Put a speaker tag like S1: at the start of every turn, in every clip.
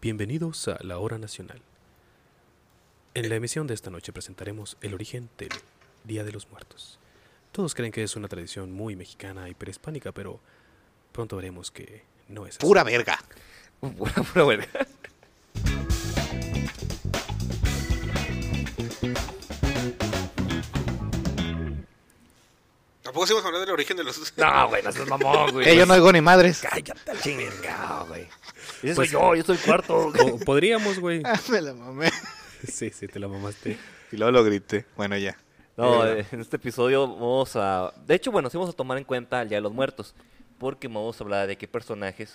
S1: Bienvenidos a La Hora Nacional. En la emisión de esta noche presentaremos el origen del Día de los Muertos. Todos creen que es una tradición muy mexicana y prehispánica, pero pronto veremos que no es así.
S2: Pura verga.
S3: Pura, pura verga.
S4: Tampoco se hablar del origen de los.
S3: No, güey, no seas mamón, güey.
S2: Eh, yo no oigo ni madres.
S3: Cállate, chingado, güey. Yo soy
S1: Pues-
S3: yo, yo soy cuarto.
S1: O podríamos, güey.
S2: Ah, Me la mamé.
S1: Sí, sí, te la mamaste.
S2: Y luego lo grité. Bueno, ya.
S3: No, eh, en este episodio vamos a... De hecho, bueno, sí vamos a tomar en cuenta el Día de los Muertos. Porque vamos a hablar de qué personajes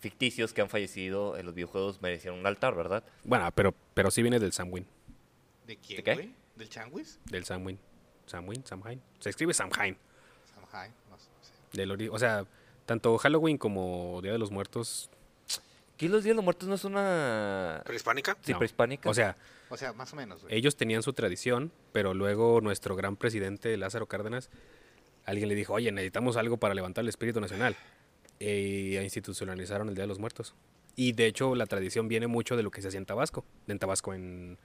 S3: ficticios que han fallecido en los videojuegos merecieron un altar, ¿verdad?
S1: Bueno, pero, pero sí viene del Samhain.
S2: ¿De
S3: ¿De
S2: quién,
S3: qué?
S2: güey? ¿Del Changuis?
S1: Del Samhain. Samhain, Samhain. Se escribe Samhain.
S2: Samhain, no sé.
S1: Del ori- o sea, tanto Halloween como Día de los Muertos.
S3: ¿Qué los Días de los Muertos no es una...
S4: ¿Prehispánica?
S3: Sí,
S1: no.
S3: prehispánica?
S1: O sea,
S2: O sea, más o menos, güey.
S1: ellos tenían su tradición, pero luego nuestro gran presidente Lázaro Cárdenas, alguien le dijo, oye, necesitamos algo para levantar el espíritu nacional. E institucionalizaron el Día de los Muertos. Y de hecho la tradición viene mucho de lo que se hacía en Tabasco, en Tabasco en,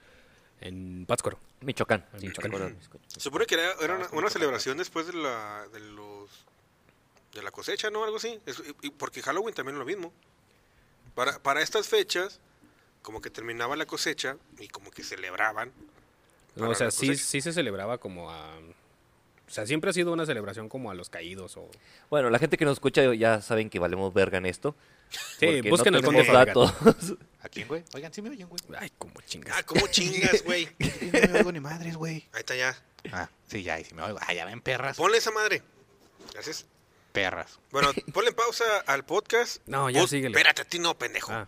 S1: en Pátzcuaro.
S3: Michoacán.
S1: Sí, Michoacán.
S3: Michoacán.
S4: Se supone que era,
S1: Ah,
S4: era una, una celebración después de la, de los, de la cosecha, ¿no? Algo así. Es- y- y porque Halloween también es lo mismo. Para, para estas fechas, como que terminaba la cosecha y como que celebraban.
S1: No,
S4: para
S1: o sea,
S4: la
S1: sí,
S4: cosecha.
S1: sí se celebraba como a... O sea, siempre ha sido una celebración como a los caídos o...
S3: Bueno, la gente que nos escucha ya saben que valemos verga en esto.
S1: Sí,
S3: porque
S1: busquen
S3: no
S1: el
S3: tenemos
S1: conde Fabregat.
S3: datos.
S2: ¿A quién, güey? Oigan, sí me oyen, güey.
S1: Ay, como chingas.
S4: Ah, ¿cómo chingas, güey?
S2: Sí, No me oigo ni madres, güey.
S4: Ahí está ya.
S2: Ah, sí, ya, ahí sí me oigo. Ah, ya ven perras.
S4: Ponle esa madre. Gracias.
S2: Perras.
S4: Bueno, ponle pausa al podcast.
S1: No, ya
S4: Bus-
S1: síguele.
S4: Espérate, a ti no, pendejo.
S1: Ah,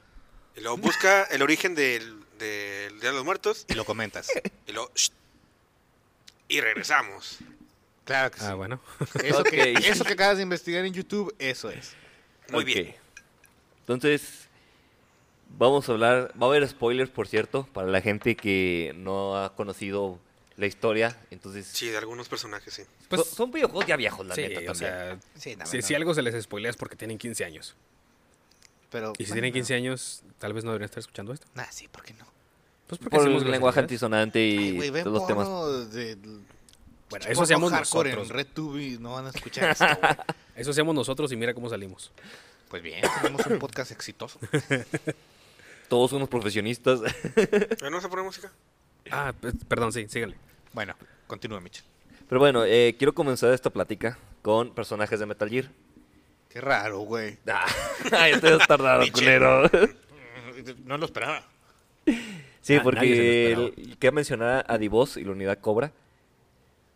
S4: Y luego busca el origen del, del Día de los Muertos
S2: Y lo comentas.
S4: y luego... shh. y regresamos.
S2: Claro que sí.
S1: ah, bueno.
S2: Eso, que,
S3: Ok.
S2: eso que acabas de investigar en YouTube, eso es.
S4: Muy
S3: Ok.
S4: bien.
S3: Entonces, vamos a hablar, va a haber spoilers, por cierto, para la gente que no ha conocido la historia. Entonces,
S4: Sí, de algunos personajes, sí.
S1: Pues,
S3: son, son videojuegos ya viejos, la
S1: sí,
S3: neta,
S1: o
S3: también.
S1: sea,
S2: Sí, no,
S1: si,
S2: no.
S1: si algo se les spoilea es porque tienen 15 años.
S2: Pero,
S1: Y si tienen 15 años, tal vez no deberían estar escuchando esto.
S2: Nah, sí, ¿por qué no?
S1: Pues
S3: por
S1: hacemos
S3: el lenguaje
S1: groserías.
S3: antisonante y
S2: Ay, güey, ven
S3: todos los temas.
S2: porno de...
S1: Bueno,
S2: porno
S1: eso hacemos
S2: hardcore
S1: nosotros.
S2: en RedTube y no van a escuchar esto, güey.
S1: Eso hacemos nosotros y mira cómo salimos.
S2: Pues bien, tenemos un podcast exitoso.
S3: Todos unos profesionistas.
S4: ¿Ya no vas a poner música?
S1: Ah, pe- perdón, sí, síganle.
S2: Bueno, continúa, Mitch.
S3: Pero bueno, eh, quiero comenzar esta plática con personajes de Metal Gear.
S2: Qué raro, güey.
S3: Ah, ya te has tardado,
S4: Pinche.
S3: culero.
S2: No lo esperaba.
S3: Sí,
S1: Na- nadie se
S3: porque
S1: lo
S3: el- quería mencionar a Divos y la unidad Cobra.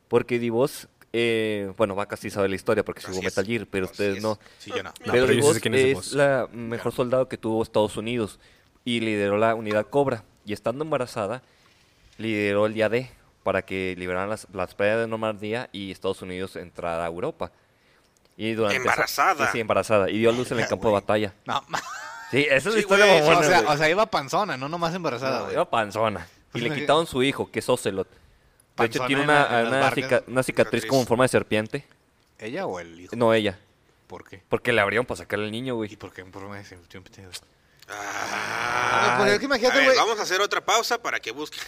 S3: Porque Divos, eh, bueno, Vaca sí sabe la historia porque
S4: Así
S3: jugó
S4: es.
S3: Metal Gear, pero
S2: Así
S3: ustedes
S2: es.
S3: no.
S2: Sí, yo no.
S1: No,
S3: pero
S1: pero yo sí
S3: Divos
S1: sé quién es
S3: es,
S1: Divos.
S3: la mejor soldado que tuvo Estados Unidos y lideró la unidad Cobra. Y estando embarazada, lideró el día D para que liberaran las, las playas de Normandía y Estados Unidos entrara a Europa. Y durante esa-
S4: Embarazada.
S3: sí, sí, embarazada. Y dio a luz en el
S2: Verga,
S3: campo de
S2: güey.
S3: batalla.
S2: No, ma-
S3: Sí, esa es la
S4: Sí,
S3: historia
S4: güey,
S3: mamona,
S2: o, sea,
S3: güey.
S2: o sea, iba panzona, no nomás embarazada,
S3: No,
S2: güey.
S3: era panzona. Y le quitaron su hijo, que es Ocelot. De hecho,
S2: Panzona
S3: tiene
S2: en
S3: una,
S2: la- en las
S3: una
S2: barcas.
S3: cica- una cicatriz
S4: Cicatriz.
S3: como en forma de serpiente.
S2: ¿Ella o el hijo?
S3: No ella.
S2: ¿Por qué?
S3: Porque le abrieron para sacarle al niño,
S2: ¿Y
S3: güey.
S2: por qué en forma de serpiente?
S4: Ah,
S2: Ah, pues es que
S4: a
S2: imagínate,
S4: ver,
S2: güey,
S4: vamos a hacer otra pausa para que busquen.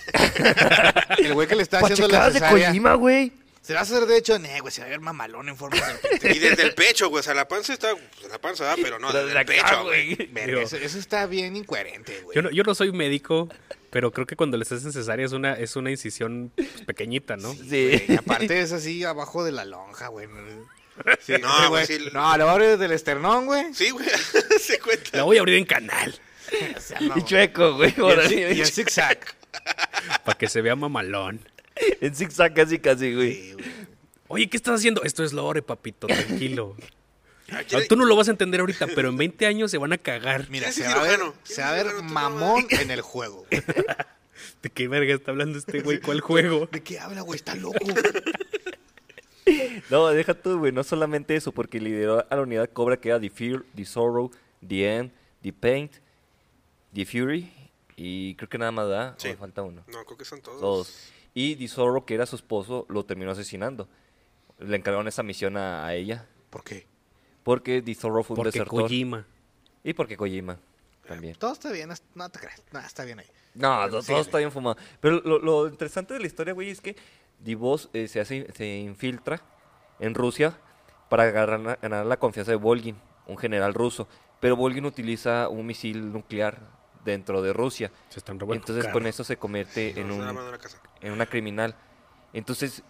S2: el güey que le está haciendo la
S3: Pachecadas de
S2: cesárea.
S3: Kojima, güey.
S2: Se va a hacer de hecho, ne, güey, se va a ver mamalón en forma de serpiente.
S4: Y desde el pecho, güey. O sea, la panza está... pues, la panza, ah, pero no,
S3: Pero
S4: desde,
S3: de
S4: el
S3: acá,
S4: pecho, güey.
S3: güey.
S2: Verga,
S1: Digo-
S2: eso, eso está bien incoherente, güey.
S1: Yo no, yo no soy médico, pero creo que cuando les hacen cesárea es una, es una incisión pues, pequeñita, ¿no?
S3: Sí.
S2: Güey, aparte es así abajo de la lonja, güey. Sí,
S4: No,
S2: sí,
S4: güey,
S2: güey.
S4: sí.
S2: No, lo abre desde el esternón, güey.
S4: Sí, güey. Se cuenta.
S1: La voy a abrir en canal
S2: O sea, no,
S3: Y chueco, güey.
S2: güey.
S3: ahora
S2: Y
S3: sí,
S2: en, zigzag.
S1: para que se vea mamalón.
S3: En zigzag casi, casi, güey.
S2: Sí, güey.
S1: Oye, ¿qué estás haciendo? Esto es lore, papito, tranquilo.
S4: Ah,
S1: Ah,
S4: ¿quiere-
S1: Tú no lo vas a entender ahorita, pero en 20 años se van a cagar.
S2: Mira,
S4: ¿Quién es
S2: se
S4: el
S2: va, a ver,
S4: cirujano? ¿Quién
S2: se
S4: es
S2: va a
S4: el
S2: ver
S4: cirujano? Tú no
S2: mamón en el juego. güey.
S1: ¿De qué verga está hablando este güey? ¿Cuál juego?
S2: ¿De qué habla, güey? Está loco.
S3: No, deja tú, güey. No solamente eso, porque lideró a la unidad Cobra que era The Fear, The Sorrow, The End, The Paint, The Fury. Y creo que nada más da.
S4: Sí.
S3: me falta uno.
S4: No, creo que son todos.
S3: todos. Y Dizorro, que era su esposo, lo terminó asesinando. Le encargaron esa misión a, a ella.
S2: ¿Por qué?
S3: Porque Dizorro fue un
S1: Porque
S3: desertor.
S1: Kojima.
S3: Y porque Kojima. también.
S2: Todo está bien, es- no te creas. No, está bien ahí.
S3: No,
S2: Pero
S3: todo,
S2: sí,
S3: todo
S2: güey.
S3: está bien fumado. Pero lo, lo interesante de la historia, güey, es que Divos eh, se, hace, se infiltra en Rusia para agarrar- ganar la confianza de Volgin, un general ruso. Pero Volgin utiliza un misil nuclear dentro de Rusia.
S1: Se están revueltos.
S3: Entonces con
S2: claro.
S3: eso se convierte en,
S4: Nos da la
S3: un,
S4: mano en la casa.
S3: en una criminal. Entonces,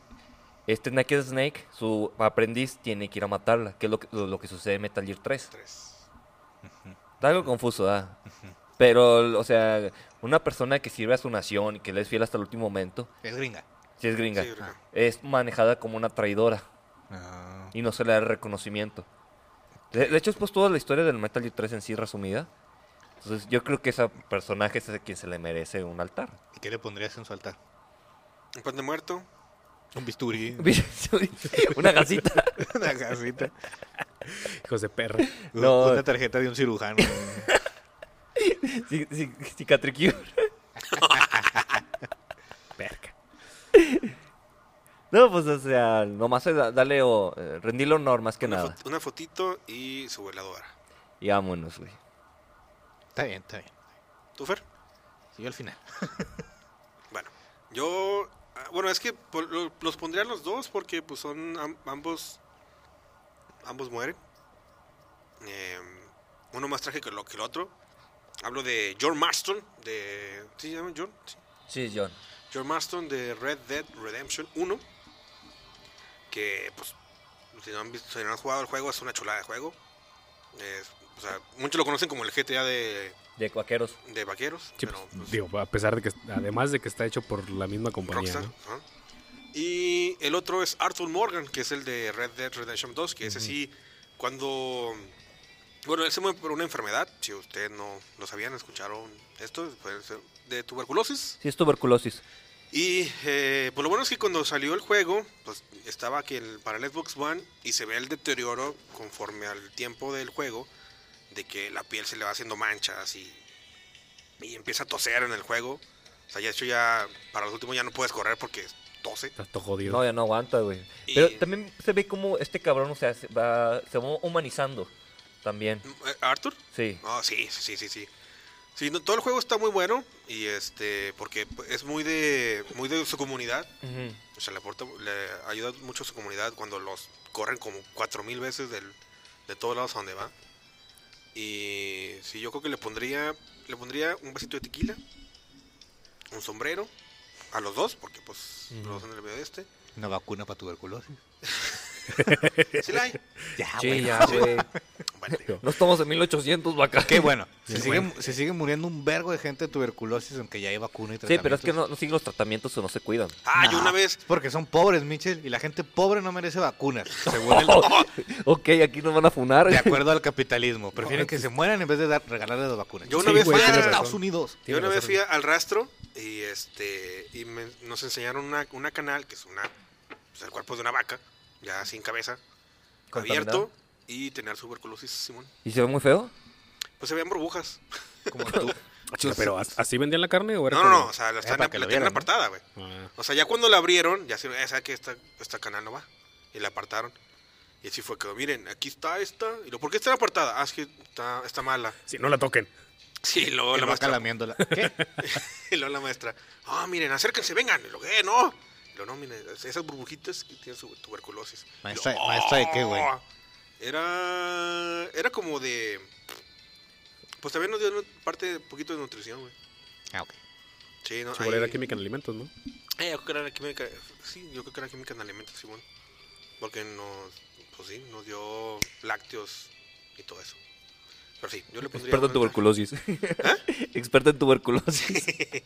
S3: este Naked Snake, su aprendiz, tiene que ir a matarla, que es lo que, lo- lo que sucede en Metal Gear 3.
S4: Tres.
S3: Está algo confuso, ¿ah? Pero, o sea, una persona que sirve a su nación y que le es fiel hasta el último momento,
S2: Es gringa.
S3: si es gringa,
S4: Sí, gringa.
S3: es manejada como una traidora
S2: Ah.
S3: y no se le da el reconocimiento. De, de hecho, es pues toda la historia del Metal Gear 3 en sí resumida. Entonces, yo creo que ese personaje es a quien se le merece un altar.
S2: ¿Y qué le pondrías en su altar?
S4: Un pan de muerto.
S2: Un bisturi.
S3: una gasita.
S2: una casita.
S1: Hijos de perra.
S3: No.
S2: Una tarjeta de un cirujano.
S3: Sí, sí, cicatricure.
S1: Verga.
S3: No, pues, o sea, nomás es da- dale o eh, rendirle honor más que
S4: Una,
S3: nada.
S4: fot- una fotito y su veladora.
S3: Y vámonos, güey.
S2: está bien, está bien.
S4: ¿Tú, Fer?
S2: Sí, yo al final.
S4: Bueno, yo. ah, Bueno, es que por- lo- los pondría a los dos porque pues son am- ambos. Ambos mueren. Eh, uno más trágico que, lo, que el otro. Hablo de John Marston. De, ¿Sí se llama John? Sí.
S3: Sí, John.
S4: John Marston de Red Dead Redemption 1. Que, pues, si no han, visto, si no han jugado el juego, es una chulada de juego. Es- o sea, muchos lo conocen como el GTA de,
S3: De cuaqueros.
S4: de vaqueros.
S1: Sí,
S4: pero,
S1: pues,
S4: pues,
S1: digo, a pesar de que, además de que está hecho por la misma compañía,
S4: Rockstar.
S1: ¿no?
S4: ajá. Y el otro es Arthur Morgan, que es el de Red Dead Redemption 2, que es así cuando... Bueno, él se muere por una enfermedad, si ustedes no lo sabían, escucharon esto, puede ser de tuberculosis.
S3: Sí, es tuberculosis.
S4: Y eh, pues lo bueno es que cuando salió el juego, pues estaba aquí el, para el Xbox One y se ve el deterioro conforme al tiempo del juego, de que la piel se le va haciendo manchas y, y empieza a toser en el juego. O sea, ya de hecho ya, para los últimos ya no puedes correr porque tose.
S1: Estás todo jodido.
S3: No, ya no aguanta, güey. Pero
S4: Y-
S3: también se ve como este cabrón, o sea, se va, se va humanizando también.
S4: Eh, ¿Arthur?
S3: Sí.
S4: Ah, sí, sí, sí, sí, sí. Sí, no, todo el juego está muy bueno y este, porque es muy de, muy de su comunidad.
S3: Ujú.
S4: O sea, le, aporta- le ayuda mucho a su comunidad cuando los corren como 4000 veces del, de todos lados a donde va. Y sí, yo creo que le pondría le pondría un vasito de tequila, un sombrero, a los dos, porque pues los dos en el video de este.
S2: Una vacuna para tuberculosis.
S4: Sí, la hay.
S2: Ya,
S3: Ah, Sí,
S2: bueno.
S3: ya, güey.
S4: Bueno, digo,
S3: No estamos en 1800, vaca.
S2: Qué bueno. Se
S1: Qué
S2: sigue,
S1: bueno.
S2: se sigue muriendo un vergo de gente de tuberculosis, aunque ya hay vacuna y
S3: Sí, pero es que
S2: tratamientos.
S3: no, no siguen los tratamientos o no se cuidan.
S4: Ah, yo
S2: No,
S4: una vez.
S2: es Porque son pobres, Michel, y la gente pobre no merece vacunas, según el-
S3: ok, aquí nos van a funar.
S2: de acuerdo al capitalismo. Prefieren que se mueran en vez de dar, regalarles las vacunas.
S4: Yo
S1: una
S2: Sí,
S1: vez
S2: güey,
S1: fui a-
S2: en
S1: tienes
S2: Estados
S1: razón.
S2: Unidos.
S4: Yo
S1: Tienes
S4: una vez
S1: razón.
S4: fui al rastro y este y me- nos enseñaron una, una canal que es una pues, el cuerpo de una vaca ya sin cabeza
S3: Contaminado.
S4: abierto y tener tuberculosis Simón
S3: ¿Y se ve muy feo?
S4: pues se veían burbujas
S2: Como tú.
S1: Ah, Chica, pero ¿as- ¿así vendían la carne o era
S4: no no
S1: como-
S4: no o sea la, están-
S2: para que
S4: la
S2: lo vieran,
S4: tienen
S2: ¿no?
S4: apartada güey
S1: Ah,
S4: o sea ya cuando la abrieron ya se ya sabe que esta esta canal no va y la apartaron y así fue que miren aquí está esta y lo por qué está apartada ah es que está está mala
S1: sí, no la toquen.
S4: sí luego
S2: Hola,
S4: la
S2: la vaca
S4: maestra
S2: lamiéndola. ¿Qué?
S4: Y luego la maestra, ah, miren, acérquense, vengan. Y lo que, no. Y lo, no, miren, esas burbujitas que tienen su tuberculosis. Y
S2: Maestra-
S4: lo, "Ah".
S2: maestra de qué, güey?
S4: Era. Era como de. Pues también nos dio una parte de poquito de nutrición, güey.
S2: Ah, ok.
S4: Sí, no.
S1: Seguro era
S4: ahí-
S1: química en alimentos, ¿no?
S4: Eh, yo creo que era química. Sí, yo creo que era química en alimentos, Simón. Porque nos. Pues sí, nos dio lácteos y todo eso. Pero sí, yo le pondría.
S3: Experto en
S4: una-
S3: tuberculosis. Experto en tuberculosis.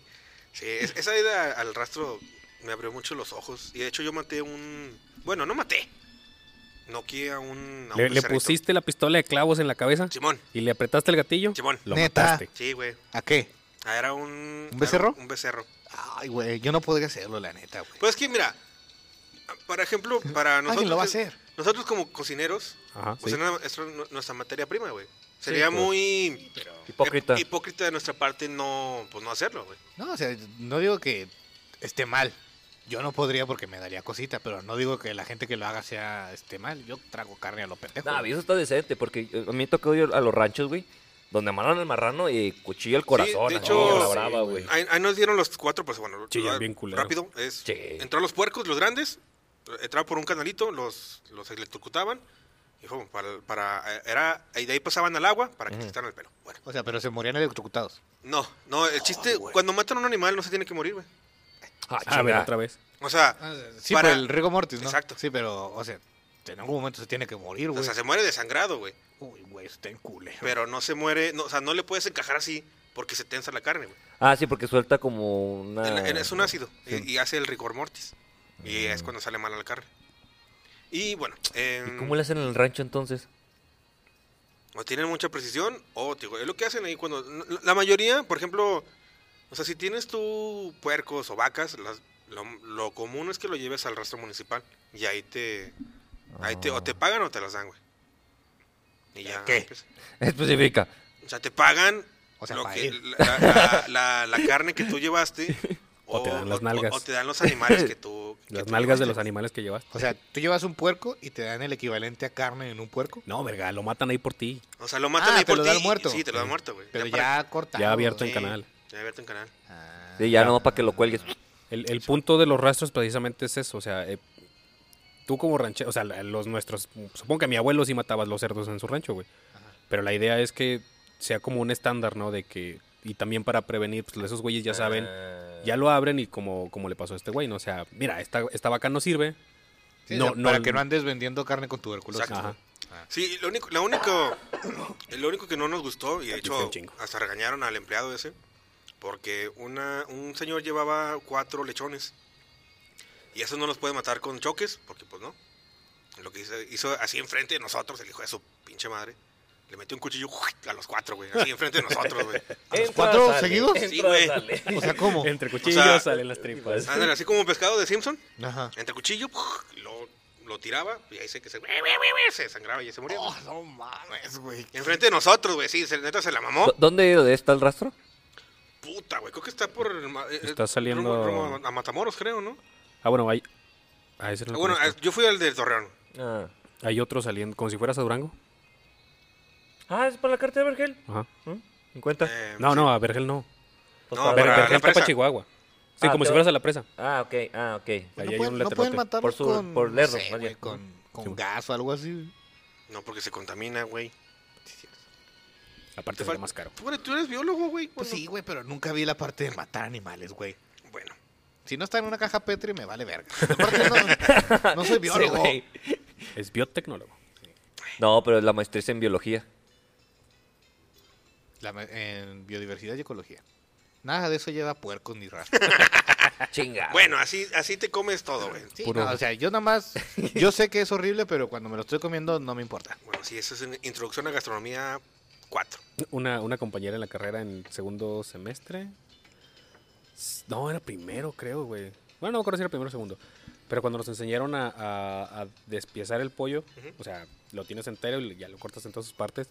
S4: Sí, es- esa ida al rastro me abrió mucho los ojos. Y de hecho yo maté un... Bueno, no maté. No a un... a un
S1: ¿Le, le
S4: becerrito.
S1: pusiste la pistola de clavos en la cabeza?
S4: Simón.
S1: ¿Y le apretaste el gatillo?
S4: Simón.
S1: Lo
S2: Neta.
S1: mataste.
S4: Sí, güey.
S2: ¿A qué?
S4: Ah, Era un...
S2: ¿Un becerro?
S4: era un becerro.
S2: Ay, güey, yo no podría hacerlo, la neta, güey.
S4: Pues es que, mira, por ejemplo, para nosotros...
S2: lo va a
S4: que-
S2: hacer.
S4: Nosotros como cocineros,
S1: Ajá,
S4: pues
S1: sí.
S4: era nuestra, nuestra materia prima, güey. Sería
S3: pues.
S4: muy
S3: Hipócrita.
S4: hip- hipócrita de nuestra parte no, pues no hacerlo, güey.
S2: No, o sea, no digo que esté mal. Yo no podría porque me daría cosita, pero no digo que la gente que lo haga sea esté mal. Yo trago carne a lo pendejo.
S3: Nah,
S2: güey.
S3: eso está decente, porque eh, a mí me tocó ir a los ranchos, güey. Donde amarraron al marrano y cuchillo el corazón.
S4: de
S3: así,
S1: Oh,
S4: hecho,
S3: a la brava, güey.
S4: Ahí, ahí nos dieron los cuatro, pues bueno,
S1: Sí,
S4: lo-
S1: bien culero.
S4: rápido. Es,
S3: Sí.
S4: Entraron los puercos, los grandes, entraban por un canalito, los, los electrocutaban. Y fue para, para- eh, era, y de ahí pasaban al agua para que te quitaran el pelo. Bueno,
S2: O sea, pero se morían electrocutados.
S4: no, no, el chiste, cuando matan a un animal no se tiene que morir, güey.
S3: Ah,
S1: A ver,
S3: chinga.
S1: otra vez.
S4: O sea,
S2: Sí,
S4: Ah, para-
S2: por el rigor mortis, ¿no?
S4: Exacto. Pues,
S2: Sí, pero, o sea, en algún momento se tiene que morir,
S4: o
S2: güey.
S4: sea, se muere desangrado, güey.
S2: Uy, güey, está en culero.
S4: Pero no se muere, no, o sea, no le puedes encajar así porque se tensa la carne, güey.
S3: Ah, sí, porque suelta como una.
S4: En- en- es un ácido
S3: Ah,
S4: y-
S3: Sí. Ah.
S4: y, hace el rigor mortis. Y es cuando sale mal la carne. Y bueno,
S3: ¿Y
S4: em,
S3: cómo le hacen en el rancho entonces?
S4: o tienen mucha precisión o te digo, es lo que hacen ahí cuando... n- La mayoría, por ejemplo, o sea, si tienes tú puercos o vacas, las- lo, lo común es que lo lleves al rastro municipal y ahí te... Ahí te o te
S3: Ah.
S4: pagan o te las dan, güey. Y ya...
S2: ¿Qué?
S4: empieza.
S3: Especifica.
S4: O sea, te pagan
S2: O sea,
S4: lo
S2: para
S4: que-
S2: él.
S4: la, la- la- la carne que tú llevaste.
S1: O te dan las nalgas.
S4: O, te dan los animales que tú. que
S1: Las
S4: tú
S1: nalgas de los
S4: llevaste.
S1: animales que llevas.
S2: O sea, tú llevas un puerco y te dan el equivalente a carne en un puerco,
S1: No, verga, lo matan ahí por ti.
S4: O sea, lo matan
S2: Ah,
S4: ahí
S2: te
S4: por
S2: lo
S4: ti.
S2: dan
S4: y-
S2: muerto.
S4: Sí, te lo dan muerto, güey.
S2: pero
S4: para-
S2: ya cortado.
S1: Ya abierto en
S4: sí,
S1: canal.
S4: Ya abierto en canal.
S2: Ah,
S3: Sí, ya nomás para que lo cuelgues.
S1: El, el punto de los rastros precisamente es eso, o sea, eh, tú como ranchero, o sea, la- los nuestros, supongo que mi abuelo sí mataba los cerdos en su rancho, güey. Pero la idea es que sea como un estándar, ¿no? De que, y también para prevenir, pues esos güeyes ya saben,
S4: Ah.
S2: Ah.
S1: ya lo abren y como, como le pasó a este güey, ¿no? O sea, mira, esta, esta vaca no sirve.
S2: Sí, o sea, para que no andes vendiendo carne con tubérculos.
S4: Exacto.
S1: Ajá.
S4: Sí, lo único, lo único, lo único que no nos gustó, y de
S1: Aquí fue
S4: hecho
S1: un chingo.
S4: hasta regañaron al empleado ese, porque una, un señor llevaba cuatro lechones. Y eso no los puede matar con choques, porque pues no. Lo que hizo, hizo así enfrente de nosotros, el hijo de su pinche madre. Le metió un cuchillo a los cuatro, güey. Así enfrente de nosotros, güey.
S2: ¿A los cuatro seguidos?
S4: entra, Sí, güey. sale.
S2: O sea, ¿cómo?
S1: Entre cuchillos
S4: Oh. O sea, ah.
S1: salen las tripas.
S4: Ándale, así como pescado de Simpson.
S2: Ajá.
S4: Entre cuchillo, lo, lo tiraba y ahí se, que se, se sangraba y ya se murió.
S2: Oh, no mames, güey.
S4: Enfrente de nosotros, güey. Sí, se- neta se la mamó.
S3: ¿Dónde está el rastro?
S4: Puta, güey, creo que está por... el ma- eh,
S1: Está
S4: eh,
S1: saliendo-
S4: rumbo- rumbo a, a Matamoros, creo, ¿no?
S1: Ah, bueno, hay... Ah, ese no
S4: Ah,
S1: lo
S4: bueno,
S1: conozco.
S4: eh, yo fui al de Torreón.
S3: Ah,
S1: Hay otro saliendo, como si fueras a Durango.
S3: Ah, es para la carta de Vergel. ¿Mm?
S1: Ajá.
S3: ¿En cuenta?
S4: Eh,
S1: No,
S4: sí.
S1: no, a Vergel no.
S3: Pues
S4: no,
S3: para-
S1: Ver-
S4: para- la
S1: Vergel tapa
S4: presa.
S1: Chihuahua. Sí,
S3: Ah,
S1: como si
S3: te-
S1: fueras a la presa.
S3: Ah, ok, ah, ok.
S1: Ahí
S2: no
S1: hay un
S2: pueden, no pueden
S1: letrerote.
S2: matarlos
S3: Por su-
S2: con,
S3: por lerdo,
S2: no sé,
S3: más
S2: güey,
S3: bien.
S2: con, con
S1: Sí.
S2: gas o algo así. güey.
S4: No, porque se contamina, güey.
S1: Aparte
S4: Te
S1: sale
S4: fal-
S1: más caro.
S4: Tú eres, tú eres biólogo, güey.
S2: Pues
S4: bueno.
S2: sí, güey, pero nunca vi la parte de matar animales, güey.
S4: Bueno,
S2: Si no está en una caja Petri, me vale verga. Aparte, no, no soy biólogo.
S1: Es biotecnólogo.
S3: No, pero la maestría es en biología.
S2: La ma- en biodiversidad y ecología. Nada de eso lleva puercos ni rastros.
S3: Chinga.
S4: bueno así, así te comes todo, güey.
S2: Sí,
S1: Puro-
S2: no, o sea, yo nada más. Yo sé que es horrible, pero cuando me lo estoy comiendo no me importa.
S4: Bueno, sí, eso es una introducción a gastronomía 4.
S1: Una, una compañera en la carrera en segundo semestre. S- No, era primero, creo, güey. Bueno, no me acuerdo si era primero o segundo. Pero cuando nos enseñaron a, a- a despiezar el pollo, o sea, lo tienes entero y ya lo cortas en todas sus partes,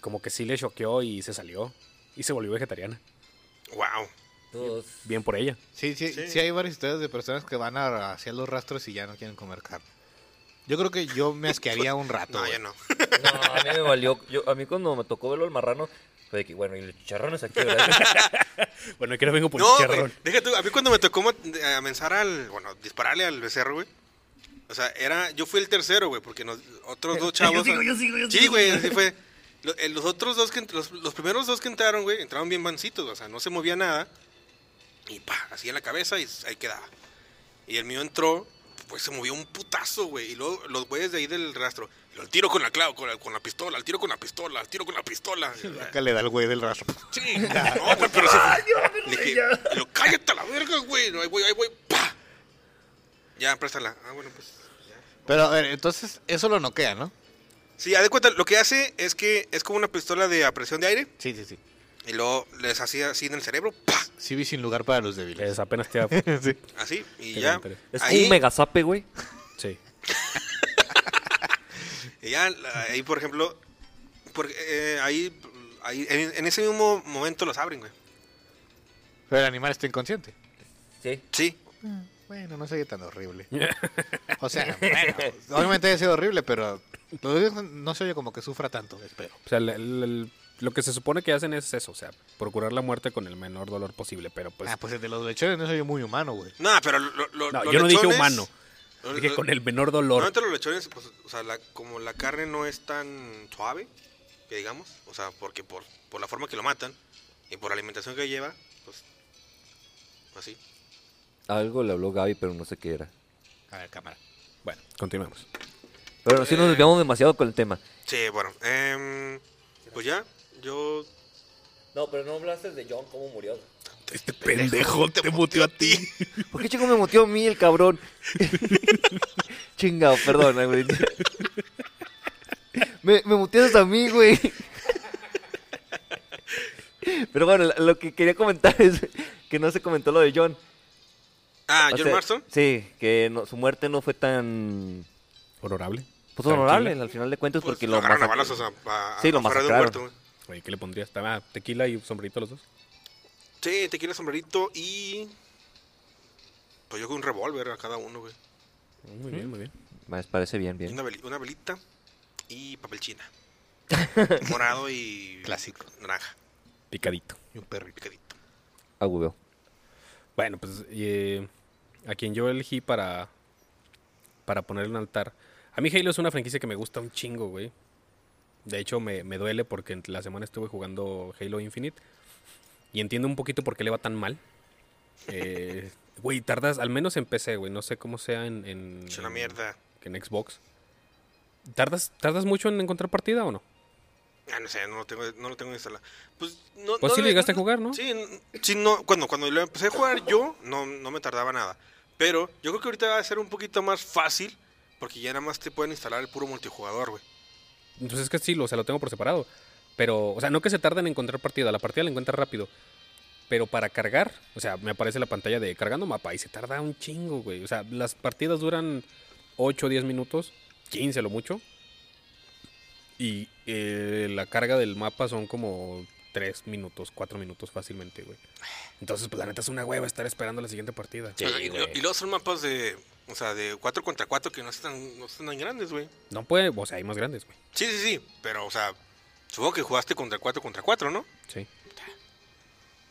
S1: como que sí le choqueó y se salió. Y se volvió vegetariana.
S4: Wow.
S1: Bien por ella.
S2: Sí, sí, sí,
S4: Sí.
S2: hay varias historias de personas que van a, hacia los rastros y ya no quieren comer carne. Yo creo que yo me asquearía un rato.
S4: No,
S2: güey.
S4: ya no.
S3: No, a mí me valió. Yo, a mí cuando me tocó verlo al marrano, fue de que, bueno, y los chicharrones aquí, ¿verdad?
S1: Bueno, que ahora vengo por
S4: No,
S1: el
S4: güey, deja tú, A mí cuando me tocó mat- eh, amenazar al. Bueno, dispararle al becerro, güey. O sea, era. Yo fui el tercero, güey, porque nos- otros dos chavos. sí, güey, así fue. Lo- eh, Los otros dos que. ent- Los, los primeros dos que entraron, güey, entraron bien mancitos, o sea, no se movía nada. Y pa, así en la cabeza y s- ahí quedaba. Y el mío entró, pues se movió un putazo, güey. Y luego los güeyes de ahí del rastro. El tiro con la clavo, con la, con la pistola, el tiro con la pistola, el tiro con la pistola.
S2: Acá le da el güey del rastro.
S4: Chinga, no, güey, pero sí. Le dije, lo cállate a la verga, güey. No, ahí voy, ahí voy, pa. Ya, préstala. Ah, bueno, pues.
S2: Pero a ver, entonces eso lo noquea, ¿no?
S4: Sí, haz de cuenta, lo que hace es que es como una pistola de a presión de aire
S2: Sí, sí, sí.
S4: y luego les hacía así en el cerebro, pa,
S2: Sí, vi sin lugar para los débiles.
S1: Es apenas te...
S2: Sí.
S4: así y
S1: Qué
S4: ya.
S1: bien,
S3: Es
S4: Ahí,
S3: un megazape, güey.
S1: Sí.
S4: y ya, la- ahí por ejemplo, porque eh, ahí, ahí en, en ese mismo momento los abren, güey.
S2: Pero el animal está inconsciente.
S3: Sí.
S4: Sí.
S2: Bueno, no sería tan horrible. O sea, bueno, obviamente debe ser horrible, pero lo digo, no se oye como que sufra tanto, espero.
S1: O sea, el- el- el- lo que se supone que hacen es eso, o sea, procurar la muerte con el menor dolor posible, pero pues...
S2: ah, pues el de los lechones no soy muy humano, güey.
S4: No, pero lo- lo-
S1: no,
S4: los
S1: yo no dije
S4: lechones-
S1: humano,
S4: los-
S1: dije
S4: los-
S1: con el menor dolor.
S4: Normalmente los lechones, pues, o sea, la- como la carne no es tan suave, que digamos, o sea, porque por, por la forma que lo matan y por la alimentación que lleva, pues, así.
S3: Algo le habló Gaby, pero no sé qué era.
S2: A ver, cámara.
S1: Bueno, continuemos.
S3: Pero sí nos desviamos demasiado con el tema.
S4: Sí, bueno, em, pues ya, yo...
S3: No, pero no hablaste de John, cómo murió.
S1: Este pendejo te muteó a ti.
S3: ¿Por qué chico me moteó a mí el cabrón? Chingado, perdona, güey. Me, me muteas a mí, güey. Pero bueno, la- lo que quería comentar es que no se comentó lo de John.
S4: Ah,
S3: O
S4: John
S3: sea,
S4: Marston.
S3: Sí, que no- su muerte no fue tan
S1: Honorable.
S3: pues, honorable al final de cuentas porque lo
S4: Pues agarraron a
S3: masacraron.
S4: balazos a- a-
S3: Sí, lo
S4: afuera de un
S3: masacraron.
S4: huerto, güey.
S1: Oye, ¿qué le pondrías? Ah, tequila y sombrerito los dos.
S4: Sí, tequila, sombrerito y... Pues yo con un revólver a cada uno, güey.
S1: Muy bien, muy bien.
S3: Me parece bien,
S4: Y
S3: bien.
S4: Una, veli- una velita y papel china. Morado y...
S2: Clásico.
S4: Naranja.
S1: Picadito.
S2: Y un perrito.
S4: picadito.
S3: Agudeo.
S1: Bueno, pues eh, a quien yo elegí para, para poner en altar. A mí Halo es una franquicia que me gusta un chingo, güey. De hecho, me, me duele porque en la semana estuve jugando Halo Infinite. Y entiendo un poquito por qué le va tan mal. Eh, güey, tardas, al menos en PC, güey. No sé cómo sea en... en
S4: Es una
S1: en-
S4: mierda.
S1: En, Xbox. ¿Tardas, ¿Tardas mucho en encontrar partida o no?
S4: Ah, no sé, no lo tengo, no lo tengo instalado. Pues, no,
S1: Pues
S4: no
S1: sí lo
S4: le-
S1: llegaste a jugar, ¿no?
S4: Sí, n- sí, no, cuando, cuando lo empecé a jugar yo, no, no me tardaba nada. Pero yo creo que ahorita va a ser un poquito más fácil, porque ya nada más te pueden instalar el puro multijugador, güey.
S1: Entonces Pues es que sí, lo- o sea, lo tengo por separado. Pero, o sea, no que se tarde en encontrar partida, la partida la encuentras rápido. Pero para cargar, o sea, me aparece la pantalla de cargando mapa y se tarda un chingo, güey. O sea, las partidas duran 8 o 10 minutos, 15 lo mucho. Y eh, la carga del mapa son como 3 minutos, 4 minutos fácilmente, güey. Entonces, pues la neta es una hueva estar esperando la siguiente partida.
S4: O sea, y, lo- y luego son mapas de, o sea, de 4 contra 4 que no están, no están tan grandes, güey.
S1: No puede, o sea, hay más grandes, güey.
S4: Sí, sí, sí, pero, o sea, supongo que jugaste contra 4 contra 4, ¿no?
S1: Sí.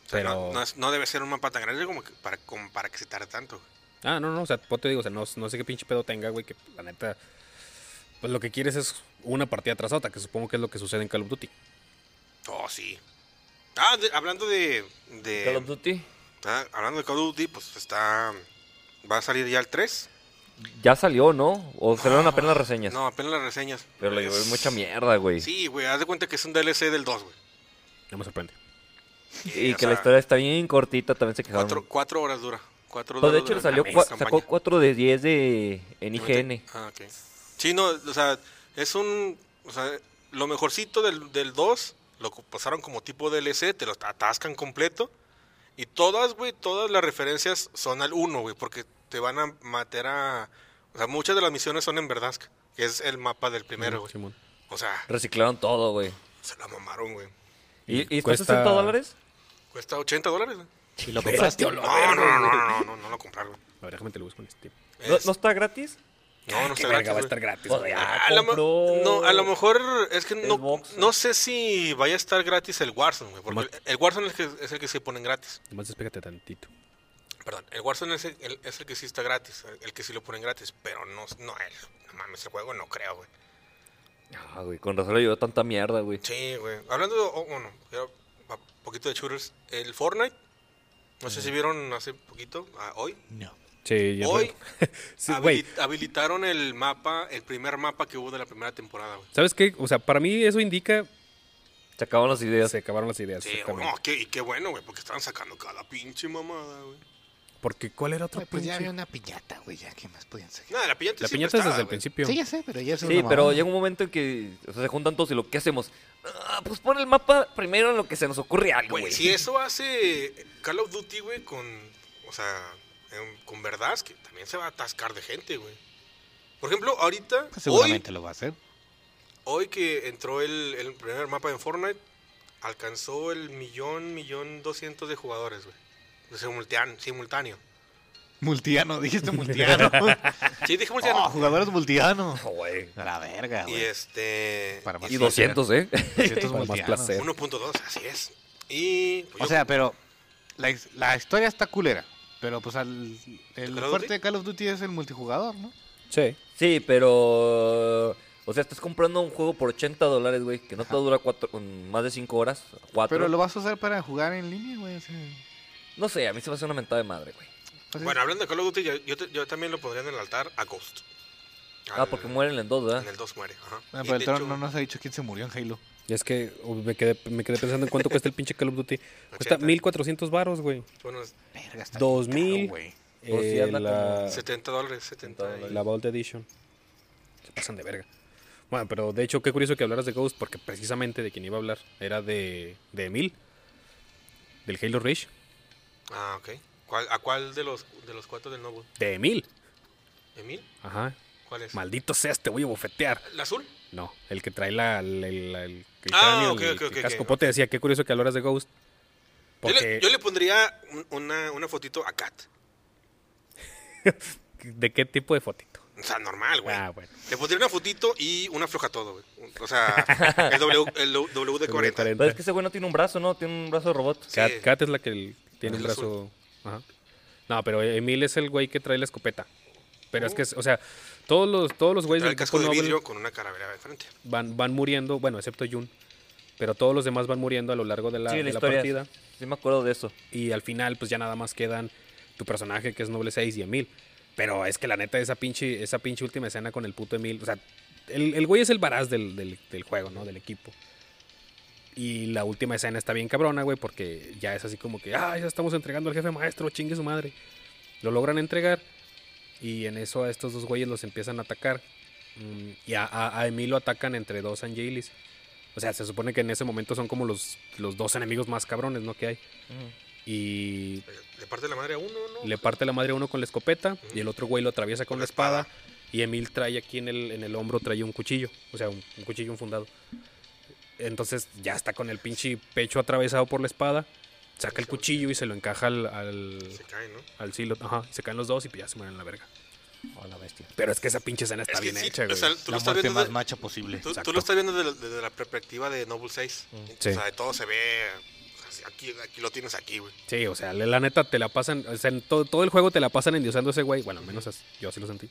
S4: O sea,
S1: Pero-
S4: no, no es- no debe ser un mapa tan grande como que- para, como para que se tarde tanto. güey.
S1: Ah, no, no, o sea, pues te digo, o sea, no, no sé qué pinche pedo tenga, güey, que la neta, pues lo que quieres es una partida tras otra, que supongo que es lo que sucede en Call of Duty.
S4: Oh, sí. Ah, de- hablando de... de
S3: Call of Duty.
S4: Ah, hablando de Call of Duty, pues está. Va a salir ya el 3.
S3: Ya salió, ¿no? O salieron apenas las reseñas.
S4: No, apenas las reseñas.
S3: Pero le llevé mucha mierda, güey.
S4: Sí, güey, haz de cuenta que es un DLC del 2, güey.
S1: No me sorprende.
S4: Sí,
S3: Y
S4: o
S3: que la
S4: sea,
S3: historia está bien cortita, también se quejaron.
S4: Cuatro, cuatro horas dura. Cuatro
S3: Pues de
S4: horas
S3: hecho le
S4: dura
S3: salió,
S4: la
S3: cua-
S4: campaña.
S3: sacó 4 de 10 de, en IGN.
S4: Ah, ok. Sí, no, o sea, es un. O sea, lo mejorcito del, del 2 lo co- pasaron como tipo DLC, te lo atascan completo. Y todas, güey, todas las referencias son al 1, güey, porque te van a matar a. O sea, muchas de las misiones son en Verdansk, que es el mapa del primero, güey.
S1: Simón.
S4: O sea,
S3: Reciclaron todo, güey.
S4: se la mamaron, güey.
S3: ¿Y, y está
S1: Cuesta-
S3: 60 dólares?
S4: Cuesta 80 dólares, güey.
S2: ¿Y lo compraste o
S4: No, no, no, no, no, no, no, no lo compraron.
S1: A ver, déjame te lo busco en este.
S3: ¿No, no está gratis?
S4: Ah, No, no
S1: Ah, Qué
S4: está
S1: verga,
S4: gratis,
S1: va a
S4: güey.
S1: estar gratis,
S3: Pues,
S1: güey.
S3: ah,
S4: A lo mo-
S3: Compró
S4: no, a lo mejor es que no,
S3: Xbox.
S4: no sé si vaya a estar gratis el Warzone, güey. Porque
S1: Nomás-
S4: el- el Warzone es el, que, es el que se ponen gratis.
S1: Nomás despégate tantito.
S4: Perdón, el Warzone es el, el- es el que sí está gratis, el, el que sí lo ponen gratis. Pero no, no, el, no mames, el juego no creo, güey.
S3: Ah, güey, con razón le llevó tanta mierda, güey.
S4: Sí, güey. Hablando de, oh, bueno, ya pa- poquito de shooters, el Fortnite, no sé si vieron hace poquito, ah, hoy,
S2: No.
S1: Sí, ya
S4: Hoy
S1: Sí, güey.
S4: habili- habilitaron el mapa, el primer mapa que hubo de la primera temporada, güey.
S1: ¿Sabes qué? O sea, para mí eso indica
S3: Se acabaron las
S1: que
S3: ideas.
S1: se acabaron las ideas.
S4: Sí,
S1: exactamente.
S4: no, qué, y qué bueno, güey, porque estaban sacando cada pinche mamada, güey.
S1: Porque ¿cuál era otro
S2: pues ya
S1: pinche?
S2: había una piñata, güey, ya, ¿qué más podían sacar?
S4: Nada, la piñata
S1: La
S4: siempre
S1: piñata es
S4: estaba,
S1: desde el
S4: güey.
S1: principio.
S2: Sí, ya sé, pero ya es una
S3: Sí, pero
S2: mamada.
S3: llega un momento en que o sea, se juntan todos y lo que hacemos. Ah, pues pon el mapa primero en lo que se nos ocurre algo,
S4: Güey,
S3: güey.
S4: si eso hace Call of Duty, güey, con. O sea, en- con verdad, que también se va a atascar de gente, güey. Por ejemplo, ahorita.
S2: Pues
S4: hoy,
S2: seguramente lo va a hacer.
S4: hoy que entró el, el primer mapa en Fortnite, alcanzó el millón, millón doscientos de jugadores, güey. Simultán- Simultáneo.
S2: Multiano, dijiste multiano.
S4: Sí, dije
S2: oh,
S4: murciano.
S2: jugadores multiano.
S3: güey.
S2: A la verga,
S4: y
S2: güey. Pues
S4: este.
S2: Para más
S4: y
S3: Y 200, ¿eh?
S2: 200
S3: Para más
S2: multianos.
S3: placer.
S4: 1.2, así es. Y. pues,
S2: O
S4: yo-
S2: sea, pero la, his- la historia está culera. Pero pues al, el
S4: ¿Call of
S2: fuerte
S4: Duty?
S2: de Call of Duty es el multijugador, ¿no?
S1: Sí.
S3: Sí, pero... O sea, estás comprando un juego por 80 dólares, güey, que no te dura cuatro, un- más de 5 horas. Cuatro.
S2: Pero lo vas a usar para jugar en línea, güey. o sea,
S3: No sé, a mí se me hace una mentada de madre, güey.
S2: pues,
S4: Bueno, hablando de Call of Duty, yo, yo te- yo también lo pondría en el altar a Ghost.
S3: Ah,
S4: Al-
S3: porque mueren en dos, ¿verdad?
S4: En el 2 muere, ajá.
S2: ah, pero
S4: Y de
S2: el Tron
S4: hecho,
S2: no nos ha dicho quién se murió en Halo.
S1: Y es que uh, me quedé, me quedé pensando en cuánto cuesta el pinche Call of Duty. Cuesta
S4: 80.
S1: 1400 varos, güey.
S4: Bueno, es
S2: Verga, está bien
S1: 2000.
S2: caro, güey.
S1: Eh,
S3: sí, anda
S1: la,
S3: como
S4: 70 dólares, 70. y-
S1: la Vault Edition. Se pasan de verga. Bueno, pero de hecho, qué curioso que hablaras de Ghost, porque precisamente de quien iba a hablar era de, de Emil, del Halo Reach.
S4: Ah, ok. ¿Cuál- ¿A cuál de los, de los cuatro del Noble?
S1: De Emil.
S4: ¿Emil?
S1: Ajá.
S4: ¿Cuál es?
S1: Maldito seas, te voy a bofetear.
S4: ¿El azul?
S1: No, el que trae la, la- la- el, el
S4: Ah,
S1: cráneo,
S4: ok,
S1: el,
S4: ok,
S1: el
S4: ok,
S1: casco.
S4: ok.
S1: Pues te decía, qué curioso que hablaras de Ghost.
S4: Yo le-
S1: Porque,
S4: Yo, le, pondría un- una, una fotito a Kat.
S1: ¿de qué tipo de fotito?
S4: O sea, normal, güey.
S1: Ah, bueno.
S4: Le pondría una fotito y una floja todo, güey. O sea, el W, el w de 40.
S3: Pero es que ese güey no tiene un brazo, ¿no? Tiene un brazo de robot.
S4: Sí.
S1: Kat, Kat es la que el- tiene
S4: Es
S1: el
S4: la
S1: brazo. Ajá. No, pero Emil es el güey que trae la escopeta. Pero es que, es- o sea, todos los, todos los güeyes
S4: Uh. Trae
S1: del
S4: el casco
S1: grupo
S4: de
S1: Noble
S4: vidrio con una calavera de frente.
S1: van, van muriendo, bueno, excepto Jun. Pero todos los demás van muriendo a lo largo de la,
S3: sí,
S1: de
S3: la
S1: la
S3: historia.
S1: partida.
S3: Sí me acuerdo de eso.
S1: Y al final, pues ya nada más quedan tu personaje, que es Noble 6 y Emil. Pero es que la neta, esa pinche, esa pinche última escena con el puto Emil. O sea, el, el güey es el varaz del, del- del juego, ¿no? Del equipo. Y la última escena está bien cabrona, güey, porque ya es así como que, ah, ya estamos entregando al jefe maestro, chingue su madre. Lo logran entregar. Y en eso a estos dos güeyes los empiezan a atacar. Mm, Y a, a- a Emil lo atacan entre dos Angelis. O sea, se supone que en ese momento son como los, los dos enemigos más cabrones, ¿no? Que hay. Y
S4: Le parte la madre a uno, ¿no?
S1: le parte la madre a uno con la escopeta y el otro güey lo atraviesa con,
S4: Con
S1: la
S4: la
S1: espada,
S4: espada.
S1: y Emil trae aquí en el, en el hombro trae un cuchillo, o sea, un, un cuchillo enfundado. Entonces ya está con el pinche pecho atravesado por la espada, saca el cuchillo y se lo encaja al, al,
S4: Se cae, ¿no?
S1: al silo, ajá, y se caen los dos y pues ya se mueren a la verga.
S3: A la bestia.
S1: Pero es que esa pinche escena está
S4: Es que
S1: bien
S4: sí,
S1: hecha,
S4: o
S1: güey.
S4: sea, tú lo
S2: La
S4: estás
S2: muerte
S4: viendo
S2: más
S4: desde,
S2: macho posible.
S4: tú- tú
S1: Exacto. Mm.
S4: lo estás viendo desde, la- desde la perspectiva de Noble 6.
S1: Sí.
S4: O sea, de todo se ve. o sea, Aquí, aquí lo tienes aquí, güey.
S1: Sí, o sea, la la neta te la pasan, o sea, en todo, todo el juego te la pasan endiosando a ese güey, bueno, al menos as- yo así lo sentí.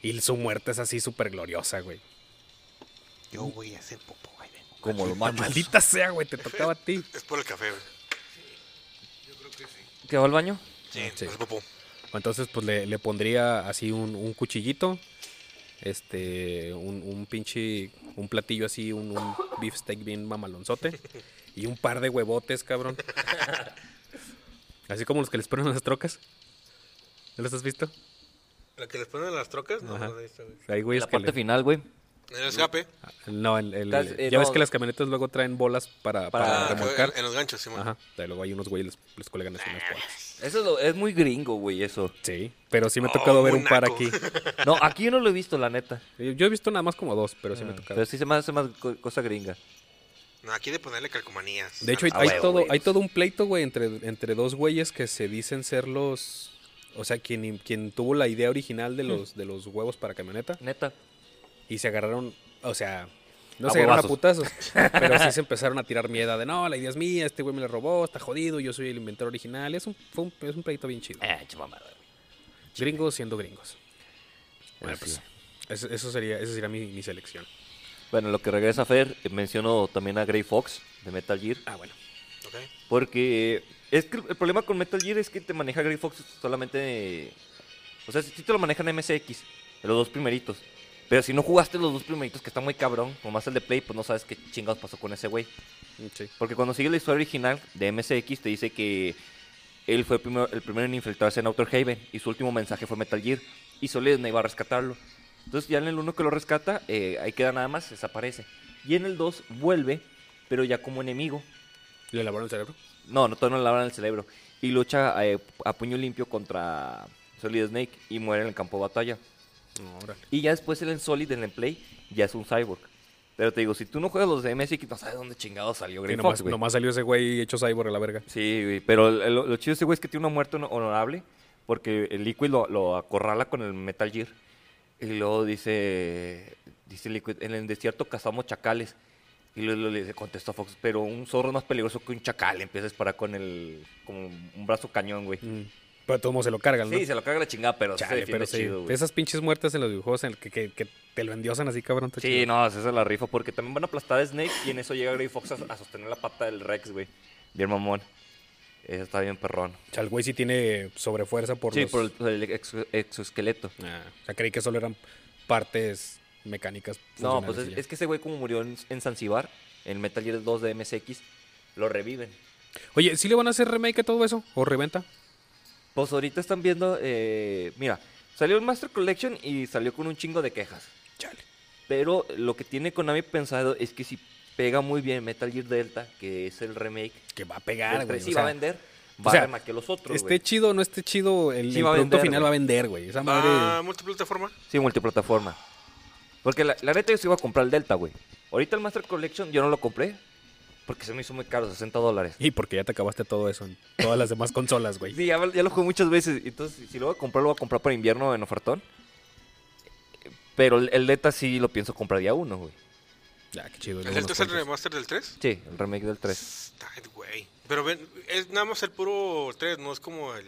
S1: Y su muerte es así súper gloriosa, güey.
S2: Yo voy a hacer popo, güey. vengo.
S3: Como los machos.
S1: Maldita sea, güey, te tocaba a ti.
S4: Es por el café, güey.
S3: ¿Qué va al baño?
S4: Sí,
S1: Sí.
S4: es popó.
S1: Entonces, pues le, le pondría así un, un cuchillito, este, un, un pinche, un platillo así, un, un beefsteak bien mamalonzote y un par de huevotes, cabrón. Así como los que les ponen a las trocas. ¿No los has visto?
S4: La que les ponen las trocas, no,
S1: Ajá.
S4: no, ahí está, güey.
S1: Hay güeyes
S3: la
S1: que
S3: parte
S1: le- Ah,
S3: final, güey.
S4: En el escape.
S1: No, el- el-
S3: Tal- eh,
S1: ya
S3: no.
S1: ves que las camionetas luego traen bolas para, para
S3: Para-
S4: Ah, que-
S1: remolcar.
S4: en, en los ganchos, Simón.
S1: Ajá, y luego hay unos güeyes les, les cuelgan así unas bolas.
S3: Eso es, lo- es muy gringo, güey, eso.
S1: Sí, pero sí me ha
S4: Oh,
S3: Ah,
S1: tocado ver
S4: muy
S1: un par
S4: naco.
S1: aquí.
S3: No, aquí yo no lo he visto, la neta.
S1: Yo he visto nada más como dos, pero sí me ha tocado.
S3: Ah. Pero sí se me hace más co- cosa gringa.
S4: No, aquí de ponerle calcomanías.
S1: De hecho, hay,
S3: Ah,
S1: hay
S3: huevo,
S1: todo,
S3: güey,
S1: hay
S3: pues.
S1: todo un pleito, güey, entre, entre dos güeyes que se dicen ser los. O sea, quien, quien tuvo la idea original de los, de los huevos para camioneta.
S3: Neta.
S1: Y se agarraron. O sea, no
S3: A
S1: se agarraron a putazos. pero sí se empezaron a tirar mierda de no, la idea es mía, este güey me la robó, está jodido, yo soy el inventor original. Es un, fue un, es un pleito bien chido.
S3: Eh, chumamada, güey.
S1: Gringos siendo gringos. Bueno,
S3: Así
S1: pues.
S3: es.
S1: Eso, eso sería, esa sería mi, mi selección.
S3: Bueno, lo que regresa a Fer, eh, menciono también a Grey Fox de Metal Gear.
S1: Ah, bueno.
S4: Ok.
S3: Porque eh, es que el problema con Metal Gear es que te maneja Grey Fox solamente. O sea, si te lo manejan MSX, los dos primeritos. Pero si no jugaste los dos primeritos, que está muy cabrón, como más el de Play, pues no sabes qué chingados pasó con ese güey.
S1: Sí.
S3: Porque cuando sigue la historia original de MSX, te dice que él fue primero- el primero en infiltrarse en Outer Haven y su último mensaje fue Metal Gear y Solid iba a rescatarlo. Entonces, ya en el uno que lo rescata, eh, ahí queda nada más, desaparece. Y en el 2 vuelve, pero ya como enemigo.
S1: ¿Le lavaron el cerebro?
S3: No, no, todavía no le abran el cerebro. Y lucha eh, a puño limpio contra Solid Snake y muere en el campo de batalla.
S1: No, órale.
S3: Y ya después el en Solid, en el Play, ya es un cyborg. Pero te digo, si tú no juegas los de MSX, no sabes dónde chingado salió
S1: Sí,
S3: Grey
S1: nomás,
S3: Fox, güey.
S1: nomás salió ese güey hecho cyborg a la verga.
S3: Sí, güey, pero el- el- lo, chido de ese güey es que tiene una muerte hono- honorable, porque el Liquid lo, lo acorrala con el Metal Gear. Y luego dice, dice Liquid, en el desierto cazamos chacales. Y luego le- le contestó Fox, pero un zorro es más peligroso que un chacal. Empieza a disparar con el, como un brazo cañón, güey.
S1: Pero todo mundo se lo cargan, Mm, ¿no?
S3: Sí, se lo caga la chingada, pero sí se
S1: Chale,
S3: defiende
S1: pero sí.
S3: chido, güey.
S1: Esas pinches muertes en los dibujos en el que, que- que te lo endiosan así, cabrón. está
S3: Sí,
S1: chido.
S3: no, esa es la rifa, porque también van a aplastar a Snake y en eso llega Grey Fox a, a sostener la pata del Rex, güey. Bien mamón. Eso está bien perrón.
S1: O sea, el güey sí tiene sobrefuerza por
S3: sí,
S1: los-
S3: por el, por el exo- exoesqueleto.
S1: Ah, o sea, creí que solo eran partes mecánicas.
S3: No,
S1: funcionales
S3: pues
S1: y
S3: es,
S1: ya.
S3: es que ese güey como murió en, en Zanzibar, en Metal Gear 2 de MSX, lo reviven.
S1: Oye, ¿sí le van a hacer remake a todo eso? ¿O reventa?
S3: Pues ahorita están viendo, eh, mira, salió el Master Collection y salió con un chingo de quejas.
S1: Chale.
S3: Pero lo que tiene Konami pensado es que si pega muy bien Metal Gear Delta, que es el remake,
S1: Que va a
S3: el
S1: pegar, güey.
S3: tres
S1: o
S3: Este, sí va a
S1: sea,
S3: vender,
S1: o
S3: va
S1: sea, este
S3: a remaquear los otros,
S1: esté
S3: güey.
S1: chido o no esté chido, el,
S3: Sí
S1: el
S3: va a
S1: producto
S3: vender,
S1: final
S3: güey.
S1: va a vender, güey. Esa madre.
S4: Ah, multiplataforma.
S3: Sí, multiplataforma. Porque la, la neta yo sí iba a comprar el Delta, güey. Ahorita el Master Collection yo no lo compré porque se me hizo muy caro, 60 dólares.
S1: Y porque ya te acabaste todo eso en todas las demás consolas, güey.
S3: Sí, ya, ya lo jugué muchas veces. Entonces, si lo voy a comprar, lo voy a comprar para invierno en ofertón. Pero el, el Delta sí lo pienso comprar día uno, güey.
S1: Ya, qué chido.
S4: ¿El
S1: luego
S4: Delta
S1: nos
S4: es el
S1: cuentas.
S4: remaster del 3?
S3: Sí, el remake del 3.
S4: Está, güey. Pero ven, es nada más el puro 3, no es como el...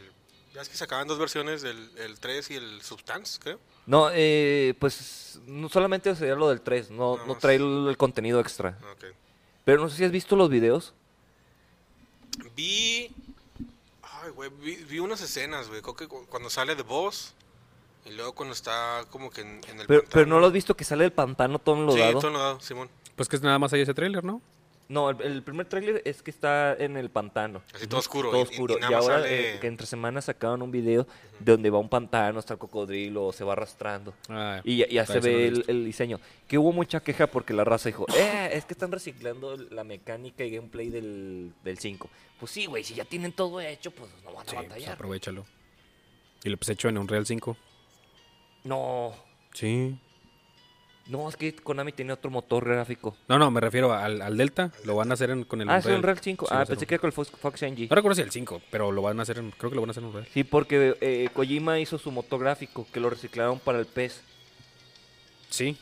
S4: Ya es que sacaban dos versiones, el, el 3 y el Substance, creo.
S3: No, eh, pues no solamente sería lo del 3, no,
S4: Nada
S3: no
S4: más.
S3: trae el, el contenido extra.
S4: Ah, ok.
S3: Pero no sé si has visto los videos.
S4: Vi. Ay, güey, vi, vi unas escenas, güey. Creo que cu- cuando sale de voz y luego cuando está como que en, en
S3: Pero,
S4: el.
S3: pero
S4: pantano.
S3: no lo has visto que sale del pantano todo
S4: Sí,
S3: enlodado.
S4: todo enlodado, Simón.
S1: Pues que es nada más ahí ese trailer, ¿no?
S3: No, el, el primer tráiler es que está en el pantano.
S4: Así todo oscuro.
S3: Todo
S4: y- y-
S3: oscuro.
S4: Y,
S3: Y,
S4: nada más
S3: ahora
S4: sale.
S3: eh, que entre semanas sacaron un video de donde va un pantano, está el cocodrilo, se va arrastrando.
S1: Ah,
S3: Y ya, ya se
S1: todavía no lo
S3: ve
S1: he
S3: el,
S1: visto.
S3: el diseño. Que hubo mucha queja porque la raza dijo, eh, es que están reciclando la mecánica y gameplay del, del 5. Pues sí, güey, si ya tienen todo hecho, pues no van a
S1: Sí, pues
S3: batallar.
S1: aprovechalo. Y lo pues hecho en Unreal 5.
S3: no,
S1: Sí.
S3: no, es que Konami tiene otro motor gráfico.
S1: No, no, me refiero al, al Delta. Lo van a hacer en- con el
S3: ah, es
S1: Unreal.
S3: un Real 5.
S1: Sí, va
S3: ah,
S1: a ser
S3: pensé
S1: un-
S3: que era con el Fox, Fox NG.
S1: No recuerdo si el 5, pero lo van a hacer en... Creo que lo van a hacer en Unreal.
S3: Sí, porque eh, Kojima hizo su motor gráfico que lo reciclaron para el E PES.
S1: Sí,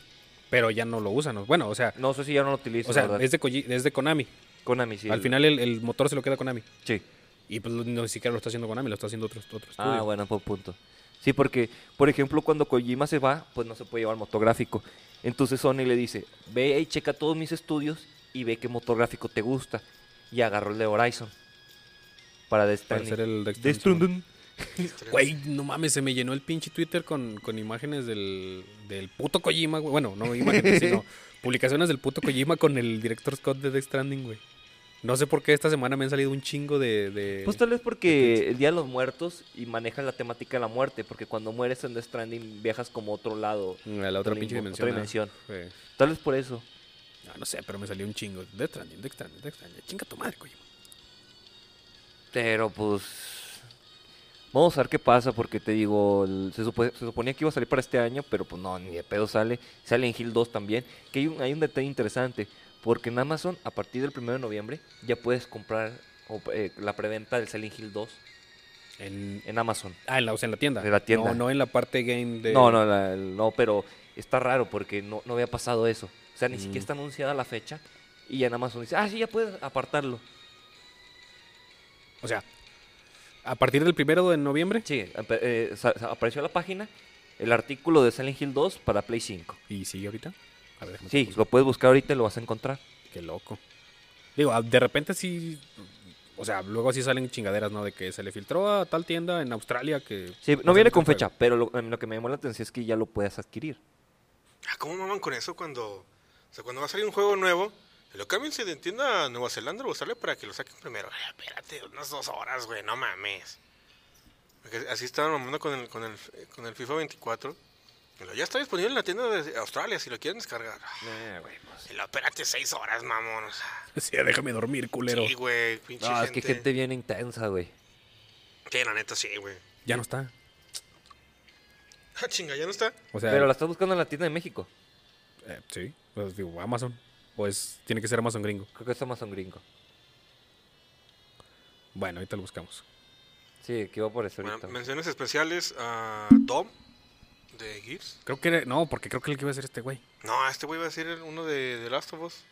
S1: pero ya no lo usan. ¿no? Bueno, o sea,
S3: No sé si ya no lo utilizan.
S1: o sea
S3: la verdad.
S1: es, de Koji- es de Konami.
S3: Konami, sí.
S1: Al
S3: el-
S1: final el, el motor se lo queda Konami.
S3: Sí.
S1: Y pues no ni siquiera lo está haciendo Konami, lo está haciendo otro, otro estudio.
S3: Ah, bueno, por punto. Sí, porque, por ejemplo, cuando Kojima se va, pues no se puede llevar motor gráfico. Entonces Sony le dice, ve y checa todos mis estudios y ve qué motor gráfico te gusta. Y agarró el de Horizon. Para Death
S1: Para hacer
S3: Stranding.
S1: el Death
S3: Death
S1: Stranding.
S3: Stranding.
S1: Güey, no mames, se me llenó el pinche Twitter con, con imágenes del, del puto Kojima, güey. Bueno, no imágenes, sino publicaciones del puto Kojima con el director Scott de Death Stranding, güey. No sé por qué esta semana me han salido un chingo de... de-
S3: Pues tal vez porque el Día de los Muertos y maneja la temática de la muerte, porque cuando mueres en Death Stranding viajas como a otro lado.
S1: a la otra
S3: otro
S1: pinche
S3: limbo,
S1: dimensión.
S3: otra
S1: ¿no?
S3: dimensión.
S1: Sí.
S3: Tal vez por eso.
S1: No, no sé, pero me salió un chingo. Death Stranding, Death Stranding, Death Stranding. Chinga tu madre, Kojima.
S3: Pero pues. Vamos a ver qué pasa, porque te digo, el- se, supo- se suponía que iba a salir para este año, pero pues no, ni de pedo sale. Sale en Hill 2 también. Que hay un, hay un detalle interesante, porque en Amazon, a partir del 1 de noviembre, ya puedes comprar o, eh, la preventa del Silent Hill 2
S1: En,
S3: en Amazon.
S1: ah, en la, o sea, en la tienda.
S3: En la tienda.
S1: No, no en la parte game de...
S3: No, no, la- no, pero está raro porque no, no había pasado eso. O sea, ni siquiera
S1: Mm.
S3: está anunciada la fecha y ya en Amazon dice, ah, sí, ya puedes apartarlo.
S1: O sea, a partir del primero de noviembre.
S3: Sí, ap- eh, sa- sa- apareció la página, el artículo de Silent Hill 2 para Play 5.
S1: ¿Y sigue ahorita? A ver, déjame
S3: Sí,
S1: checo.
S3: Pues lo puedes buscar ahorita y lo vas a encontrar.
S1: Qué loco. Digo, ah, de repente sí. O sea, luego sí salen chingaderas, ¿no? De que se le filtró a tal tienda en Australia que.
S3: Sí, no
S1: se
S3: viene
S1: les
S3: con
S1: fue.
S3: fecha, pero lo, em, lo que me llamó la atención es que ya lo puedes adquirir.
S4: Ah, ¿Cómo maman con eso cuando. O sea, cuando va a salir un juego nuevo, lo cambian se entienda a Nueva Zelanda o sale para que lo saquen primero. Ay, espérate, unas dos horas, güey, no mames. Porque así estaban mamando con el, con el, con el FIFA 24. Y luego, Ya está disponible en la tienda de Australia si lo quieren descargar.
S3: Eh, pues,
S4: Y lo espérate seis horas, mamón. o sea.
S1: Sí, déjame dormir, culero.
S4: Sí, güey, pinche
S3: No, es
S4: gente.
S3: que gente bien intensa, güey.
S4: Sí, la neta, sí, güey.
S1: Ya no está.
S4: Ah, chinga, ya no está.
S1: O sea,
S3: Pero la estás buscando en la tienda de México.
S1: eh, sí. Pues digo, Amazon. Pues tiene que ser Amazon gringo.
S3: Creo que es Amazon Gringo.
S1: Bueno, ahorita lo buscamos.
S3: Sí, que iba a aparecer
S4: Bueno,
S3: ahorita.
S4: menciones especiales a Dom de Gears.
S1: Creo que era- no, porque creo que el que iba a ser este güey.
S4: No, este güey va a ser uno de, de Last of Us.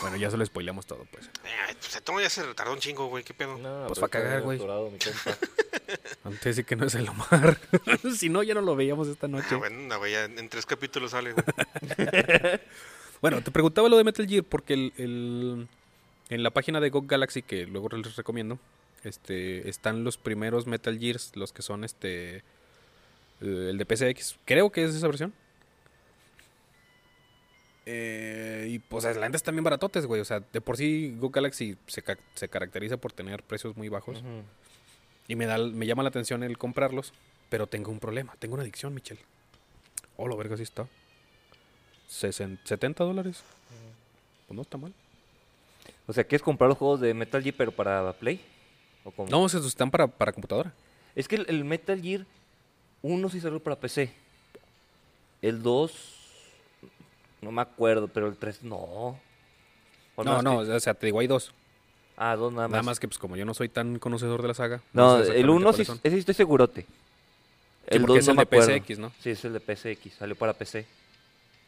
S1: Bueno, ya se lo spoileamos todo, pues.
S4: Eh, pues, Tom ya se retardó un chingo, güey. ¿Qué pedo?
S3: No,
S1: Pues
S3: pero
S1: va a cagar,
S3: está
S1: güey.
S3: atorado mi compa.
S1: Antes sí que no es el Omar. si no, ya no lo veíamos esta noche.
S4: Ah, bueno, no, güey, ya en en tres capítulos sale, güey.
S1: Bueno, te preguntaba lo de Metal Gear porque el, el- en la página de GOG Galaxy, que luego les recomiendo, este, están los primeros Metal Gears, los que son este eh, el de PCX. Creo que es esa versión. Eh, y pues las lentes están bien baratotes, güey. O sea, de por sí GOG Galaxy se, ca- se caracteriza por tener precios muy bajos.
S3: Ujú.
S1: Y me, da, me llama la atención el comprarlos. Pero tengo un problema. Tengo una adicción, Michelle. Oh, lo verga, sí está. Sesen- 70 dólares. Pues no está mal.
S3: O sea, ¿quieres comprar los juegos de Metal Gear pero para la Play? ¿O cómo?
S1: No, se están para, para computadora.
S3: Es que el, el Metal Gear 1 sí salió para PC. El 2 no me acuerdo, pero el 3 no.
S1: No,
S3: O nada más
S1: no,
S3: que-
S1: o sea, te digo, hay dos.
S3: Ah, dos nada más.
S1: Nada más que, pues, como yo no soy tan conocedor de la saga. sé
S3: No, el
S1: exactamente
S3: 1 sí,
S1: cuáles son.
S3: ese sí estoy segurote. El
S1: porque
S3: 2
S1: es
S3: no
S1: el
S3: me
S1: de
S3: acuerdo.
S1: PSX, ¿no?
S3: Sí, es el de PSX, salió para PC.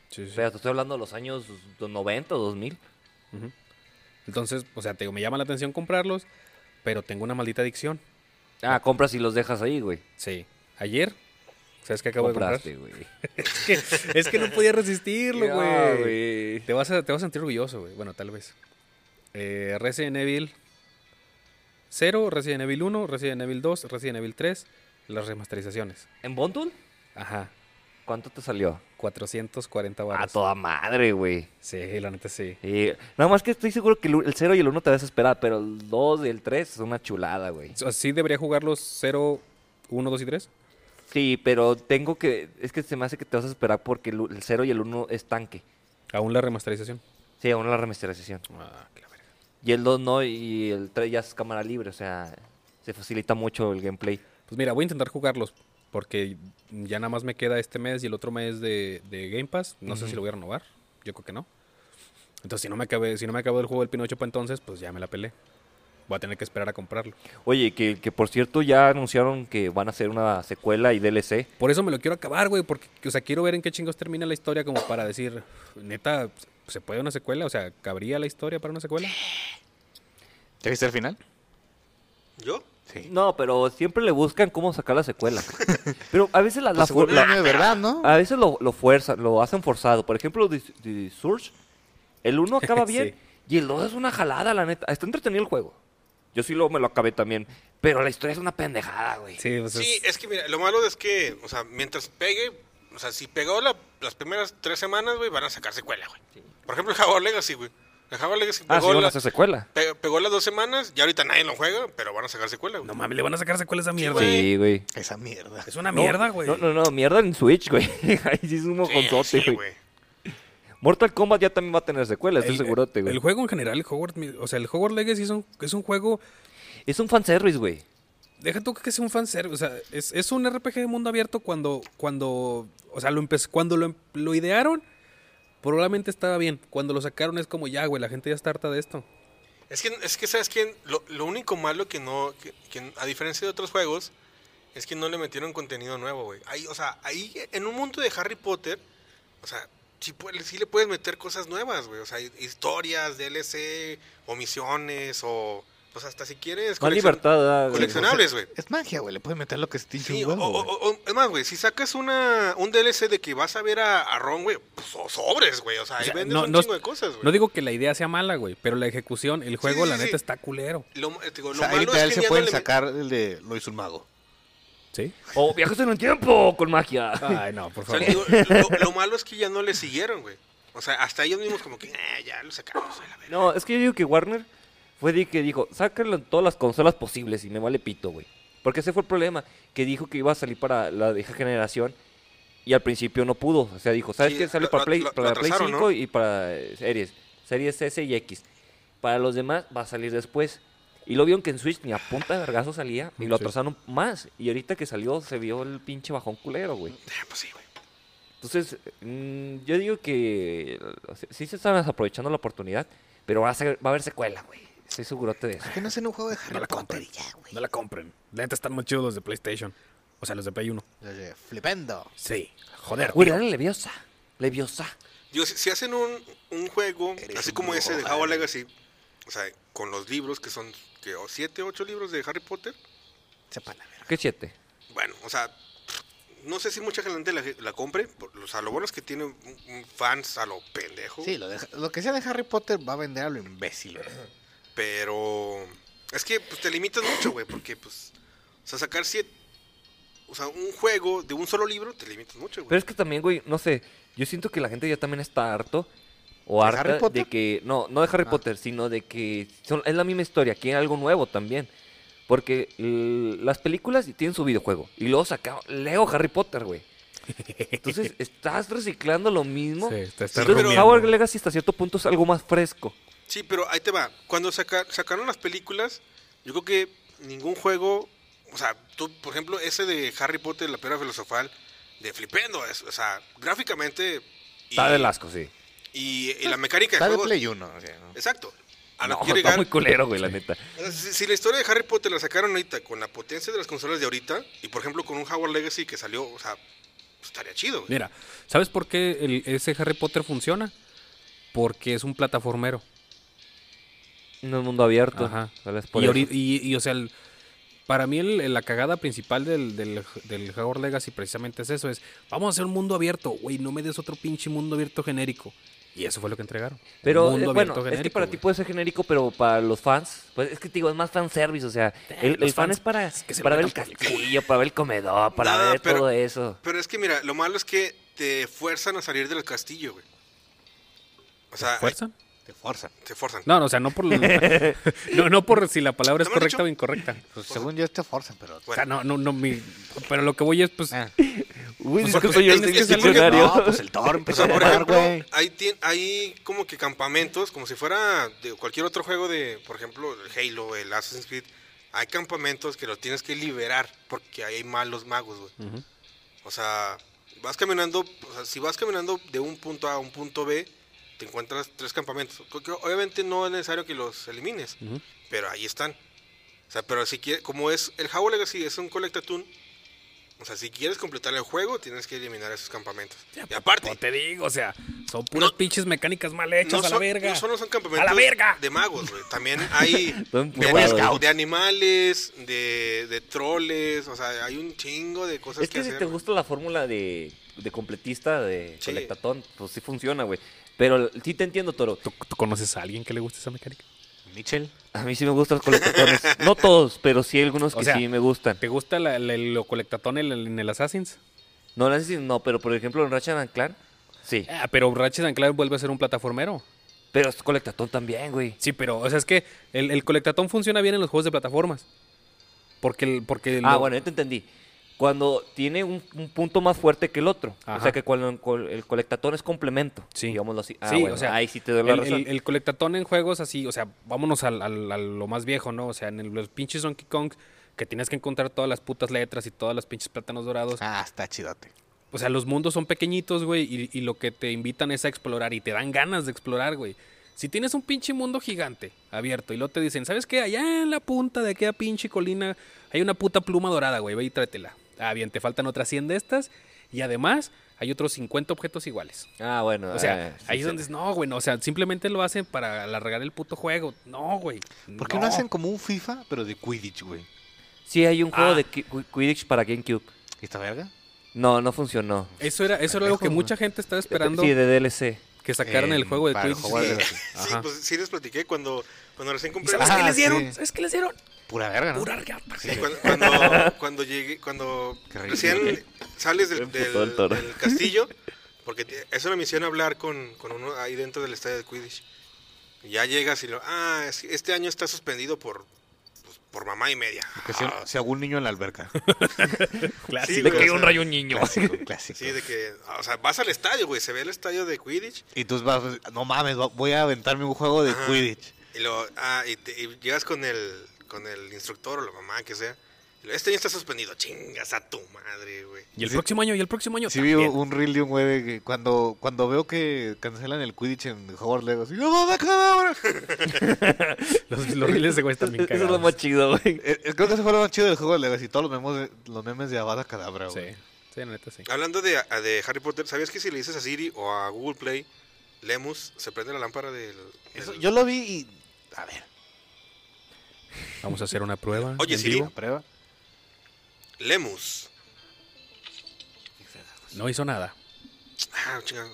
S1: Sí, sí,
S3: O
S1: sí.
S3: sea, te estoy hablando de los años do- 90 o 2000.
S1: Ujú. Entonces, o sea, te digo, me llama la atención comprarlos. Pero tengo una maldita adicción.
S3: Ah, compras y los dejas ahí, güey.
S1: Sí. Ayer, ¿sabes qué acabo
S3: Compraste,
S1: de
S3: güey.
S1: comprar? Es que no podía resistirlo,
S3: Ah,
S1: güey.
S3: güey.
S1: Te vas a, te vas a sentir orgulloso, güey. Bueno, tal vez. Eh, Resident Evil 0, Resident Evil 1, Resident Evil 2, Resident Evil 3, las remasterizaciones.
S3: ¿En Bundle?
S1: Ajá,
S3: ¿Cuánto te salió?
S1: 440
S3: A
S1: baros.
S3: toda madre, güey.
S1: sí, la neta sí.
S3: Sí, nada más que estoy seguro que el 0 y el 1 te vas a esperar, pero el 2 y el 3 es una chulada, güey.
S1: O sea, sí debería jugar los 0, 1, 2 y 3.
S3: Sí, pero tengo que. Es que se me hace que te vas a esperar porque el 0 y el 1 es tanque.
S1: Aún la remasterización.
S3: Sí, aún la remasterización.
S1: Ah, que la verga.
S3: Y el 2 no, y el 3 ya es cámara libre, o sea, se facilita mucho el gameplay.
S1: Pues mira, voy a intentar jugarlos. Porque ya nada más me queda este mes y el otro mes de, de Game Pass. No sé si lo voy a renovar. Yo creo que no. Entonces, si no me acabé, si no me acabó el juego del Pinocho para entonces, pues ya me la pelé. Voy a tener que esperar a comprarlo.
S3: Oye, que, que por cierto ya anunciaron que van a hacer una secuela y DLC.
S1: Por eso me lo quiero acabar, güey. Porque, o sea, quiero ver en qué chingos termina la historia como para decir, neta, ¿se puede una secuela? O sea, ¿cabría la historia para una secuela?
S2: ¿Ya viste el final?
S4: ¿Yo?
S2: Sí.
S3: No, pero siempre le buscan cómo sacar la secuela. pero a veces la, la
S2: Pues se
S3: fu-
S2: vuelve
S3: la-
S2: daño de verdad, ¿no?
S3: A veces lo, lo fuerzan, lo hacen forzado. Por ejemplo, The, The Surge, el 1 acaba bien y el 2 es una jalada, la neta. Está entretenido el juego. Yo sí lo, me lo acabé también. Pero la historia es una pendejada, güey.
S1: Sí, o sea,
S4: Sí, pues
S1: es-
S4: es que mira, lo malo es que, o sea, mientras pegue, o sea, si pegó la- las primeras tres semanas, güey, van a sacar secuela, güey. Por ejemplo, el Jaguar Legacy, güey. El Jaguar Legacy
S3: Ah, sí,
S4: pegó,
S3: van a
S4: la-
S3: hacer secuela.
S4: pe- pegó las dos semanas, ya ahorita nadie lo juega, pero van a sacar secuela, güey.
S1: no mames, le van a sacar secuela a esa mierda.
S4: güey.
S3: Sí, güey.
S2: Esa mierda.
S1: Es una mierda,
S3: No,
S1: güey.
S3: No, no, no, mierda en Switch, güey. Ahí sí es un mojonzote,
S4: Sí, sí,
S3: güey. Mortal Kombat ya también va a tener secuela, estoy
S1: El-
S3: segurote,
S1: El
S3: güey.
S1: juego en general, el Hogwarts, mi- o sea, el Hogwarts Legacy es un, es un juego,
S3: Es un fanservice, güey.
S1: deja tú que sea un fanservice, o sea, es, es un RPG de mundo abierto cuando, cuando, o sea, lo empe- cuando lo, em- lo idearon, probablemente estaba bien, cuando lo sacaron es como, ya, güey, la gente ya está harta de esto.
S4: Es que, es que ¿sabes quién? Lo, lo único malo que no, que, que a diferencia de otros juegos, es que no le metieron contenido nuevo, güey. Ahí, o sea, ahí en un mundo de Harry Potter, o sea, sí, pu- sí le puedes meter cosas nuevas, güey. O sea, historias, DLC, o misiones, o pues hasta si quieres...
S3: Más
S4: coleccion-
S3: libertad, ah, güey.
S4: Coleccionables, güey.
S2: Es magia, güey. Le puedes meter lo que se te hinche
S4: Sí,
S2: un
S4: o,
S2: huevo,
S4: o-
S2: güey.
S4: o- es más, güey, si sacas una, un DLC de que vas a ver a, a Ron, güey, pues o sobres, güey. O sea,
S1: O
S4: ahí
S1: sea,
S4: vendes
S1: no-
S4: un
S1: no-
S4: chingo de cosas, güey.
S1: No digo que la idea sea mala, güey, pero la ejecución, el juego,
S4: sí,
S1: la
S4: sí,
S1: neta,
S4: sí.
S1: está culero.
S4: Lo- eh, te digo,
S2: O
S4: lo
S2: sea, ahí
S4: malo es
S2: literal
S4: que
S2: se
S4: ya no
S2: pueden
S4: le met-
S2: sacar el de lo hizo un mago.
S1: ¿Sí?
S3: O viajes en el tiempo con magia.
S1: Ay, no, por
S4: O sea,
S1: favor.
S4: digo, lo, lo malo es que ya no le siguieron, güey. O sea, hasta ellos mismos como que, "Ah, ya lo sacamos a la verga".
S3: No, es que yo digo que Warner fue de que dijo, sácalo en todas las consolas posibles y me vale pito, güey. Porque ese fue el problema, que dijo que iba a salir para la vieja generación y al principio no pudo. O sea, dijo, ¿sabes
S4: Sí,
S3: qué? Sale
S4: lo-
S3: para
S4: lo-
S3: Play,
S4: lo- lo
S3: para Play
S4: atrasaron,
S3: 5
S4: ¿no?
S3: y para eh, series, series S y X. Para los demás va a salir después. Y lo vieron que en Switch ni a punta de vergazo salía y lo
S1: Sí.
S3: atrasaron más. Y ahorita que salió se vio el pinche bajón culero, güey.
S4: Ah, pues sí, güey.
S3: Entonces, mm, yo digo que eh, sí se están aprovechando la oportunidad, pero va a, ser- va a haber secuela, güey. Estoy segurote de eso.
S2: ¿Por qué no hacen un juego de Harry
S1: Ah, No la
S2: Potter
S1: compren.
S2: y ya, güey?
S1: No la compren. La neta están muy chidos los de PlayStation. O sea, los de Play 1.
S2: Los de Flipendo.
S1: Sí. Joder.
S3: Güey, dale Leviosa. Leviosa.
S4: Yo, si, si hacen un, un juego,
S2: Eres
S4: así
S2: un
S4: como ese de
S2: brujo,
S4: How
S2: madre.
S4: Legacy, o sea, con los libros que son que, o siete, ocho libros de Harry Potter,
S2: Sepa la verga.
S3: ¿Qué siete?
S4: bueno, o sea, no sé si mucha gente la, la compre, por- o sea, lo bueno es que tiene un- un fans a lo pendejo,
S2: Sí, lo, de- lo que sea de Harry Potter va a vender a lo imbécil, güey.
S4: pero es que pues, te limitas mucho, güey, porque pues, o sea, sacar siete, o sea, un juego de un solo libro te limitas mucho,
S3: Pero
S4: güey.
S3: es que también, güey, no sé. Yo siento que la gente ya también está harto o
S2: ¿De
S3: harta
S2: Harry Potter?
S3: de que no, no de Harry
S2: Ah.
S3: Potter, sino de que son- es la misma historia, quieren algo nuevo también. Porque l- las películas tienen su videojuego y luego sacaron Leo Harry Potter, güey. Entonces, estás reciclando lo mismo.
S1: Sí, te estás
S3: Entonces,
S1: rumiando.
S3: Howard Legacy hasta cierto punto es algo más fresco.
S4: Sí, pero ahí te va. Cuando saca- sacaron las películas, yo creo que ningún juego, o sea, tú, por ejemplo, ese de Harry Potter, la piedra filosofal, de flipendo, es- o sea, gráficamente y,
S3: Está del asco, sí.
S4: y, y la mecánica
S2: Está
S4: de
S2: de
S4: juego.
S2: Play 1. o sea, ¿no?
S4: Exacto. A lo
S3: No,
S4: que quiero
S3: está
S4: llegar,
S3: muy culero, güey, la neta.
S4: o sea, si, si la historia de Harry Potter la sacaron ahorita con la potencia de las consolas de ahorita, y por ejemplo con un Howard Legacy que salió, o sea, pues, estaría chido. güey.
S1: Mira, ¿sabes por qué el- ese Harry Potter funciona? Porque es un plataformero.
S3: No es mundo abierto.
S1: Ajá.
S3: tal vez por
S1: Y,
S3: eso.
S1: ahori- y- y, o sea, el- para mí el- la cagada principal del, del, del Hogwarts Legacy precisamente es eso, es vamos a hacer un mundo abierto, güey, no me des otro pinche mundo abierto genérico. Y eso fue lo que entregaron. un
S3: Pero
S1: mundo
S3: eh, bueno,
S1: abierto
S3: es que para
S1: genérico,
S3: ti
S1: güey.
S3: puede ser genérico, pero para los fans, pues es que te digo, es más fanservice, o sea, el,
S1: Eh, los
S3: el fan
S1: fans
S3: es para,
S1: que se
S3: para ver el
S1: metan por el
S3: castillo, para ver el comedor, para
S4: No,
S3: ver
S4: pero-
S3: todo eso.
S4: Pero es que mira, lo malo es que te fuerzan a salir del castillo, güey. O sea,
S1: ¿Fuerzan?
S2: Te forzan.
S4: te forzan.
S1: No, no, o sea, no por, no, no por si la palabra es
S4: ¿No me han
S1: correcta
S4: dicho?
S1: o incorrecta.
S2: Pues, según yo, te forzan, pero.
S1: O sea, no, no, no, mi- pero lo que voy es, pues,
S2: Ah.
S3: Uy,
S4: Pues,
S3: disculpa,
S4: porque
S3: yo
S4: tienes
S3: soy
S4: que ser
S3: diccionario.
S2: No, pues el toro
S4: O
S2: empezó a
S4: sea, por
S2: jugar,
S4: ejemplo,
S2: güey.
S4: hay, tien- hay como que campamentos, como si fuera de cualquier otro juego de, por ejemplo, el Halo, el Assassin's Creed. Hay campamentos que los tienes que liberar porque hay malos magos, güey.
S1: ujú.
S4: O sea, vas caminando, o sea, si vas caminando de un punto A a un punto B, te encuentras tres campamentos. Porque obviamente no es necesario que los elimines,
S1: Ujú.
S4: pero ahí están. O sea, pero si quieres, como es el Howl Legacy, es un Collectatune. O sea, si quieres completar el juego, tienes que eliminar esos campamentos. Y aparte,
S1: Como pues, te digo, o sea, son puras
S4: No-
S1: pinches mecánicas mal hechas a la
S4: son-
S1: verga.
S4: no solo son campamentos
S1: ¡A la verga!
S4: de magos, güey. También hay
S3: Son
S4: de,
S3: Boy
S2: Scouts.
S4: de animales, de, de troles, o sea, hay un chingo de
S1: pues,
S4: cosas
S3: Es que si
S4: hacer.
S3: te gusta la fórmula de, de completista, de
S4: Sí.
S3: colectatón, pues sí funciona, güey. Pero sí te entiendo, Toro.
S1: ¿Tú, tú conoces a alguien que le guste esa mecánica?
S2: Mitchell.
S3: A mí sí me gustan los colectatones. No todos, pero sí algunos
S1: O
S3: Pues que
S1: sea,
S3: sí me gustan.
S1: ¿Te gusta la, la- lo colectatón en el, en el Assassin's?
S3: No, no, sé si- no, pero por ejemplo en Ratchet and Clank, sí.
S1: Ah, pero Ratchet and Clank vuelve a ser un plataformero.
S3: Pero es colectatón también, güey.
S1: Sí, pero, o sea, es que el, el colectatón funciona bien en los juegos de plataformas. Porque, el- porque
S3: Ah,
S1: lo-
S3: bueno, yo te entendí. Cuando tiene un, un punto más fuerte que el otro. O
S1: Ajá.
S3: sea que cuando el col- el colectatón es complemento.
S1: Sí.
S3: Digámoslo así. Ah,
S1: Sí,
S3: bueno,
S1: o sea,
S3: ahí sí te doy la
S1: el,
S3: razón.
S1: el- el colectatón en juegos así, o sea, vámonos al, al- a lo más viejo, ¿no? O sea, en el- los pinches Donkey Kong, que tienes que encontrar todas las putas letras y todas las pinches plátanos dorados.
S2: Ah, está chidote.
S1: O sea, pues, los mundos son pequeñitos, güey, y, y lo que te invitan es a explorar y te dan ganas de explorar, güey. Si tienes un pinche mundo gigante abierto y luego te dicen, ¿sabes qué? Allá en la punta de aquella pinche colina hay una puta pluma dorada, güey, ve y tráetela. Ah, bien, te faltan otras 100 de estas y además hay otros 50 objetos iguales.
S3: Ah, bueno.
S1: O sea,
S3: ah, sí,
S1: ahí es
S3: sí.
S1: donde es, no, güey, no, o sea, simplemente lo hacen para alargar el puto juego. No, güey.
S2: ¿Por qué no. hacen como un FIFA, pero de Quidditch, güey?
S3: Sí, hay un
S1: Ah.
S3: juego de Qui- Qui- Quidditch para GameCube.
S2: ¿Y esta verga?
S3: No, no funcionó.
S1: Eso era, eso era algo que
S2: Pendejos,
S1: mucha gente estaba esperando
S3: Sí, de DLC.
S1: que sacaran
S2: Eh,
S1: el juego de
S2: para
S1: Twitch.
S2: jugar de-
S4: Sí,
S1: Ajá.
S4: pues sí les platiqué cuando, cuando recién
S1: ¿Y
S4: compré.
S1: sabes
S2: Ah,
S1: qué les dieron?
S2: sí.
S1: ¿Sabes qué les dieron?
S2: Pura verga, ¿no?
S1: Pura regata.
S4: Sí, cuando, cuando, cuando llegué, cuando
S2: Qué rico,
S4: recién sales del,
S3: Me emputó el
S4: del-
S3: toro.
S4: del castillo, porque te- es una misión hablar con, con uno ahí dentro del estadio de Quidditch. Y ya llegas y lo, ah, es- este año está suspendido por, pues, por mamá y media.
S2: Que si,
S4: Ah,
S2: si hago un niño en la alberca.
S4: Sí,
S1: le
S4: güey,
S1: cayó
S4: o
S1: un
S4: sea,
S1: rayo a un niño.
S2: clásico, clásico.
S4: sí, de que, o sea, vas al estadio, güey, se ve el estadio de Quidditch
S2: Y tú vas, no mames, va- voy a aventarme un juego de
S4: Ajá.
S2: Quidditch.
S4: y lo, ah, y, te- y llegas con el, con el instructor o la mamá que sea. Este año está suspendido. Chingas a tu madre, güey.
S1: Y el próximo año, y el próximo año.
S2: Sí, vi
S1: también.
S2: un reel de un güey de que cuando, cuando veo que cancelan el Quidditch en Hogwarts, le digo así, ¡No mames, cabrón!
S1: Los, los reels de güey están bien
S3: Eso es lo
S1: cagados.
S3: más chido, güey.
S2: Eh, eh, Creo que ese fue lo más chido del juego, le digo así, todos los memes de, los memes de Avada Cadabra, güey.
S1: Sí, sí, la neta sí.
S4: Hablando de, a- de Harry Potter, ¿sabías que si le dices a Siri o a Google Play, Lemus se prende la lámpara del.
S2: Eso,
S4: del-
S2: yo lo vi y, a ver,
S1: Vamos a hacer una prueba.
S4: Oye,
S1: en
S4: Siri.
S1: vivo.
S2: la prueba.
S4: Lemus.
S1: No hizo nada.
S4: Ah, chingado.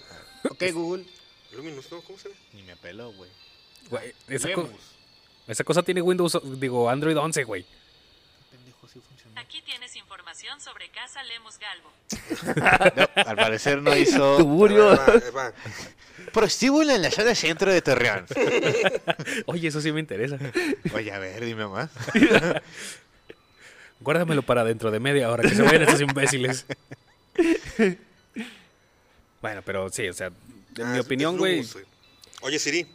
S2: Ok, Google.
S4: Luminous, ¿no? ¿Cómo se ve?
S2: Ni me peló, güey.
S1: Güey, esa, co-
S2: Lemus.
S1: esa cosa tiene Windows, digo, Android 11, güey.
S2: Pendejo, sí funcionó.
S5: Aquí tienes información sobre Casa Lemus Galvo.
S2: No, al parecer no hizo...
S3: Tuburio.
S4: Ahí va, ahí va.
S2: Prostíbulo en la zona centro de Torreón.
S1: Oye, eso sí me interesa.
S2: Oye, a ver, dime más.
S1: Guárdamelo para dentro de media hora, que se vayan estos imbéciles. bueno, pero sí, o sea, en
S4: Ah,
S1: mi
S4: es-
S1: opinión,
S4: es
S1: güey,
S4: Lumos, Oye, Siri.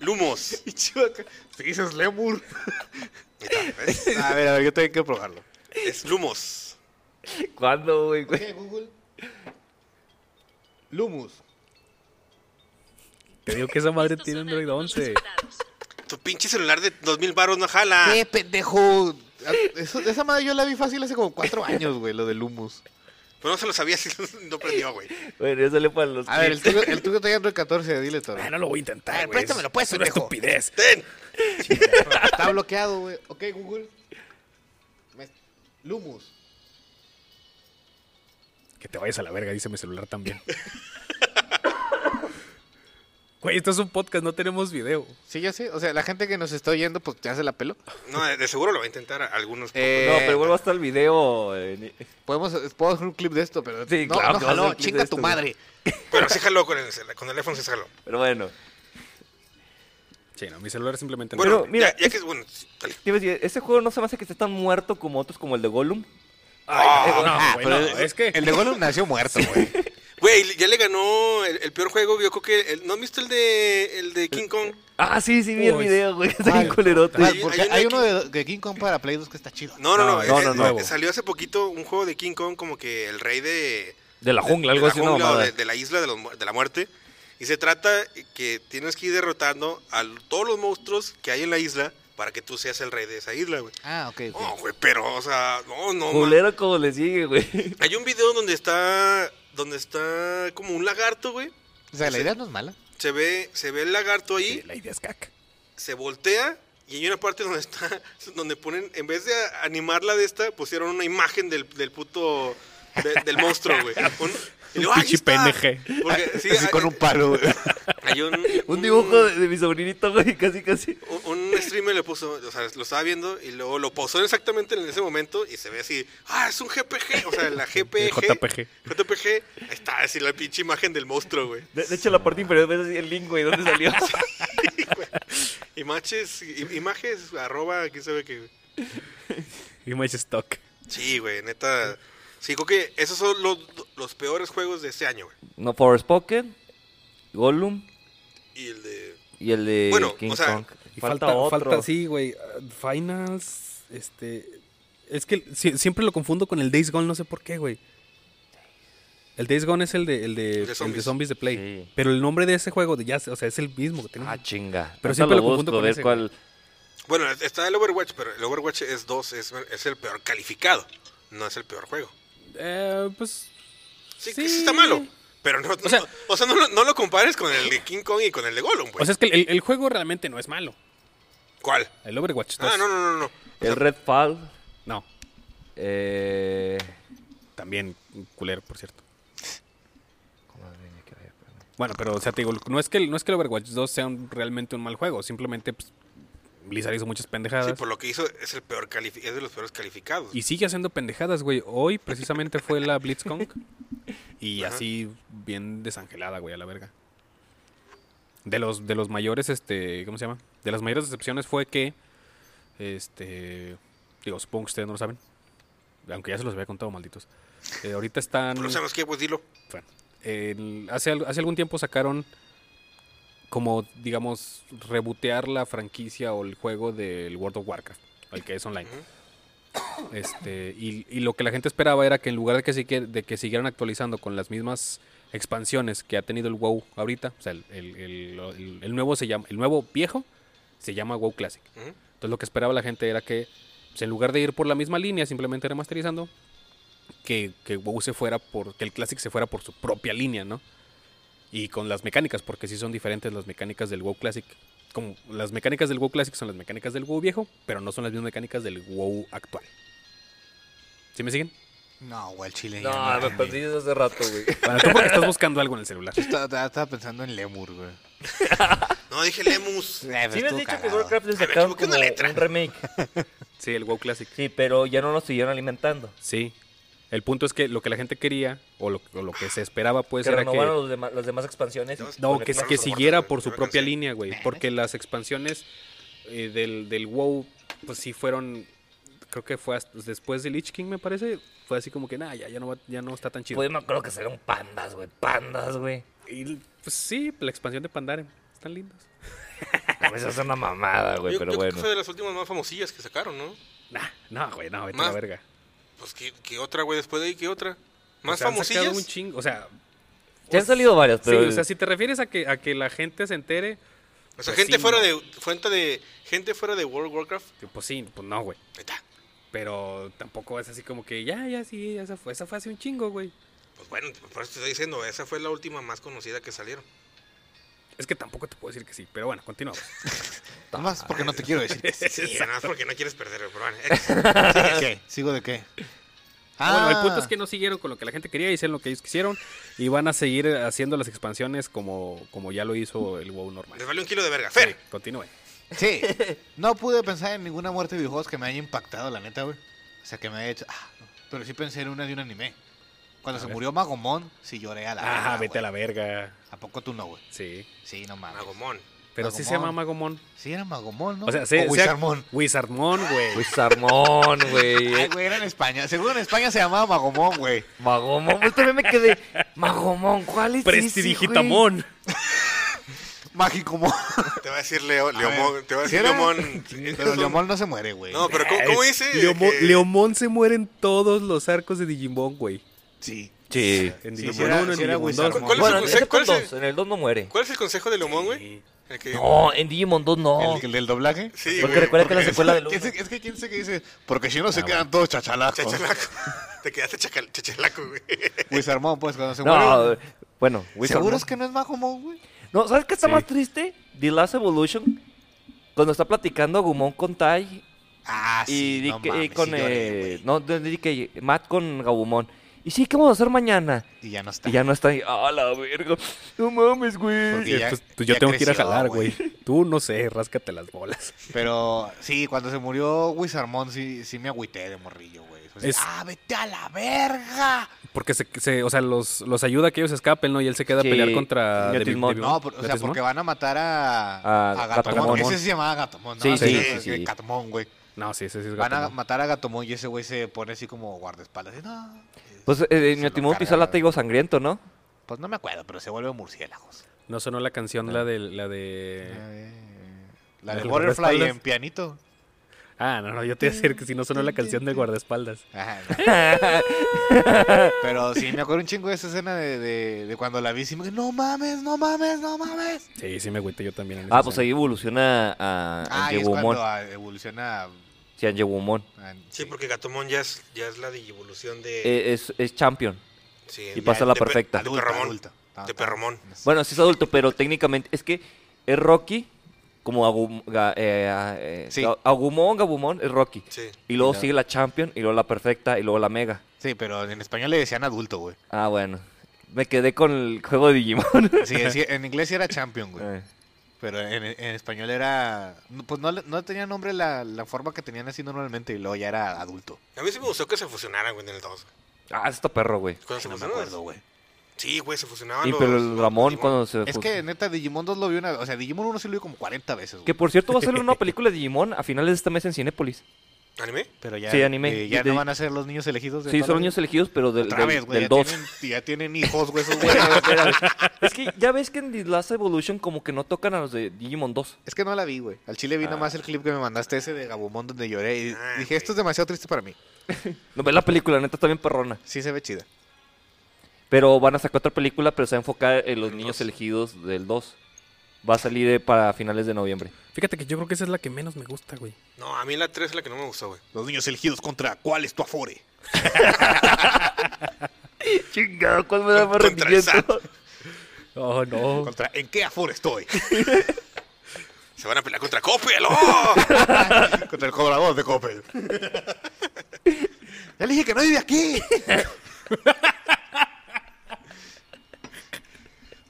S4: Lumos.
S2: Y Chewbacca, si dices Lemur.
S4: Ahí está, ¿ves?
S2: A ver, a ver, yo tengo que probarlo.
S4: Es Lumos.
S3: ¿Cuándo, güey? güey?
S2: Google. Lumus.
S1: te digo que esa madre
S5: Estos
S1: tiene
S5: son
S1: Android
S5: algunos
S1: 11.
S5: resultados.
S4: Tu pinche celular de 2000 baros no jala.
S2: ¡Qué pendejo! Ah, eso- esa madre yo la vi fácil hace como cuatro años, güey, lo del Lumus.
S4: Pero Pues no se lo sabía si no prendió, güey.
S3: Bueno, ya sale para los.
S2: A ver, el
S1: este,
S2: tuyo, el tuyo está en 14, dile toro.
S1: Ah, no lo voy a intentar,
S2: A ver,
S1: güey.
S2: préstamelo, pues,
S1: Es una
S2: pendejo.
S1: estupidez.
S4: ¡Ten!
S2: Está bloqueado, güey. Ok, Google. Me- Lumus.
S1: Que te vayas a la verga, dice mi celular también. Güey, esto es un podcast, no tenemos video.
S2: Sí, ya sé. O sea, la gente que nos está oyendo, pues ya se la peló.
S4: No, de, de seguro lo va a intentar a- algunos.
S2: Eh,
S3: No, pero vuelvo hasta el video. eh, ni-
S2: Podemos puedo hacer un clip de esto, pero
S3: Sí,
S2: no,
S3: claro
S2: no
S3: que vas a
S2: jaló,
S3: hacer clip
S2: chinga
S3: de
S2: tu
S3: esto,
S2: madre.
S4: Pero sí jaló con el, cel- con el iPhone, sí se jaló.
S3: Pero bueno.
S1: Sí, no, mi celular simplemente no.
S4: Bueno,
S3: Pero, mira,
S4: ya, ya
S3: es-
S4: que es bueno. sí, dale.
S3: Te iba a decir, Ese juego no se me hace que esté tan muerto como otros, como el de Gollum.
S1: Ay, no,
S2: Ah,
S1: güey,
S2: pero
S1: no,
S2: el-
S1: es que...
S2: El de Gollum nació muerto, güey.
S4: Güey, ya le ganó el, el peor juego. Yo creo que. el- ¿No han visto el de, el de King Kong?
S3: Ah, sí, sí, vi el
S1: Uy,
S3: video, güey. Está bien
S2: ¿cuál?
S3: culerote.
S2: Ah,
S4: Hay-
S2: porque
S4: hay
S2: hay,
S4: una
S2: uno
S4: que-
S2: de, de King Kong para Play 2 que está chido.
S4: No, no,
S1: No, no,
S4: no. eh,
S1: no,
S4: eh,
S1: nuevo.
S4: Salió hace poquito un juego de King Kong como que el rey de.
S3: De la jungla, algo
S4: de la
S3: así, no,
S4: jungla o
S3: mamada.
S4: de, de la isla de, los mu- de la muerte. Y se trata que tienes que ir derrotando a l- todos los monstruos que hay en la isla para que tú seas el rey de esa isla, güey.
S2: Ah, ok, ok.
S4: No, güey, pero, o sea, no, no. man.
S3: Culero como le sigue, güey.
S4: Hay un video donde está. Donde está como un lagarto, güey.
S2: o sea, la
S4: sí.
S2: idea no es mala.
S4: Se ve, se ve el lagarto ahí.
S1: Sí, la idea es caca.
S4: se voltea y hay una parte donde está, donde ponen, en vez de animarla de esta, pusieron una imagen del, del puto, de- del monstruo, güey. Un, y digo,
S1: Un
S4: "Ah, ahí
S1: pinche
S4: está".
S1: PNG.
S4: Porque, sí,
S2: Así
S4: hay,
S2: con un palo, güey.
S4: hay un,
S3: Un dibujo de, de mi sobrinito, güey, casi, casi.
S4: Un, un streamer le puso, o sea, lo estaba viendo y luego lo posó exactamente en ese momento y se ve así, ah, es un GPG, o sea, la GPG.
S1: JPG.
S4: JPG, ahí está, así la pinche imagen del monstruo, güey.
S3: De, de hecho, la parte inferior ves así el link, güey, ¿dónde salió?
S4: Images, i- images, arroba, aquí se ve que...
S1: Image stock.
S4: Sí, güey, neta. Sí, creo que esos son los, los peores juegos de este año, güey.
S3: No, Forest Pocket, Gollum
S4: Y el de.
S3: y el de
S4: Bueno,
S3: King
S4: o sea,
S3: Kong.
S1: Y
S3: Falta, otro.
S1: falta- sí, güey. uh, Finals, este... Es que si- siempre lo confundo con el Days Gone, no sé por qué, güey. El Days Gone es el de, el de,
S4: De
S1: el de zombies.
S4: zombies.
S1: de Play.
S3: Sí.
S1: Pero el nombre de ese juego, de ya, o sea, es el mismo. Que tiene-
S3: Ah, chinga.
S1: Pero
S3: Ahorita
S1: siempre lo
S3: busco,
S1: confundo
S3: a
S1: con
S3: ver
S1: ese,
S3: cuál.
S4: Bueno, está el Overwatch, pero el Overwatch es 2, es, es el peor calificado. No es el peor juego.
S1: Eh, pues...
S4: Sí,
S1: Sí.
S4: que sí está malo. Pero no, no- o
S1: sea-
S4: sea, no, lo, no lo compares con el de King Kong y con el de Gollum, güey.
S1: O sea, es que el, el juego realmente no es malo.
S4: ¿Cuál?
S1: El Overwatch 2.
S4: Ah, no, no, no, no.
S3: El Redfall.
S1: No,
S3: Eh...
S1: también culero, por cierto. Bueno, pero, o sea, te digo, no es que el, no es que el Overwatch 2 sea un- realmente un mal juego. Simplemente, pues, Blizzard hizo muchas pendejadas.
S4: Sí, por lo que hizo es el peor califi- es de los peores calificados.
S1: Y sigue haciendo pendejadas, güey. Hoy precisamente fue la BlitzConk. Y
S4: Ajá.
S1: así bien desangelada, güey, a la verga. De los, de los mayores, este, ¿cómo se llama? De las mayores decepciones fue que, este, digo, supongo que ustedes no lo saben. Aunque ya se los había contado, malditos. Eh, ahorita están...
S4: Pero sabemos que, pues dilo.
S1: Bueno, el- hace, al- hace algún tiempo sacaron como, digamos, rebotear la franquicia o el juego del World of Warcraft. el que es online. Este, y, y lo que la gente esperaba era que en lugar de que, sigue- de que siguieran actualizando con las mismas expansiones que ha tenido el WoW ahorita, o sea, el, el- el- el- el nuevo se llama, el nuevo viejo se llama WoW Classic.
S4: Ujú.
S1: Entonces lo que esperaba la gente era que, pues, en lugar de ir por la misma línea, simplemente remasterizando, que, que WoW se fuera por, que el Classic se fuera por su propia línea, ¿no? Y con las mecánicas, porque sí son diferentes las mecánicas del WoW Classic. Como las mecánicas del WoW Classic son las mecánicas del WoW viejo, pero no son las mismas mecánicas del WoW actual. ¿Sí me siguen?
S2: No, güey, el chile. ya
S3: No, me
S1: pues
S2: entendí.
S3: perdí desde hace rato, güey.
S1: Bueno, tú porque estás buscando algo en el celular.
S2: Yo estaba, estaba- estaba pensando en Lemur, güey.
S4: No, dije Lemus.
S1: pues,
S3: Sí me has dicho que
S2: Warcraft
S3: Warcraft le
S4: me
S3: sacaron
S4: equivoqué
S3: como
S4: una letra.
S3: un remake.
S1: Sí, el WoW Classic.
S3: Sí, pero ya no lo siguieron alimentando.
S1: Sí. El punto es que lo que la gente quería, o lo, o lo que se esperaba, pues,
S3: que
S1: era que...
S3: renovaron los dema- las demás expansiones. y
S1: No,
S3: le
S1: que,
S3: pusieron
S1: que
S3: su-
S4: los soportes,
S1: siguiera
S4: güey,
S1: por su
S4: ya me
S1: propia
S4: cansé.
S1: línea, güey. Porque las expansiones eh, del, del WoW, pues sí fueron. Creo que fue hasta- después de Lich King, me parece. Fue así como que, nada, ya, ya, no va- ya no está tan chido.
S3: Pues me acuerdo que salieron pandas, güey. Pandas, güey.
S1: Y pues sí, la expansión de Pandaren. Están lindas.
S3: A veces es una mamada, güey,
S4: yo
S3: pero
S4: yo creo
S3: bueno.
S4: que fue de las últimas más famosillas que sacaron, ¿no?
S1: Nah, no, güey, no, vete a la
S4: Más-
S1: verga.
S4: Pues que, que otra, güey, después de ahí, que otra.
S1: O
S4: Más
S1: sea, Pues, han sacado
S4: famosillas.
S1: un chingo. O sea,
S3: Ya han salido varias,
S1: Pues sí,
S3: pero.
S1: o sea, si te refieres a que, a que la gente se entere,
S4: O sea,
S1: Pues
S4: gente
S1: sí,
S4: fuera
S1: no.
S4: de fuente de gente fuera de World of Warcraft.
S1: que, pues sí, pues no, güey.
S4: Ahí está.
S1: Pero tampoco es así como que, ya, ya, sí, esa fue, esa fue hace un chingo, güey.
S4: Pues bueno, por eso te estoy diciendo, esa fue la última más conocida que salieron.
S1: Es que tampoco te puedo decir que sí, pero bueno, continuamos.
S2: Nomás
S1: Ah,
S2: porque no te quiero decir. que sí.
S4: Sí, nada más porque no quieres perder, pero bueno. X.
S2: ¿Sigo de qué? ¿Sigo de qué?
S1: Ah, Bueno, el punto es que no siguieron con lo que la gente quería, hicieron lo que ellos quisieron y van a seguir haciendo las expansiones como, como ya lo hizo el WoW normal.
S4: Les vale un kilo de verga.
S1: Sí,
S4: Fer,
S1: continúe.
S2: Sí. No pude pensar en ninguna muerte de videojuegos que me haya impactado, la neta, güey. O sea, que me haya hecho... ah, pero sí pensé en una de un anime. Cuando
S1: A
S2: se
S1: ver.
S2: murió Magomon, sí lloré a la...
S1: Ah,
S2: verga,
S1: vete a la
S2: güey.
S1: verga.
S2: ¿A poco tú no, güey?
S1: Sí.
S2: Sí, no mames.
S4: Magomón.
S1: Pero sí se llama Magomon.
S2: Sí, era Magomon, ¿no?
S1: O sea, sí. sí-
S2: Wizardmon.
S1: Wizardmon, güey.
S3: Wizardmon,
S2: Ay,
S3: güey. eh,
S2: güey, era en España. Seguro en España se llamaba Magomon, güey.
S3: Magomón, yo también me quedé. Magomón, ¿cuál es? ese, güey?
S1: Prestidigitamon.
S2: Mágicomon.
S4: Te va a decir Leo,
S2: A ver,
S4: Leomón. Te va a
S2: ¿sí
S4: decir
S2: era?
S4: Leomón.
S2: Pero Leomón no se muere, güey.
S4: No, pero ¿cómo, cómo dice? Eh.
S1: Leomo-
S4: Que-
S1: Leomón Eh, se mueren todos los arcos de Digimon, güey.
S2: Sí.
S3: Sí.
S1: En
S2: Sí,
S1: Digimon
S2: sí era-
S1: 1, en
S2: sí era
S1: Digimon 2.
S2: Wizardmon.
S4: ¿Cuál es
S3: Bueno,
S4: el
S3: en
S4: conse-
S3: ese
S4: cuál es
S3: con
S4: el-
S3: dos, en el 2 no muere.
S4: ¿Cuál es el consejo de Leomón, güey?
S1: Sí.
S4: El que-
S3: No, en Digimon 2 no.
S2: ¿El, el del doblaje?
S4: Sí,
S3: Porque
S4: güey,
S3: recuerda que la secuela del
S2: Es,
S3: 1.
S2: es que quién sé qué dice, porque si no
S3: Ah,
S2: se quedan todos chachalacos.
S4: Chachalaco. Te quedaste chacal- chachalaco, güey.
S2: Wizardmon, pues, cuando se muere.
S3: No, bueno,
S2: ¿Seguro
S3: Wizardmon.
S2: es que no es Magomon, güey?
S3: No, ¿sabes qué está
S1: Sí.
S3: más triste? The Last Evolution. Cuando está platicando Gumon con Tai
S2: Ah,
S3: y,
S2: no
S3: DK
S2: mames,
S3: con.
S2: sí lloré,
S3: eh,
S2: güey.
S3: no, de- de DK, Matt con Gabumon. Y sí, ¿qué vamos a hacer mañana?
S2: Y ya no está.
S3: Y ya no está ahí. ¡Ah, la verga! No mames, güey.
S2: Porque
S1: Sí,
S2: ya-
S1: pues, pues yo
S2: ya
S1: tengo que ir a
S2: creció,
S1: jalar, güey. Tú no sé, ráscate las bolas.
S2: Pero sí, cuando se murió Wizardmon, sí, sí me agüité de morrillo, güey. Fue así,
S1: Es-
S2: ¡Ah, vete a la verga!
S1: Porque se, se- o sea, los, los ayuda a que ellos escapen, ¿no? Y él se queda
S3: Sí.
S1: a pelear contra
S3: Yo
S1: Devi-
S3: Tismón.
S1: Devimon.
S2: No, por- o sea,
S1: Yo Tismón.
S2: porque van a matar a,
S3: A
S2: a Gatomon.
S3: Gatomon.
S2: Ese se llamaba Gatomon, ¿no?
S3: Sí,
S1: sí,
S2: es
S3: sí,
S2: que
S3: sí.
S2: Gatomon, güey.
S1: No, sí, ese sí es
S2: Van a
S1: Gatomon.
S2: matar a Gatomon y ese güey se pone así como guardaespaldas. Y, no,
S3: Pues eh, eh,
S2: Se
S3: mi
S2: lo
S3: timón
S2: carga,
S3: pisó el
S2: güey.
S3: látigo sangriento, ¿no?
S2: pues no me acuerdo, pero se vuelve murciélagos. Eh,
S1: No sonó la canción,
S2: Ah.
S1: la de, la
S3: Eh.
S1: de...
S2: La de
S1: ¿El
S2: Butterfly
S1: guardaespaldas?
S2: en pianito.
S1: Ah, no, no, yo te iba a decir que si no sonó la canción de guardaespaldas.
S2: Ajá, no. Pero sí, me acuerdo un chingo de esa escena de, de, de cuando la vi. Sí, me no mames, no mames, no mames.
S1: Sí, sí me agüité yo también. en
S3: Ah,
S1: esa
S3: pues ahí
S1: escena.
S3: evoluciona a
S2: Ah, y es
S3: Angewumon.
S2: cuando ah, evoluciona.
S3: Sí, Angewumon.
S2: ah,
S4: Sí, porque Gatomón ya es, ya es la digievolución de...
S3: Eh, Es, es champion.
S4: sí,
S2: eh,
S3: y
S4: ya-
S3: pasa la
S4: de pe-
S3: perfecta.
S4: De Perramón.
S2: adulto. Ah,
S4: De
S2: está.
S4: Perramón.
S3: Bueno, sí es adulto, pero técnicamente es que es Rocky como Agum- Ga- eh, ah, eh,
S2: Sí.
S3: Ga- Agumon, Gabumon, es Rocky.
S4: Sí.
S3: Y luego
S2: Claro.
S3: sigue la Champion, y luego la Perfecta, y luego la Mega.
S2: Sí, pero en español le decían adulto, güey.
S3: Ah, bueno. Me quedé con el juego de Digimon.
S2: Sí, sí, en inglés sí era champion, güey.
S3: Eh,
S2: Pero en, en español era. no, Pues no, le- no tenía nombre la, la forma que tenían así normalmente y luego ya era adulto.
S4: A mí sí me gustó que se fusionaran, güey, en el 2.
S3: Ah, está perro, güey.
S4: Cuando
S2: Ay,
S4: se
S2: no me
S4: fusionaron,
S2: acuerdo, güey.
S4: Sí, güey, se
S2: Ah,
S4: fusionaban
S3: Y
S4: los...
S3: pero el Ramón
S4: los-
S3: cuando se...
S2: Es
S3: fus-
S2: que neta, Digimon 2 lo vi una. O sea, Digimon 1 sí lo vi como 40 veces, güey.
S3: Que por cierto va a salir una película de Digimon a finales de este mes en Cinépolis.
S4: ¿Anime?
S2: Pero ya,
S3: Sí, anime.
S2: eh, ya
S3: De-
S2: no van a ser los niños elegidos. De
S3: Sí,
S2: toda
S3: son
S2: la
S3: niños
S2: vida.
S3: elegidos, pero del,
S2: Otra
S3: del,
S2: vez, güey.
S3: del
S2: Ya,
S3: 2.
S2: tienen- ya tienen hijos, güey, esos güeyes.
S3: Espera, espera, espera. es que ya ves que en The Last Evolution como que no tocan a los de Digimon 2.
S2: Es que no la vi, güey. Al chile vi
S3: Ah.
S2: nomás el clip que me mandaste ese de Gabumón donde lloré. Y
S4: Ah,
S2: dije, esto
S4: ok.
S2: es demasiado triste para mí.
S3: No ves la película, neta está bien perrona.
S2: Sí se ve chida.
S3: Pero van a sacar otra película, pero se va a enfocar en los
S4: El
S3: niños
S4: dos.
S3: elegidos del 2. Va a salir eh, para finales de noviembre.
S1: Fíjate que yo creo que esa es la que menos me gusta, güey.
S4: No, a mí la 3 es la que no me gustó, güey.
S2: Los niños elegidos contra ¿cuál es tu afore?
S3: Chingado, ¿cuál me da más
S4: Contra el
S3: rendimiento?
S1: Oh, no.
S2: Contra ¿en qué afore estoy?
S4: Se van a pelear contra Coppel. ¡oh!
S2: contra el cobrador de Coppel. ya le dije que no vive aquí.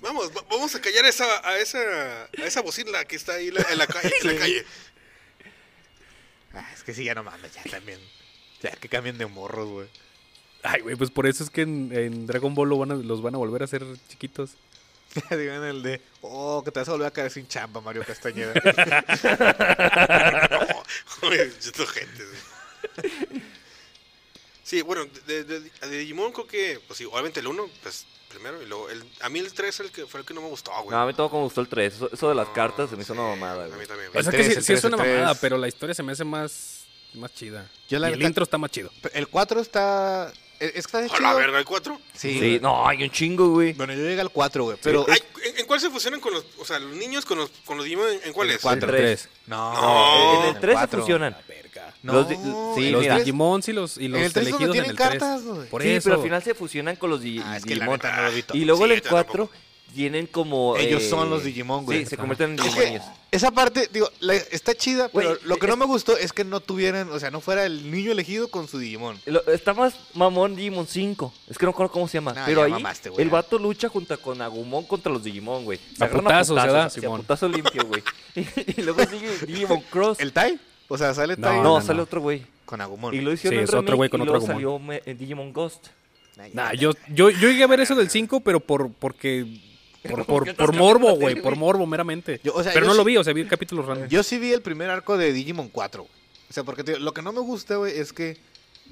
S4: Vamos, va- vamos a callar esa, a esa, a esa bocina que está ahí la- en la calle. en la calle.
S2: Ah, es que sí, ya no mames, ya también. Ya que cambien de morros, güey.
S1: Ay, güey, pues por eso es que en, en Dragon Ball lo van a- los van a volver a hacer chiquitos.
S2: Digan el de, oh, que te vas a volver a caer sin chamba, Mario Castañeda.
S4: No, güey, Oh, yo tengo gente, güey. Sí, bueno, de, de, de Digimon creo que, pues sí, obviamente el 1, pues primero, y luego el, a mí el 3 el que, fue el que no me gustó, güey.
S3: No, a mí todo me gustó el 3. Eso, eso de las
S4: No,
S3: cartas se me hizo
S4: sí,
S3: una mamada,
S4: A mí
S3: güey.
S4: también,
S1: O
S4: güey.
S1: sea que
S2: tres,
S1: sí,
S2: el
S1: sí es
S2: tres,
S1: una
S2: el tres.
S1: mamada, pero la historia se me hace más, más chida.
S2: Yo la
S1: y el
S2: neta-
S1: intro está más chido.
S2: el 4 está. Es es que está de
S4: A la
S2: chido.
S4: verga, el 4.
S2: Sí.
S3: Sí, no, hay un chingo, güey.
S2: Bueno, yo llegué al 4, güey. Pero.
S4: Ay, ¿en, en cuál se fusionan con los, o sea, los niños con los, con los Digimon? ¿En, en cuál
S2: El
S4: es?
S2: cuatro.
S1: El
S3: tres.
S1: tres.
S2: No,
S4: No.
S3: eh, En el 3 se
S2: cuatro.
S3: fusionan.
S1: verga.
S2: No,
S3: Los di- sí,
S2: en
S1: los
S2: el tres-
S1: Digimon y los, y los
S2: el tres es
S1: elegidos
S2: donde
S1: en
S2: tienen
S1: el 3.
S2: cartas, güey.
S1: Por
S3: sí,
S1: eso.
S3: pero al final se fusionan con los di-
S2: Ah, es que la
S3: Digimon.
S2: neta no lo vi todo.
S3: y luego en
S4: Sí,
S3: el
S4: yo
S3: 4 tienen como. eh,
S2: Ellos son los Digimon, güey.
S3: Sí, se convierten en
S2: Es que
S3: Digimonios.
S2: esa parte, digo, la- está chida,
S3: Güey,
S2: pero lo que no
S3: es-
S2: me gustó es que no tuvieran, o sea, no fuera el niño elegido con su Digimon.
S3: Lo- Está más mamón Digimon 5. Es que no recuerdo cómo se llama.
S2: No,
S3: pero
S2: ya
S3: ahí
S2: mamaste, güey.
S3: el vato lucha junto con Agumon contra los Digimon, güey.
S1: A
S3: agarran
S1: putazos se
S3: putazos,
S1: da,
S3: así, a
S1: Simón.
S3: putazo limpio, güey. y luego sigue Digimon Cross.
S2: ¿El Tai? O sea, sale
S1: No,
S2: Tai
S3: No,
S1: no,
S3: sale
S1: no.
S3: otro güey.
S2: con Agumon.
S3: Y lo
S1: Sí,
S3: hicieron en
S1: es otro
S3: remake
S1: güey con
S3: y
S1: otro
S3: luego
S1: Agumon.
S3: salió me- eh, Digimon Ghost.
S1: Nah, yo, yo, yo llegué a ver eso del 5, pero por porque por, por,
S3: estás
S1: por
S3: cambiando la
S1: morbo,
S3: tele,
S1: güey,
S3: güey?
S1: por morbo meramente.
S2: Yo- o sea,
S1: pero
S2: yo
S1: no lo
S2: sí-
S1: vi, o sea, vi capítulos random.
S2: Yo sí vi el primer arco de Digimon 4, güey. O sea, porque te digo, lo que no me gusta, güey, es que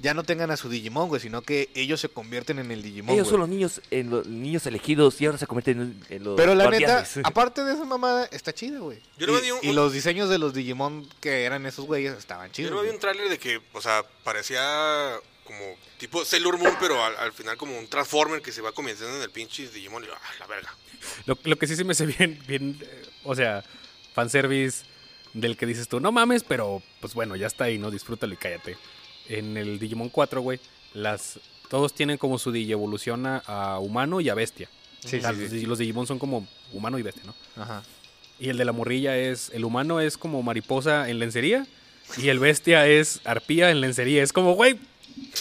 S2: ya no tengan a su Digimon, güey, sino que ellos se convierten en el Digimon,
S3: Ellos
S2: güey.
S3: son los niños, en los niños elegidos y ahora se convierten en, en los
S2: Pero la neta,
S3: guardianes.
S2: aparte de esa mamada, está chida, güey.
S4: Yo no
S2: Y-
S4: vi un-
S2: y, los diseños de los Digimon que eran esos güeyes estaban
S4: Yo
S2: chidos.
S4: no vi
S2: güey.
S4: un tráiler de que, o sea, parecía como tipo Sailor Moon, pero al, al final como un Transformer que se va convirtiendo en el pinche Digimon y yo, ah, la verga.
S1: Lo, lo que sí se me hace bien, bien eh, o sea, fanservice del que dices tú, no mames, pero pues bueno, ya está ahí, ¿no? Disfrútalo y cállate. En el Digimon 4, güey, las todos tienen como su digievolución a, a humano y a bestia.
S2: Sí,
S1: O sea,
S2: sí,
S1: los,
S2: sí.
S1: di- los Digimon son como humano y bestia, ¿no?
S2: Ajá.
S1: Y el de la morrilla es, el humano es como mariposa en lencería y el bestia es arpía en lencería. Es como, güey,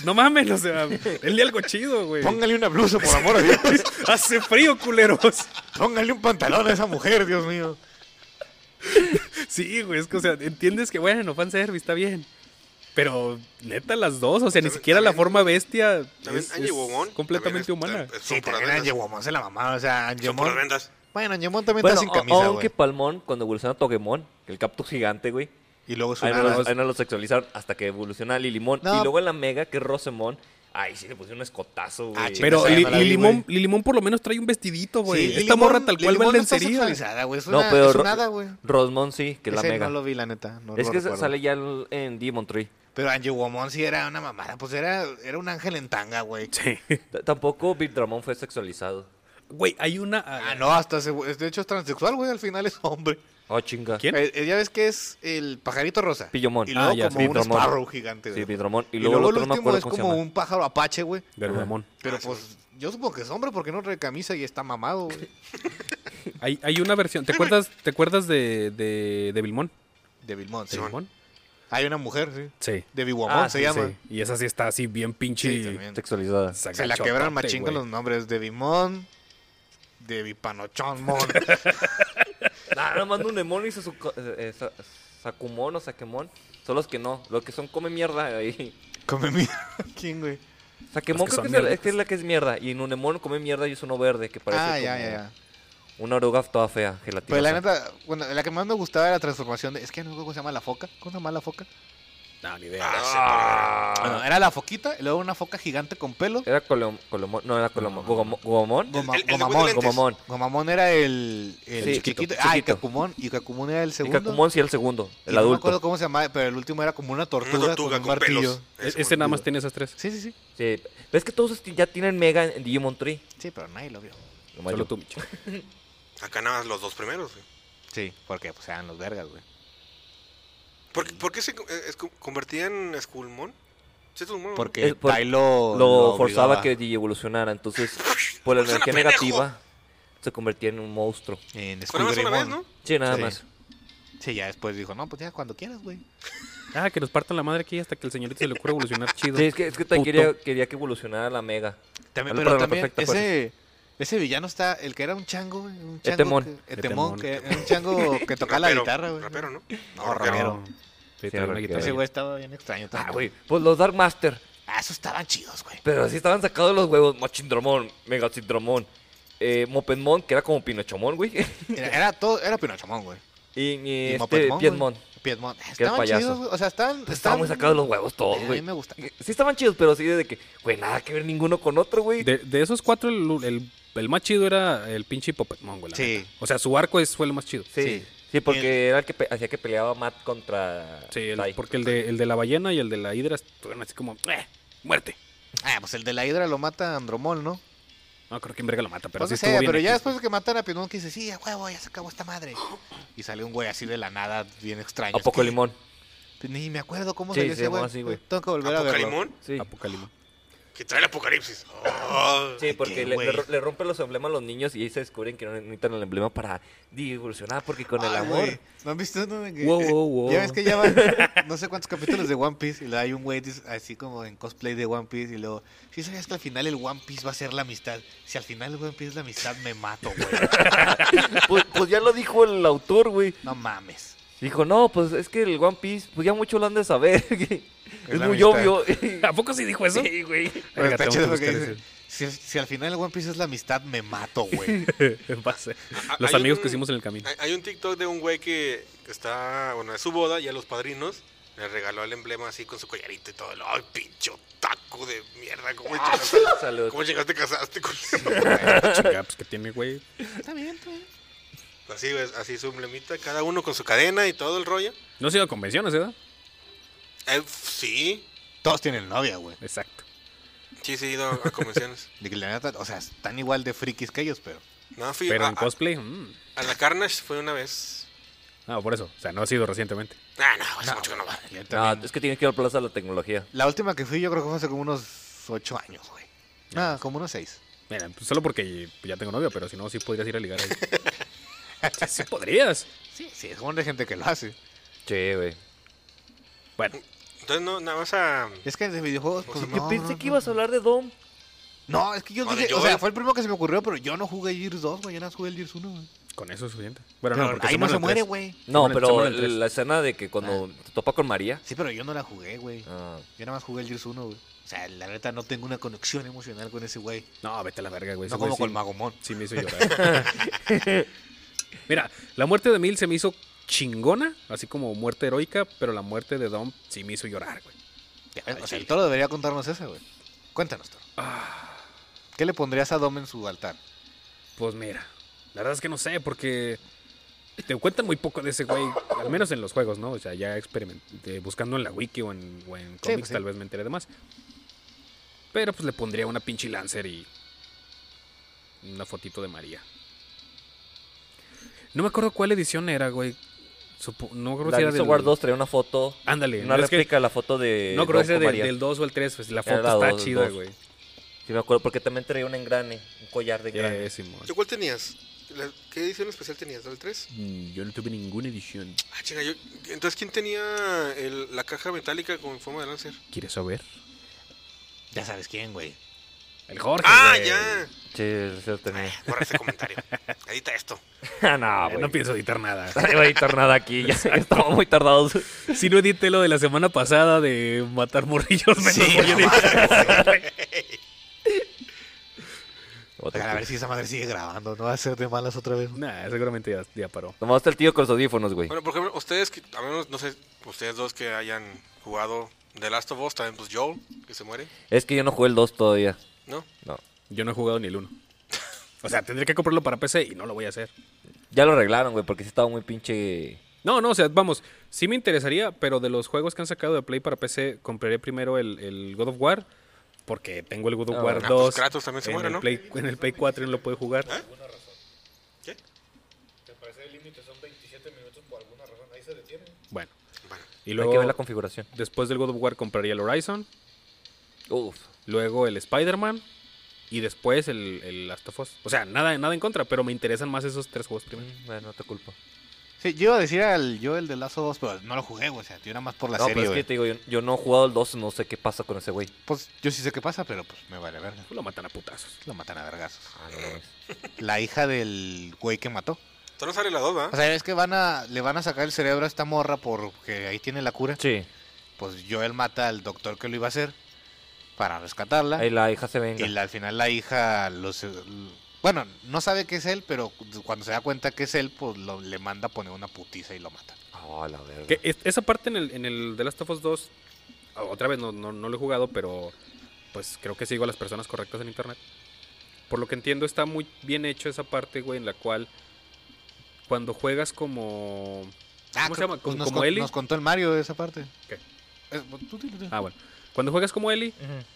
S1: no mames, o sea, denle algo chido, güey.
S2: Póngale una blusa, por amor de Dios.
S1: Hace frío, culeros.
S2: Póngale un pantalón a esa mujer, Dios mío.
S1: Sí, güey, es que, o sea, entiendes que, bueno, fanservice, está bien. Pero, neta, las dos, o sea, ni
S4: También-
S1: siquiera la
S4: también-
S1: forma bestia
S4: También
S1: es,
S4: Angie
S1: es
S4: Wobon
S1: completamente
S4: también es-
S1: humana.
S4: es- son
S2: Sí,
S4: puras
S2: también
S4: vendas.
S2: Angemon se la mamaba, o sea,
S4: Son puras
S2: Angemon...
S4: vendas.
S2: Bueno, Angemon también
S3: Bueno,
S2: está sin
S3: a-
S2: camisa,
S3: aunque
S2: güey.
S3: Palmón, cuando evoluciona Togemon, el Captus gigante, güey,
S2: Y luego su
S3: ahí no,
S2: nana.
S3: lo, ahí no lo sexualizaron hasta que evoluciona Lilimon.
S2: Pues No.
S3: Y luego en la Mega, que es Rosemon, ahí sí le pusieron un escotazo, güey.
S2: Ah, chica,
S1: Pero
S2: esa ya
S1: Li-
S2: no la vi,
S1: Lilimón,
S2: güey.
S1: Lilimón por lo menos trae un vestidito, güey.
S2: Sí,
S1: Esta
S2: Lilimon-
S1: morra tal cual va en
S2: Lilimon no está
S1: lencería.
S2: sexualizada, güey, es
S3: no,
S2: una-
S3: pero
S2: es un
S3: Ro-
S2: hada, güey.
S3: Rosmon sí, que es la
S2: Ese
S3: Mega.
S2: no lo vi, la neta. no
S3: es
S2: lo
S3: que se-
S2: recuerdo.
S3: sale ya el- en Demon Tree.
S2: Pero Angemon sí era una mamada. Pues era, era un ángel en tanga, güey.
S1: Sí.
S3: T- Tampoco Big Dramon fue sexualizado.
S1: Güey, hay una...
S2: Ah, no, hasta se, de hecho es transexual, güey. Al final es hombre.
S3: Oh, chinga.
S1: ¿Quién?
S2: Eh, eh, ya ves que es el pajarito rosa.
S3: Pillomón.
S2: Y luego
S1: Ah, ya,
S2: como
S1: sí,
S2: un
S3: Pillomón.
S2: Sparrow gigante, güey.
S3: Sí, Big Dramon. Y
S2: Y
S3: luego,
S2: luego el
S3: el otro no me
S2: último
S3: acuerdo
S2: es
S3: cómo se
S2: como
S3: llama.
S2: un pájaro apache, güey.
S1: Garurumon.
S2: Pero
S4: Ah, sí,
S2: pues yo supongo que es hombre porque no trae camisa y está mamado, güey.
S1: Hay, hay una versión. ¿Te acuerdas, ¿te acuerdas de, de, de Vilmon?
S2: De Vilmon, sí.
S1: ¿De Vilmon?
S2: Hay una mujer, sí.
S1: Sí.
S2: De Vilmon
S3: Ah,
S2: se
S3: sí,
S2: llama.
S1: Sí. Y esa sí está así bien pinche.
S2: Sí, también.
S3: Sexualizada.
S2: Se la
S1: sacachotote,
S2: quebran machín con
S1: güey.
S2: los nombres de Vimón, de Vipanochón, mon.
S3: Nada más un demonio y su eh, Sakumon o Sakemon. Son los que no. Los que son come mierda ahí.
S2: Come mierda. ¿Quién, güey?
S3: Sakemon
S1: Los que
S3: creo que
S1: son
S3: es, la-
S1: mierda.
S3: es que es la que es mierda. Y Nunemon come mierda y es uno verde que parece
S2: ah, ya,
S3: como
S2: ya, ya.
S3: una oruga toda fea, gelatinosa.
S2: Pues la neta, bueno, la que más me gustaba era la transformación de. Es que no me acuerdo cómo se llama la foca. ¿Cómo se llama la foca?
S1: No, ni
S4: Ah,
S1: idea.
S4: se pone-
S2: Bueno, era la foquita, y luego una foca gigante con pelo.
S3: Era Colom- Colomón, no era Colomón, Gogomón. Gogomón.
S2: Goma-
S4: el- el de
S2: Gomamón.
S4: lentes.
S3: Gomamón.
S2: Gomamón era el, el
S3: Sí,
S2: chiquito.
S3: chiquito.
S2: Ah, y
S3: Chiquito.
S2: Cacumón. Y Cacumón era el
S3: Y
S2: segundo.
S3: Cacumón sí era el segundo,
S2: Y no
S3: el
S2: me
S3: adulto.
S2: acuerdo cómo se llamaba, pero el último era como una tortuga,
S4: Una tortuga
S2: con un
S4: con
S2: martillo.
S4: pelos. Eh.
S1: E- Este nada más tiene esas tres.
S2: Sí, sí, sí.
S3: Sí. ¿Ves que todos ya tienen Mega en Digimon 3?
S2: Sí, pero nadie lo vio.
S3: Nomás
S1: Solo
S3: yo.
S1: tú, Micho.
S4: Acá nada más los dos primeros. güey.
S2: Sí, porque pues eran los vergas, güey.
S4: ¿Por, qué- por qué se co- eh, es- convertían en Skullmon? ¿Sí es Skullmon?
S2: Porque
S3: Es por-
S2: Tai lo,
S3: Lo
S2: lo
S3: forzaba
S2: obligaba.
S3: que evolucionara, entonces por la
S4: Suena
S3: energía
S4: pendejo.
S3: negativa se convertía en un monstruo.
S2: En
S4: Fue nada más una vez,
S2: Skullgreymon.
S4: ¿no?
S3: Sí, nada
S2: Sí.
S3: más.
S2: Sí, ya después dijo, no, pues ya cuando quieras, güey.
S1: Ah, que nos partan la madre aquí hasta que el señorito se le ocurra evolucionar chido.
S3: Sí, es que, es que te
S1: Puto.
S3: quería, quería que evolucionara la Mega.
S2: También, pero
S3: Ah, perdón, la
S2: también
S3: perfecta,
S2: ese, ese villano está, el que era un chango, güey, un chango
S3: Etemón.
S2: que-
S1: Etemón.
S2: Etemón, que era un chango que tocaba la
S4: Rapero,
S2: guitarra, güey.
S4: Rapero, ¿no?
S2: No,
S1: No.
S2: rapero.
S1: Sí,
S3: Sí,
S1: trae una
S3: rockero.
S1: guitarra.
S2: Ese
S3: Pero-
S2: güey estaba bien extraño también.
S3: Ah, güey. Pues los Dark Master.
S2: Ah, esos estaban chidos, güey.
S3: Pero así estaban sacados de los huevos. Machindromón, Megacindromón, eh, Mopedmon, que era como Pinochomón, güey.
S2: Era, era todo, era Pinochamón, güey.
S3: y ni
S2: Y
S3: este,
S2: Mopedmon, güey.
S3: Piedmon.
S2: Piedmon.
S3: Que era
S2: Estaban
S3: payaso.
S2: chidos, güey. O sea, estaban...
S3: Pues estaban muy sacados de los huevos todos,
S2: Eh, a
S3: güey.
S2: mí me gustaban.
S3: Sí estaban chidos, pero sí de que, güey, nada que ver ninguno con otro, güey.
S1: De, de esos cuatro, el, el- el más chido era el pinche Popetmon, güey. la
S2: Sí.
S1: neta. O sea, su arco es, fue el más chido.
S3: Sí.
S2: Sí.
S3: Sí, porque
S2: El-
S3: era el que pe- hacía que peleaba Matt contra
S1: Sí, el-
S3: Tai.
S1: porque el de, el de la ballena y el de la hidra estuvieron así como, ¡eh! ¡Muerte!
S2: Ah, pues el de la hidra lo mata Andromol, ¿no?
S1: No, creo que en verga lo mata, pero
S2: Pues
S1: sí
S2: no sé,
S1: estuvo bien
S2: pero ya
S1: X.
S2: después de que matan a Pinón, que dice, sí, a huevo, ya se acabó esta madre. Y sale un güey así de la nada, bien extraño.
S3: A
S2: es
S3: poco
S2: que
S3: limón.
S2: Ni me acuerdo cómo
S3: Sí,
S2: salió
S3: se
S2: ese
S3: llamó
S2: güey.
S3: así, güey.
S2: Tengo que volver a verlo.
S4: Apocalimón,
S3: Sí.
S1: Apocalipsis.
S4: que trae el apocalipsis. Oh.
S3: Sí, porque
S2: qué
S3: le, le
S2: güey.
S3: ro- le rompen los emblemas a los niños y ahí se descubren que no necesitan el emblema para evolucionar, porque con el
S2: Ay,
S3: amor.
S2: güey, ¿No han visto? No? De que-
S1: Wow, wow, wow.
S2: Ya ves que ya van no sé cuántos capítulos de One Piece y le hay un güey dis- así como en cosplay de One Piece y luego, si sabías que al final el One Piece va a ser la amistad. Si al final el One Piece es la amistad, me mato, güey.
S3: Pues, pues ya lo dijo el autor, güey.
S2: No mames.
S3: Dijo, no, pues es que el One Piece, pues ya mucho lo han de saber. es
S2: la
S3: muy
S2: amistad.
S3: obvio.
S1: ¿A poco sí dijo eso?
S3: Sí, güey.
S2: Pero
S1: Verga,
S2: está
S1: tengo
S2: chido
S1: que
S2: porque
S1: buscar
S2: dice, si, si al final el One Piece es la amistad, me mato, güey.
S1: ese. Va a ser.
S4: Ah,
S1: Los
S4: hay
S1: amigos
S4: un-
S1: que hicimos en el camino.
S4: Hay, hay un TikTok de un güey que, que está, bueno, es su boda y a los padrinos le regaló el emblema así con su collarito y todo. Ay, pincho taco de mierda, ¿cómo
S3: Ah,
S4: llegaste,
S3: Salud.
S4: cómo llegaste casaste con
S1: Chinga, pues que tiene, güey.
S2: Está bien, está bien.
S4: Así es, así su emblemita, cada uno con su cadena y todo el rollo.
S1: No has ido a convenciones, ¿verdad?
S4: Eh, f- sí,
S2: Todos tienen novia, güey.
S1: Exacto.
S4: sí, sí he ido a, a convenciones.
S2: De que la neta, o sea, están igual de frikis que ellos, pero.
S4: No, fui
S2: ah,
S1: Pero
S4: a,
S1: en cosplay, mm.
S4: a- a la Carnage fue una vez.
S1: Ah, por eso. O sea, no ha sido recientemente.
S4: Ah, no, hace
S2: No,
S4: mucho que no va.
S2: yo
S3: No,
S2: también-
S3: es que tienes que ir al plaza de la tecnología.
S2: La última que fui yo creo que fue hace como unos ocho años, güey. No, como unos seis.
S1: Mira, pues solo porque ya tengo novio, pero si no, sí podrías ir a ligar ahí. Sí, sí podrías.
S2: Sí, sí, es un montón de gente que lo hace.
S3: Sí, güey.
S1: Bueno,
S4: Entonces, no, nada más a.
S2: Es que de videojuegos, pues,
S3: Yo
S2: no,
S3: pensé
S2: no,
S3: que
S2: no.
S3: ibas a hablar de Dom.
S2: No, es que yo
S4: Bueno,
S2: dije,
S4: yo-
S2: o sea, fue el primero que se me ocurrió, pero yo no jugué Gears 2, güey, yo no jugué el Gears 1, güey.
S1: con eso es suficiente.
S2: Pero,
S1: Bueno, no, porque
S2: ahí no
S1: muere
S2: se
S1: el
S2: muere,
S1: tres.
S2: güey.
S3: No,
S1: Samurai-
S3: pero
S1: Samurai tres.
S3: la escena de que cuando te topa con María.
S2: Sí, pero yo no la jugué, güey.
S3: Ah.
S2: Yo nada más jugué el Gears 1, güey. O sea, la neta no tengo una conexión emocional con ese güey.
S1: No, vete a la verga, güey.
S2: No
S1: ese
S2: como
S1: güey
S2: con
S1: sí-
S2: Magomón.
S1: Sí me hizo llorar. Mira, la muerte de Mil se me hizo chingona, así como muerte heroica, pero la muerte de Dom sí me hizo llorar, güey.
S2: Ya ves,
S1: Ay,
S2: o
S1: sí.
S2: sea, el toro debería contarnos esa, güey. Cuéntanos, toro. ¿Qué le pondrías a Dom en su altar?
S1: Pues mira, la verdad es que no sé, porque te cuentan muy poco de ese güey, al menos en los juegos, ¿no? O sea, ya experimenté, buscando en la wiki o en, o en cómics,
S2: pues sí.
S1: tal vez me enteré de más. Pero pues le pondría una pinche Lancer y una fotito de María. No me acuerdo cuál edición era, güey. Supo- no creo
S3: La
S1: si era
S3: Gears
S1: del...
S3: of War 2 traía una foto.
S1: Ándale,
S3: Una
S1: no, es que-
S3: réplica de la foto de.
S1: No, creo que
S3: Dom
S1: sea
S3: con
S1: del,
S3: María.
S1: 2 o el 3, pues la
S3: Era
S1: foto
S3: la
S1: está
S3: dos,
S1: chida,
S3: dos.
S1: güey.
S3: Sí, me acuerdo, porque también traía un engrane, un collar de engrane.
S1: Eh, Simón.
S4: ¿Tú cuál tenías? La- ¿Qué edición especial tenías? ¿El 3?
S1: Mm, Yo no tuve ninguna edición.
S4: Ah, chinga, yo. Entonces, ¿quién tenía el- la caja metálica con forma de lancer?
S1: ¿Quieres saber?
S2: Ya sabes quién, güey.
S1: El Jorge.
S4: ¡Ah,
S1: güey.
S4: ya!
S3: Sí, eso tenía.
S4: Borra ese comentario. Edita esto.
S3: Ah, no,
S1: Eh,
S3: güey.
S1: no pienso editar nada.
S3: No iba a editar nada aquí, ya estamos muy tardados.
S1: Si no edité lo de la semana pasada de matar morrillos, menos voy a editar.
S2: Oigan, a ver
S3: repente.
S2: si esa madre sigue grabando, no va a ser de malas otra vez.
S1: Nah, seguramente ya, ya paró.
S3: Nomás está el tío con los audífonos, güey.
S4: Bueno, por ejemplo, ustedes, que, a menos, no sé, ustedes dos que hayan jugado The Last of Us, también pues Joel, que se muere,
S3: Es que yo no jugué el 2 todavía.
S4: ¿no?
S3: No.
S1: Yo no he jugado ni el uno. O sea, tendré que comprarlo para PC y no lo voy a hacer.
S3: Ya lo arreglaron, güey, porque sí estaba muy pinche.
S1: No, no, o sea, vamos, sí me interesaría, pero de los juegos que han sacado de Play para PC, compraré primero el, el God of War, porque tengo el God of
S3: Ah,
S1: War
S4: bueno. Ah,
S1: 2
S4: pues Kratos también se
S1: en,
S4: muere,
S1: el
S4: ¿no?
S1: Play, en el Play 4 y no lo puedo jugar.
S4: ¿Eh? ¿Qué?
S1: Bueno,
S4: Bueno,
S1: y
S3: Hay que
S1: luego,
S3: ver la configuración.
S1: después del God of War, compraría el Horizon,
S3: Uf.
S1: luego el Spider-Man y después el, el Last of Us. O sea, nada, nada en contra, pero me interesan más esos tres juegos primero.
S3: Mm, Bueno, no te culpo.
S2: Sí, yo iba a decir al yo el de Lazo 2, pero no lo jugué, güey. O sea, yo nada más por la
S3: no,
S2: serie,
S3: pero es
S2: güey.
S3: que te digo, yo, yo no he jugado el 2, no sé qué pasa con ese güey.
S2: Pues yo sí sé qué pasa, pero pues me vale verga.
S1: Lo matan a putazos.
S2: Lo matan a vergazos.
S3: Ah, no, mames.
S2: La hija del güey que mató.
S4: tú no sale la
S1: Ah.
S4: 2,
S2: O sea, es que van a, le van a sacar el cerebro a esta morra porque ahí tiene la cura.
S3: Sí,
S2: Pues Joel mata al doctor que lo iba a hacer para rescatarla.
S3: ahí la hija se venga.
S2: Y la- al final la hija los l- bueno, no sabe que es él, pero cu- cuando se da cuenta que es él, pues lo- le manda a poner una putiza y lo mata.
S3: Oh, la verga.
S1: Que es- esa parte en el, en el The Last of Us 2, ah, otra vez no, no, no lo he jugado, pero pues creo que sigo a las personas correctas en internet. Por lo que entiendo, está muy bien hecho esa parte, güey, en la cual cuando juegas como. ¿Cómo se
S2: creo-
S1: llama?
S2: pues
S1: ¿Como-
S2: nos,
S1: como
S2: con-
S1: Ellie?
S2: nos contó el Mario esa parte.
S1: ¿Qué?
S2: Eh, pues, tú dilo, dilo.
S1: Ah, bueno. Cuando juegas como Ellie,
S3: Ujú.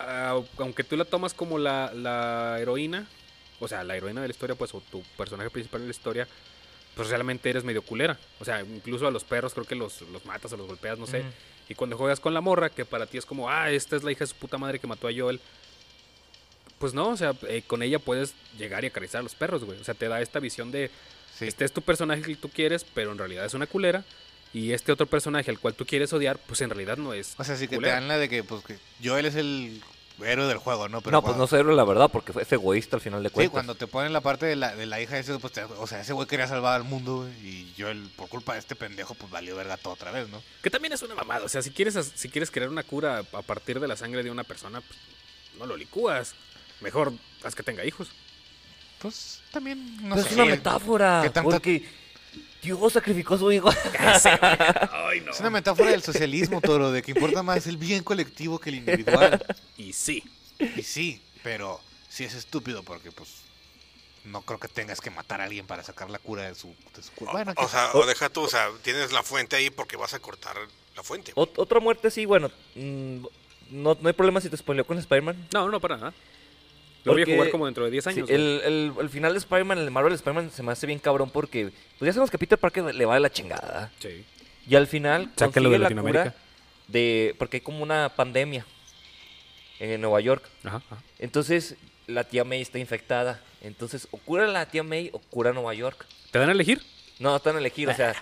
S1: ah, aunque tú la tomas como la, la heroína, o sea, la heroína de la historia, pues, o tu personaje principal de la historia, pues realmente eres medio culera. O sea, incluso a los perros creo que los, los matas o los golpeas, no sé.
S3: Ujú.
S1: Y cuando juegas con la morra, que para ti es como, ah, esta es la hija de su puta madre que mató a Joel. Pues no, o sea, eh, con ella puedes llegar y acariciar a los perros, güey. O sea, te da esta visión de,
S2: Sí.
S1: este es tu personaje que tú quieres, pero en realidad es una culera. Y este otro personaje al cual tú quieres odiar, pues en realidad no es.
S2: O sea, sí que te
S1: culero.
S2: dan la de que pues que Joel es el héroe del juego, ¿no? Pero
S3: no, pues
S2: cuando,
S3: no sé la verdad, porque fue- es egoísta al final de
S2: Sí,
S3: cuentas.
S2: cuando te ponen la parte de la, de la hija de ese, pues te- o sea, ese güey quería salvar al mundo güey, y Joel, por culpa de este pendejo, pues valió verga todo otra vez, ¿no?
S1: Que también es una mamada. O sea, si quieres, as- si quieres crear una cura a partir de la sangre de una persona, pues no lo licúas. Mejor haz que tenga hijos.
S2: Pues también, no
S3: Pero
S2: sé.
S3: es una metáfora.
S2: ¿Qué tanto-
S3: Porque Dios sacrificó a su hijo.
S1: Ay, no.
S2: Es una metáfora del socialismo, Toro, de que importa más el bien colectivo que el individual.
S1: Y sí.
S2: Y sí, pero sí es estúpido porque, pues, no creo que tengas que matar a alguien para sacar la cura de su, de su cura. Bueno,
S4: O
S2: que-
S4: sea, o deja tú, o sea, tienes la fuente ahí porque vas a cortar la fuente. güey.
S3: Ot- otra muerte, sí, bueno. mm, no, no hay problema si te spoileó con Spider-Man.
S1: No, no, para nada. Lo voy a
S3: Porque-
S1: jugar como dentro de 10
S3: Sí,
S1: años. güey.
S3: el, el- el final de Spider-Man, el de Marvel de Spider-man se me hace bien cabrón porque pues ya sabemos que Peter Parker le va de la chingada.
S1: Sí.
S3: Y al final
S1: Sáquenlo de
S3: consigue la
S1: Latinoamérica.
S3: cura de porque hay como una pandemia en Nueva York.
S1: Ajá, ajá.
S3: Entonces la tía May está infectada. Entonces o cura la tía May o cura Nueva York.
S1: ¿Te dan a elegir?
S3: No, están a elegir, o sea,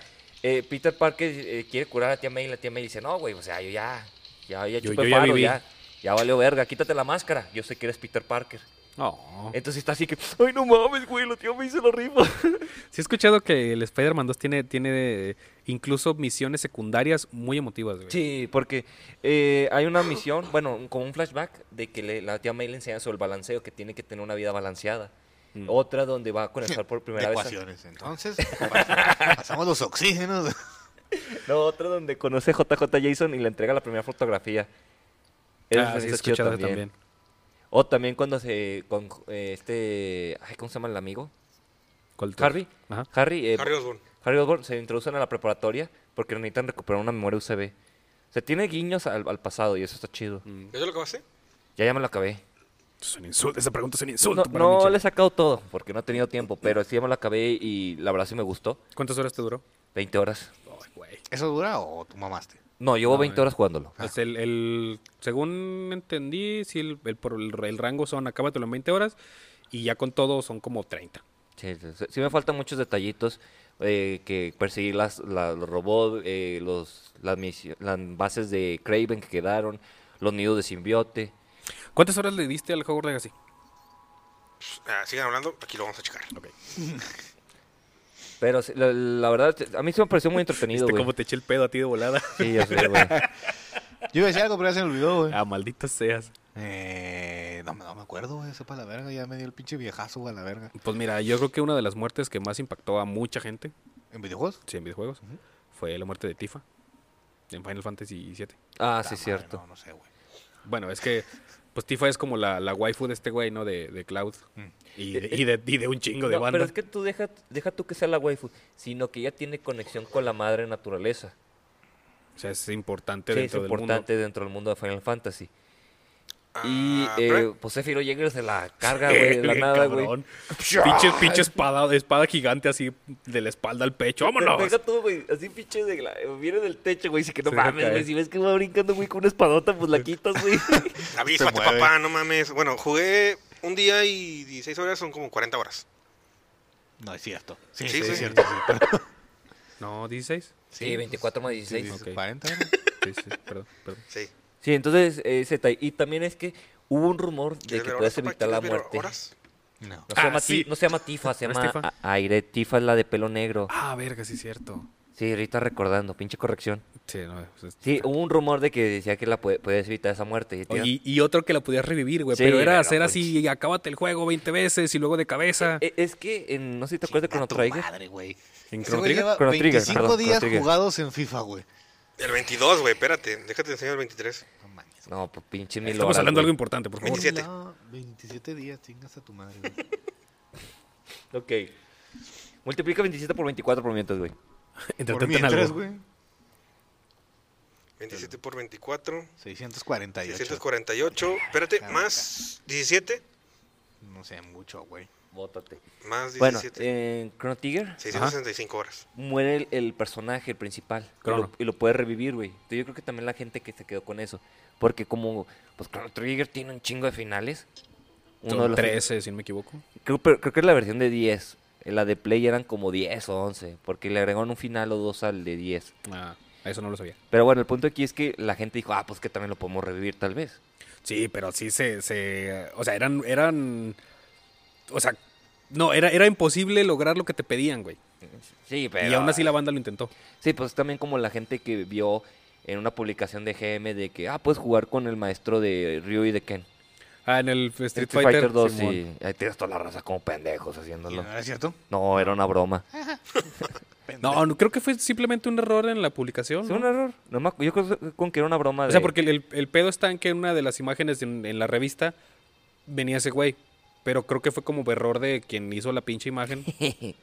S3: eh, Peter Parker eh, quiere curar a la tía May y la tía May dice, no, güey, o sea, yo ya, ya, ya
S1: Yo-
S3: chupé
S1: yo ya
S3: faro,
S1: viví".
S3: ya, ya valió verga, quítate la máscara, yo sé que eres Peter Parker.
S1: No.
S3: Entonces está así que, ay, no mames, güey, la tía May se lo rifa.
S1: Sí he escuchado que el Spider-Man 2 tiene, tiene eh, incluso misiones secundarias muy emotivas, güey.
S3: Sí, porque eh, hay una misión, bueno, un- como un flashback de que le- la tía May le enseña sobre el balanceo, que tiene que tener una vida balanceada. Otra donde va a conectar por
S2: de
S3: primera vez. a-
S2: ecuaciones. Entonces, pas- pasamos los oxígenos.
S3: No, otra donde conoce a JJ Jason y le entrega la primera fotografía. Eso
S1: Ah,
S3: se me
S1: sí he
S3: hizo chido
S1: escuchado también.
S3: O también cuando se. Con, eh, este. Ay, ¿Cómo se llama el amigo?
S1: ¿Cuál tú?
S3: Harvey.
S1: Ajá.
S3: Harry. eh,
S4: Harry Osborn.
S3: Harry Osborn se introducen a la preparatoria porque necesitan recuperar una memoria USB. O sea, tiene guiños al, al pasado y eso está chido.
S4: ¿Eso es lo que vas a hacer?
S3: Ya ya me lo acabé.
S1: Es un insulto, esa pregunta es un
S3: No,
S1: insulto. para
S3: no
S1: Michel.
S3: le he sacado todo porque no he tenido tiempo, pero sí ya me lo acabé y la verdad sí me gustó.
S1: ¿Cuántas horas te duró?
S3: 20 horas.
S1: Ay, güey.
S2: ¿Eso dura o tú mamaste?
S3: No, llevo
S1: No,
S3: 20
S1: eh.
S3: horas jugándolo.
S1: Pues el, el- según entendí, sí, el, el, por el, el rango son, acábatelo en 20 horas y ya con todo son como 30.
S3: Sí, sí, sí, sí me faltan muchos detallitos eh, que perseguir las, la- los robots, eh, los, las, misi- las bases de Craven que quedaron, los nidos de simbiote.
S1: ¿Cuántas horas le diste al Hogwarts Legacy?
S4: Ah, sigan hablando, aquí lo vamos a checar.
S3: Pero sí, la, la verdad, a mí se me pareció muy entretenido,
S1: ¿Viste
S3: güey.
S1: cómo te eché el pedo a ti de volada?
S3: Sí, ya sé, güey.
S2: Yo iba a decir algo, pero ya se me olvidó, güey.
S1: ah, maldito seas.
S2: Eh, no, me- no me acuerdo, güey. Sepa la verga. Ya me dio el pinche viejazo, güey, a la verga.
S1: Pues mira, yo creo que una de las muertes que más impactó a mucha gente,
S2: ¿En videojuegos?
S1: sí, en videojuegos, fue la muerte de Tifa en Final Fantasy VII.
S3: Ah,
S2: Ta
S3: sí,
S2: madre,
S3: cierto.
S2: No, no sé, güey.
S1: Bueno, es que pues Tifa es como la, la waifu de este güey, ¿no? De, de Cloud.
S2: Mm.
S1: Y de, y de- y de un chingo de
S3: No, pero
S1: bandas.
S3: es que tú deja, deja tú que sea la waifu, sino que ella tiene conexión con la madre naturaleza.
S1: O sea, es importante
S3: Sí, es
S1: dentro del mundo.
S3: importante dentro del mundo de Final Fantasy. Y
S4: Ah,
S3: eh, pues Sephiroth llega y se la carga, güey, de la nada, güey.
S1: Eh, Cabrón. Pinche, pinche espada, espada gigante así de la espalda al pecho.
S3: Pero
S1: ¡Vámonos!
S3: Pega todo, güey, así pinche de la... Viene del techo, güey, dice que no
S1: Se deja
S3: mames, güey.
S1: caer.
S3: Si ves que va brincando, güey, con una espadota, pues la quitas, güey.
S4: Avísate,
S2: mueve.
S4: papá, no mames. Bueno, jugué un día y 16 horas son como 40 horas.
S2: No, es cierto. Sí,
S4: Sí,
S2: sí,
S4: sí.
S2: es cierto. Sí, pero-
S1: No, 16.
S3: Sí, 24 más
S2: Sí,
S3: 16.
S2: sí,
S1: Ok.
S2: 40. ¿no?
S1: Sí, sí, perdón, perdón.
S4: Sí.
S3: Sí, entonces, eh, Z, y también es que hubo un rumor de
S4: ¿Quieres
S3: que
S4: ver
S3: puedes
S4: horas, papá?
S3: evitar la
S4: ¿Quieres ver
S3: muerte. No
S4: horas?
S2: No.
S3: se,
S1: Ah,
S3: llama
S1: sí.
S3: Ti- no se llama Tifa, se
S1: ¿No es
S3: llama
S1: Tifa?
S3: A- Aire. Tifa es la de pelo negro.
S1: Ah, verga, sí es cierto.
S3: Sí, ahorita recordando, pinche corrección.
S1: Sí, no, pues, es-
S3: Sí, hubo un rumor de que decía que la pue- puedes evitar esa muerte. y
S1: Oye,
S3: tía-
S1: y, y otro que la podías revivir, güey.
S3: Sí,
S1: pero era
S3: pero
S1: hacer
S3: pues-
S1: así, y acábate el juego 20 veces y luego de cabeza.
S3: Eh, Es que, en- no sé si te acuerdas de Chrono
S2: Tu
S3: Trigger.
S2: Madre, güey.
S1: ¿En
S2: Ese
S1: Chrono
S2: güey
S1: Trigger?
S2: lleva
S3: Chrono Trigger,
S2: 25
S3: perdón, Chrono
S2: días
S3: Trigger.
S2: jugados en FIFA, güey.
S4: El 22, güey, espérate. Déjate enseñar el 23.
S2: No mames.
S3: No, pues pinche mil
S1: Estamos
S3: horas,
S1: hablando de algo
S3: güey.
S1: importante, por favor.
S4: 27.
S2: No, 27 días, chingas a tu madre, güey.
S3: Ok. Multiplica 27 por 24 por mientras, güey.
S2: Por
S1: Entretente en
S2: mientras,
S1: algo.
S2: güey.
S4: 27 por 24.
S2: 648.
S4: 648. Espérate,
S2: Caraca.
S4: más 17.
S2: No sé, mucho, güey.
S3: Bótate.
S4: Más
S3: Bueno, eh,
S4: 17.
S3: en Chrono Trigger
S4: 665 horas.
S3: muere el, el personaje, el principal. Y
S1: Crono.
S3: lo, y lo puede revivir, güey. Entonces, Yo creo que también la gente que se quedó con eso. Porque como, pues Chrono Trigger tiene un chingo de finales. Uno de
S1: Son
S3: los
S1: 13, si no me equivoco.
S3: Creo, pero creo que es la versión de 10. En La de Play eran como 10 o 11. Porque le agregaron un final o dos al de 10.
S1: Ah, eso no lo sabía.
S3: Pero bueno, el punto aquí es que la gente dijo, ah, pues que también lo podemos revivir tal vez.
S1: Sí, pero sí se, se o sea, eran eran o sea, no, era era imposible lograr lo que te pedían, güey.
S3: Sí, pero...
S1: Y aún así la banda lo intentó.
S3: Sí, pues también como la gente que vio en una publicación de GM de que, ah, puedes jugar con el maestro de Ryu y de Ken.
S1: Ah, en el Street,
S3: Street
S1: Fighter,
S3: Fighter 2
S1: Simón.
S3: y ahí tienes toda la raza como pendejos
S2: ¿Y
S3: haciéndolo.
S2: ¿No era cierto?
S3: No, era una broma.
S1: Ah, No, no, creo que fue simplemente un error en la publicación.
S3: Es
S1: ¿no?
S3: un error. No me acu- yo creo con que era una broma de...
S1: O sea, porque el, el- el pedo está en que en una de las imágenes en, en la revista venía ese güey. Pero creo que fue como error de quien hizo la pinche imagen.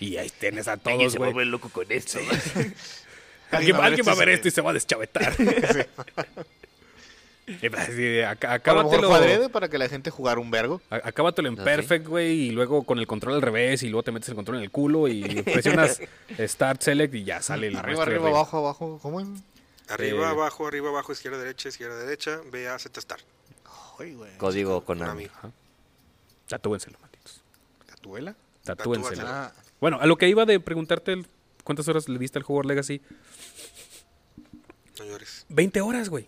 S1: y ahí tienes a todos, güey.
S3: loco con esto.
S1: Alguien,
S2: este
S1: alguien va a ver este. esto y se va a deschavetar. Y pues, así de, "Acá-
S2: A lo mejor
S1: acábatelo-
S2: fue adrede para que la gente jugara un vergo.
S1: A- Acábatelo en
S3: ¿Ah, sí?
S1: perfect, güey, y luego con el control al revés, y luego te metes el control en el culo y presionas start, select y ya sale el
S2: Arriba,
S1: maestro de
S2: arriba,
S1: arriba.
S2: abajo, abajo. ¿Cómo es?
S4: Arriba,
S1: Eh.
S4: abajo, arriba, abajo, izquierda, derecha, izquierda, derecha. B, A, Z, Star.
S2: Ay, güey.
S3: Código con
S4: Konami.
S1: Tatúenselo, malditos.
S2: ¿Catuela?
S1: Tatúenselo.
S4: Tatúenselo.
S2: Ah,
S1: Bueno, a lo que iba de preguntarte el- cuántas horas le diste al juego Legacy.
S4: No llores.
S1: 20 horas, güey.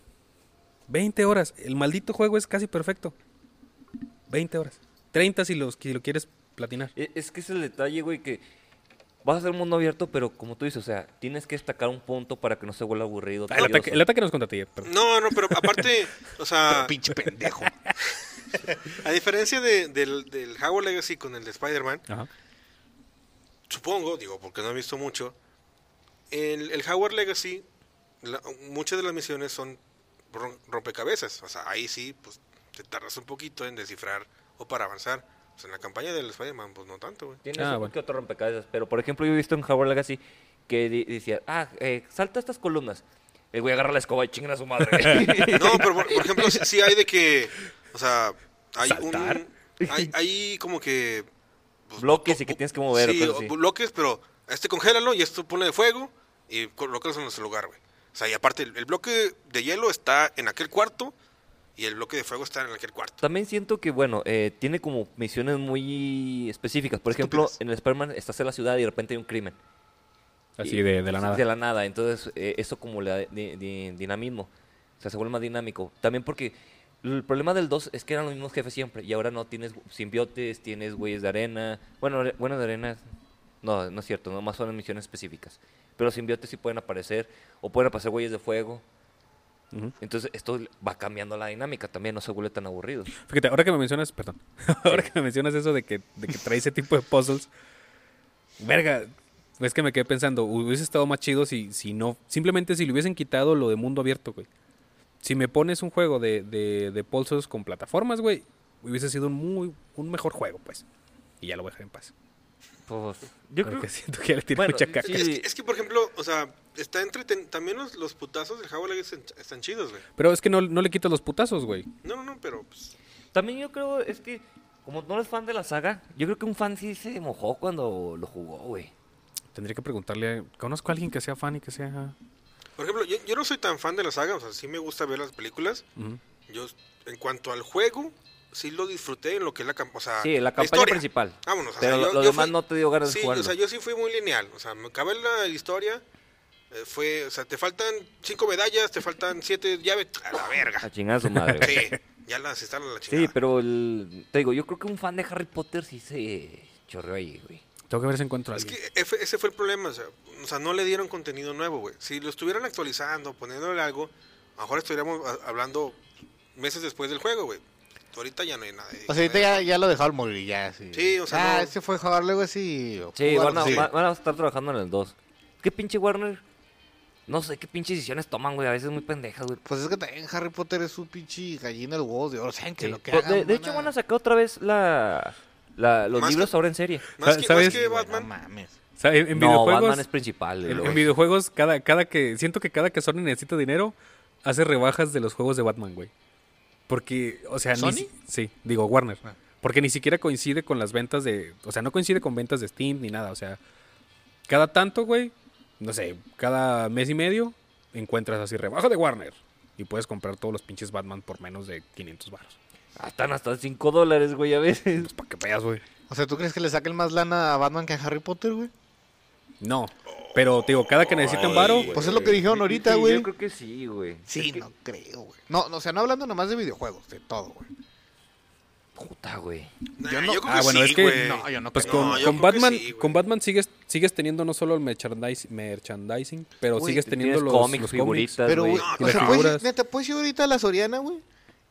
S1: 20 horas. El maldito juego es casi perfecto. 20 horas. 30 si, los, si lo quieres platinar.
S3: E- Es que es el detalle, güey, que vas a hacer un mundo abierto, pero como tú dices, o sea, tienes que destacar un punto para que no se vuelva aburrido.
S1: Ah, El ataque,
S3: tedioso.
S1: el ataque nos contaté, perdón.
S4: No, no, pero aparte, o sea,
S2: pero pinche pendejo.
S4: a diferencia de- del, del Howard Legacy con el de Spider-Man,
S1: Ajá.
S4: supongo, digo, porque no he visto mucho, el, el Howard Legacy, la- muchas de las misiones son rom- rompecabezas. O sea, ahí sí, pues te tardas un poquito en descifrar o para avanzar. O sea, en la campaña del Spider-Man, pues no tanto, güey.
S3: Tienes
S1: Ah,
S3: un
S1: bueno.
S3: que otro rompecabezas, pero por ejemplo, yo he visto en Howard Legacy que di- decía, ah, eh, salta estas columnas. El güey agarra la escoba y chingan a su madre.
S4: No, pero por, por ejemplo, sí, sí hay de que, o sea, hay
S1: ¿Saltar?
S4: un... Hay, hay como que... pues,
S3: Bloques
S4: bu-
S3: y que
S4: bu-
S3: tienes que mover,
S4: Sí,
S3: cosas
S4: o
S3: así.
S4: bloques, pero a este congélalo y esto pone de fuego y colócalos en nuestro lugar, güey. O sea, y aparte, el, el bloque de hielo está en aquel cuarto y el bloque de fuego está en aquel cuarto.
S3: También siento que, bueno, eh, tiene como misiones muy específicas. Por ejemplo,
S2: Estúpidas.
S3: en el Spider-Man estás en la ciudad y de repente hay un crimen.
S1: Así
S3: Y-
S1: de, de la nada.
S3: De la nada. Entonces, eh, eso como le da di- di- dinamismo. O sea, se vuelve más dinámico. También porque el problema del 2 es que eran los mismos jefes siempre. Y ahora no tienes simbiotes, tienes güeyes de arena. Bueno, are- bueno, de arena. No, no es cierto. Nomás son en misiones específicas. Pero los simbiotes sí pueden aparecer. O pueden aparecer güeyes de fuego.
S1: Ujú.
S3: Entonces, esto va cambiando la dinámica también, no se vuelve tan aburrido.
S1: Fíjate, ahora que me mencionas, perdón, ahora que me mencionas eso de que, de que trae ese tipo de puzzles, verga, es que me quedé pensando, hubiese estado más chido si, si no, simplemente si le hubiesen quitado lo de mundo abierto, güey. Si me pones un juego de, de, de puzzles con plataformas, güey, hubiese sido un, muy, un mejor juego, pues. Y ya lo voy a dejar en paz.
S3: Pues, yo creo
S1: Porque siento que ya le tiré
S3: Bueno,
S1: mucha caca.
S4: Es,
S3: Sí.
S4: que, es que, por ejemplo, o sea, está entreten... también los, los putazos del Jaguar están, están chidos, güey.
S1: Pero es que no, no le quitas los putazos, güey.
S4: No, no, no, pero pues,
S3: También yo creo, es que, como no eres fan de la saga, yo creo que un fan sí se mojó cuando lo jugó, güey.
S1: Tendría que preguntarle, conozco a alguien que sea fan y que sea...
S4: Por ejemplo, yo, yo no soy tan fan de la saga, o sea, sí me gusta ver las películas.
S1: Ujú.
S4: Yo, en cuanto al juego, sí lo disfruté en lo que es Ah, la campaña. O sea,
S3: Sí, la campaña
S4: historia.
S3: principal.
S4: Vámonos. o
S3: Pero
S4: sea,
S3: lo-
S4: yo-
S3: lo
S4: yo
S3: demás
S4: fui-
S3: no te dio ganas de
S4: sí,
S3: jugarlo.
S4: o sea, yo sí fui muy lineal. O sea, me acabé la historia. eh, fue, o sea, te faltan cinco medallas, te faltan siete llaves. A la
S3: A
S4: verga.
S3: chingar a su madre. güey.
S4: Sí, ya las instalan a la chingada.
S3: Sí, pero el- te digo, yo creo que un fan de Harry Potter sí se chorreó ahí, güey.
S1: Tengo que ver si encuentro a
S4: Es
S1: alguien.
S4: que efe- ese fue el problema, o sea, o sea, no le dieron contenido nuevo, güey. Si lo estuvieran actualizando, poniéndole algo, a lo mejor estuviéramos a- hablando meses después del juego, güey. Ahorita ya no hay nada. de-
S2: O sea, ahorita ya, ya lo dejaron morir, ya. Sí,
S4: Sí, o
S2: Ah,
S4: sea, no-
S2: ese fue jugar luego así.
S3: Sí,
S2: jugar,
S3: van a,
S2: sí.
S3: va- van a estar trabajando en el 2. ¿Qué pinche Warner? No sé qué pinche decisiones toman, güey. A veces muy pendejas, güey.
S2: Pues es que también Harry Potter es un pinche gallina del huevo de oro. ¿Saben que
S3: Sí.
S2: lo que
S3: Pues,
S2: hagan,
S3: de, de hecho, van a sacar otra vez la, la- los
S4: Más
S3: libros
S4: que-
S3: ahora en serie.
S4: Más, que,
S1: ¿Sabes?
S4: más que
S2: Sí, güey,
S4: Batman,
S2: No mames.
S1: O sea, en, en
S3: no,
S1: videojuegos...
S3: Batman es principal, güey.
S1: En-
S3: lo
S1: En
S3: es.
S1: videojuegos, cada, cada que. Siento que cada que Sony necesita dinero, hace rebajas de los juegos de Batman, güey. Porque, o sea, ni
S2: ¿Sony?
S1: si- sí, digo, Warner.
S2: Ah.
S1: Porque ni siquiera coincide con las ventas de. O sea, no coincide con ventas de Steam ni nada. O sea, cada tanto, güey, no sé, cada mes y medio encuentras así rebaja de Warner. Y puedes comprar todos los pinches Batman por menos de 500 baros.
S3: Ah, Están hasta 5 dólares, güey, a veces.
S1: Pues para que veas, güey.
S2: O sea, ¿tú crees que le saquen más lana a Batman que a Harry Potter, güey?
S1: No. Pero, te digo, cada que necesitan varo.
S2: Pues es lo que dijeron ahorita, güey.
S3: Yo creo que sí, güey.
S2: Sí, no creo, güey. No, no, o sea, no hablando nomás de videojuegos, de todo, güey.
S3: Puta, güey.
S4: nah,
S2: yo no-
S4: yo creo
S1: Ah,
S4: que
S1: bueno,
S4: sí,
S1: es que-
S4: güey.
S2: No, yo no
S1: Pues
S2: creo.
S1: con,
S4: No, yo
S1: con
S4: creo que
S1: Batman,
S4: sí, güey.
S1: con Batman sigues, sigues teniendo no solo el merchandise- merchandising, pero
S2: Güey,
S1: sigues teniendo
S3: Tienes
S1: los
S3: cómics,
S1: los cómics.
S3: figuritas,
S2: Pero,
S3: güey.
S2: güey,
S4: No,
S2: o
S1: con
S2: sea,
S1: las
S2: puedes,
S1: figuras.
S2: ir- neta, puedes ir ahorita a la Soriana, güey.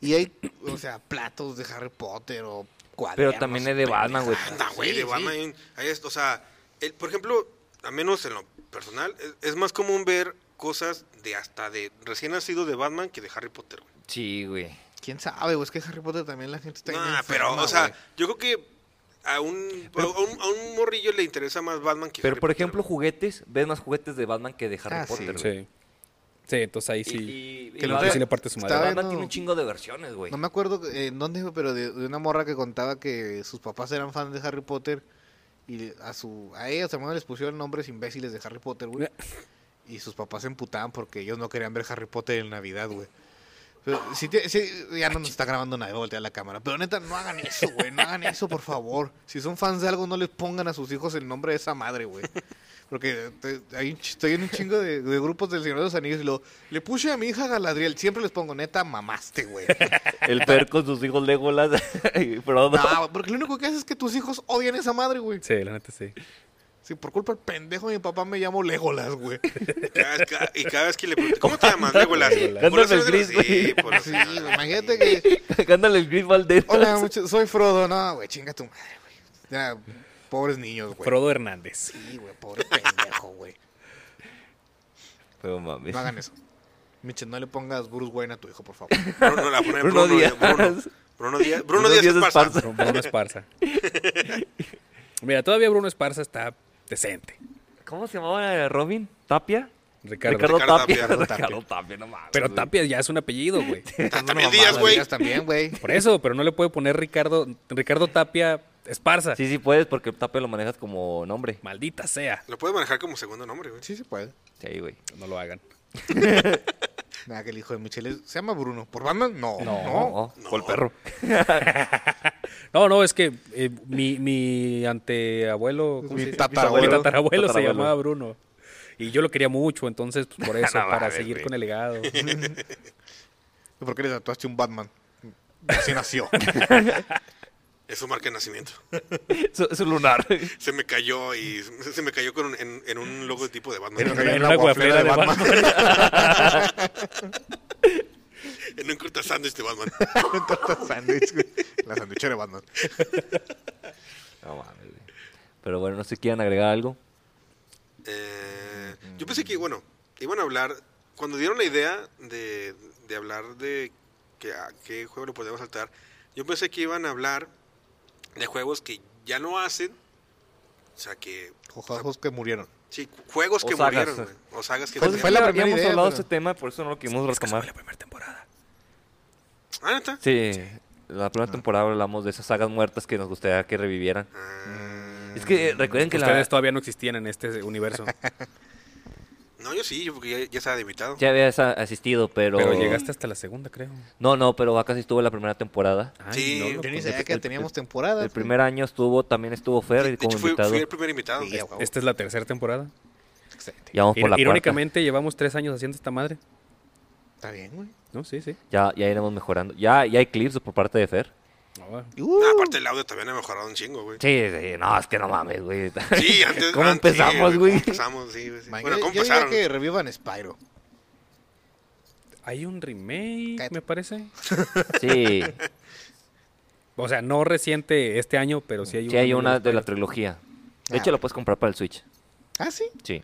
S2: Y hay, o sea, platos de Harry Potter o cuadernos.
S3: Pero también es de Batman, güey.
S4: Anda, güey,
S2: Sí,
S4: de
S2: sí.
S4: Batman. hay un- hay esto, o sea, el- por ejemplo, a menos en lo personal, es, es más común ver cosas de hasta de recién nacido de Batman que de Harry Potter, güey.
S3: Sí, güey.
S2: ¿Quién sabe, güey? Es que Harry Potter también la gente está bien
S4: No, pero,
S2: enferma,
S4: o sea,
S2: güey.
S4: yo creo que a un, a, un, a un morrillo le interesa más Batman que
S3: Pero,
S4: Harry
S3: por
S4: Potter,
S3: ejemplo,
S4: güey.
S3: juguetes. Ves más juguetes de Batman que de Harry
S2: Ah, sí,
S3: Potter, güey.
S1: Sí. sí, entonces ahí sí.
S3: Y- y-
S2: Que
S3: y
S2: lo
S1: ahí
S2: vea-
S1: sí le parte su madre.
S2: estaba-
S3: Batman
S2: Bueno.
S3: tiene un chingo de versiones, güey.
S2: No me acuerdo eh, en dónde, pero de, de una morra que contaba que sus papás eran fans de Harry Potter y a su a ella, a su hermano les pusieron nombres imbéciles de Harry Potter, güey. Y sus papás se emputaban porque ellos no querían ver Harry Potter en Navidad, güey. Pero si te- si- ya no nos está grabando nadie, voltea la cámara. Pero neta, no hagan eso, güey. No hagan eso, por favor. Si son fans de algo, no les pongan a sus hijos el nombre de esa madre, güey. Porque te- hay un ch- estoy en un chingo de, de grupos del Señor de los Anillos y lo, le puse a mi hija Galadriel. Siempre les pongo, neta, mamaste, güey.
S3: El perro con sus hijos Legolas. y Frodo.
S2: No, porque lo único que haces es que tus hijos odian esa madre, güey.
S1: Sí, la neta sí.
S2: Si por culpa del pendejo de mi papá me llamo Legolas, güey.
S4: Cada- cada- y cada vez que le pregunté, ¿cómo te llamas, Legolas?
S1: Legolas.
S4: Por los
S3: Gandalf el
S4: órdenes-
S3: gris, güey.
S4: Sí, pues, por los
S2: Sí,
S4: órdenes.
S2: güey, imagínate que...
S3: Cándale el Gris Valdez.
S2: Hola, mucho- soy Frodo. No, güey, chinga tu madre, güey. Ya, pobres niños, güey.
S1: Frodo Hernández.
S2: Sí, güey, pobre pendejo, güey.
S3: Pero mames.
S2: No hagan eso. Miche, no le pongas Bruce Wayne a tu hijo, por favor.
S4: Bruno, la pone
S3: Bruno
S4: Bruno, Díaz.
S3: Díaz.
S4: Bruno, Bruno Díaz. Bruno,
S3: Bruno
S4: Díaz,
S3: Díaz
S4: Esparza. Ah,
S3: Esparza.
S1: Bru- Bruno Esparza. Mira, todavía Bruno Esparza está decente.
S3: ¿Cómo se llamaba Robin? ¿Tapia?
S1: Ricardo.
S4: Ricardo
S3: Tapia.
S4: Tapia.
S3: Ricardo Tapia, no mames.
S1: Pero
S3: güey.
S1: Tapia ya es un apellido, güey.
S4: También
S2: Mamá,
S4: Díaz, güey.
S2: Díaz también, güey.
S1: Por eso, pero no le puede poner Ricardo, Ricardo Tapia Esparza.
S3: Sí, sí puedes porque Tapia lo manejas como nombre.
S1: Maldita sea.
S4: Lo puede manejar como segundo nombre, güey.
S2: Sí se puede.
S3: Sí, güey.
S1: No lo hagan.
S2: Nada, que el hijo de Michelle es- se llama Bruno. ¿Por Batman? No. No.
S3: No,
S4: No.
S3: no. el perro.
S1: No, no, es que eh, mi, mi anteabuelo. ¿cómo se
S2: Mi
S1: dice?
S2: tatarabuelo.
S1: Mi tatarabuelo se
S3: Tatarabuelo.
S1: llamaba Bruno. Y yo lo quería mucho, entonces, pues, por eso,
S3: No
S1: para
S3: mames,
S1: seguir
S3: güey.
S1: con el legado.
S2: ¿Por qué le tatuaste un Batman? Así nació.
S4: Es su marca de nacimiento.
S3: Su, su lunar.
S4: Se me cayó y se me cayó con un- en, en un logotipo de Batman.
S2: Pero
S1: En una guaflera de Batman.
S4: el sándwich de Batman.
S2: Un torta sándwich, güey. La sándwichera de Batman.
S3: No mames, güey. Pero bueno, no sé si quieran agregar algo.
S4: Eh, yo
S3: Mm.
S4: pensé que, bueno, iban a hablar. Cuando dieron la idea de, de hablar de que, a qué juego lo podemos saltar, yo pensé que iban a hablar de juegos que ya no hacen. O sea, que.
S2: Ojos que murieron.
S4: Sí, juegos
S3: O
S4: que
S3: sagas.
S4: murieron, güey, O sagas que
S2: Pues
S4: murieron.
S2: fue la
S3: Ya
S2: primera
S3: habíamos
S2: idea,
S3: hablado de
S2: pero-
S3: ese tema, por eso no lo quisimos retomar.
S1: primera temporada.
S4: Ah, ¿neta?
S3: Sí, la primera temporada hablamos de esas sagas muertas que nos gustaría que revivieran.
S4: Ah,
S3: Es que eh, recuerden que
S1: Ustedes
S3: la,
S1: todavía no existían en este universo.
S4: No, yo sí, yo porque ya, ya estaba de invitado.
S3: ya habías a- asistido, pero...
S1: Pero llegaste hasta la segunda, creo.
S3: No, no, pero acá sí estuvo la primera temporada.
S1: Ay,
S4: Sí,
S1: no pues, lo
S2: Yo ni
S1: conté.
S2: sabía que teníamos temporada.
S3: El primer año estuvo, también estuvo Fer
S4: De
S3: como
S4: hecho, fui,
S3: invitado.
S4: fui el primer invitado. Este,
S2: Sí, a huevo.
S1: Esta es la tercera temporada.
S2: Excelente.
S3: Ya vamos por
S1: Ir-
S3: la cuarta.
S1: Irónicamente, llevamos tres años haciendo esta madre.
S2: Está bien, güey.
S1: ¿No? Sí, sí.
S3: Ya, ya iremos mejorando. Ya, ya hay clips por parte de Fer.
S1: No,
S2: Uh,
S4: Ah, aparte el audio también ha mejorado un chingo, güey.
S3: Sí, sí, no, es que no mames, güey.
S4: Sí, antes.
S3: ¿Cómo
S4: antes, sí,
S3: empezamos, güey?
S4: ¿Cómo empezamos, sí, güey, sí.
S2: man,
S4: Bueno,
S2: yo-
S4: ¿cómo
S2: yo diría
S4: empezaron?
S2: que revivan Spyro.
S1: Hay un remake,
S2: Cállate.
S1: me parece.
S3: Sí,
S1: O sea, no reciente este año, pero sí hay
S3: sí hay
S1: uno
S3: una
S1: los
S3: de la
S1: Pirates.
S3: trilogía.
S2: Ah,
S3: De hecho, la puedes comprar para el Switch.
S2: Ah, sí.
S3: Sí.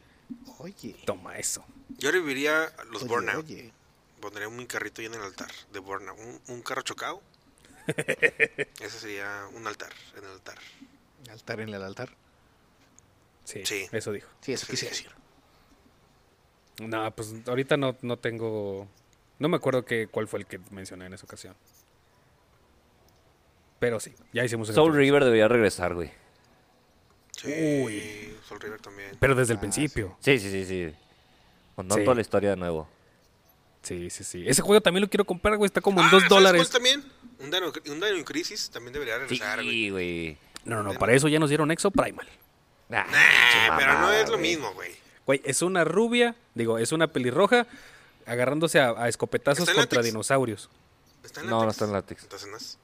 S2: Oye.
S1: Toma eso.
S4: Yo reviviría los
S2: oye,
S4: Burnout.
S2: oye.
S4: Pondría un carrito ahí en el altar de Burnout. Un, un carro chocado. Ese sería un altar, en el altar.
S2: Altar en el altar.
S1: Sí,
S4: Sí.
S1: eso dijo.
S2: Sí, eso quise decir.
S1: No, pues ahorita no, no tengo... No me acuerdo que, cuál fue el que mencioné en esa ocasión. Pero sí, ya hicimos el
S3: Soul
S1: episodio.
S3: River debería regresar, güey.
S4: Sí, Sol River también.
S1: Pero desde el
S2: Ah,
S1: principio.
S3: Sí, sí, sí, sí. Contando
S1: Sí.
S3: toda la historia de nuevo.
S1: Sí. sí, sí, Ese juego también lo quiero comprar, güey. Está como en
S4: Ah,
S1: dos
S4: ¿sabes
S1: dólares.
S4: cuál también? Un Dino, un Dino Crisis también debería regresar, güey.
S3: Sí, güey.
S1: No, no, no. Para eso ya nos dieron Exo Primal.
S3: Nah,
S4: Ah,
S3: pinche
S4: pero no
S3: mamada,
S4: es lo
S3: güey.
S4: mismo, güey.
S1: Güey, es una rubia, digo, es una pelirroja agarrándose a, a escopetazos
S4: ¿Está en
S1: contra
S4: látex?
S1: dinosaurios.
S4: ¿Está
S3: No, no está en
S4: la
S3: látex.
S4: Entonces no es.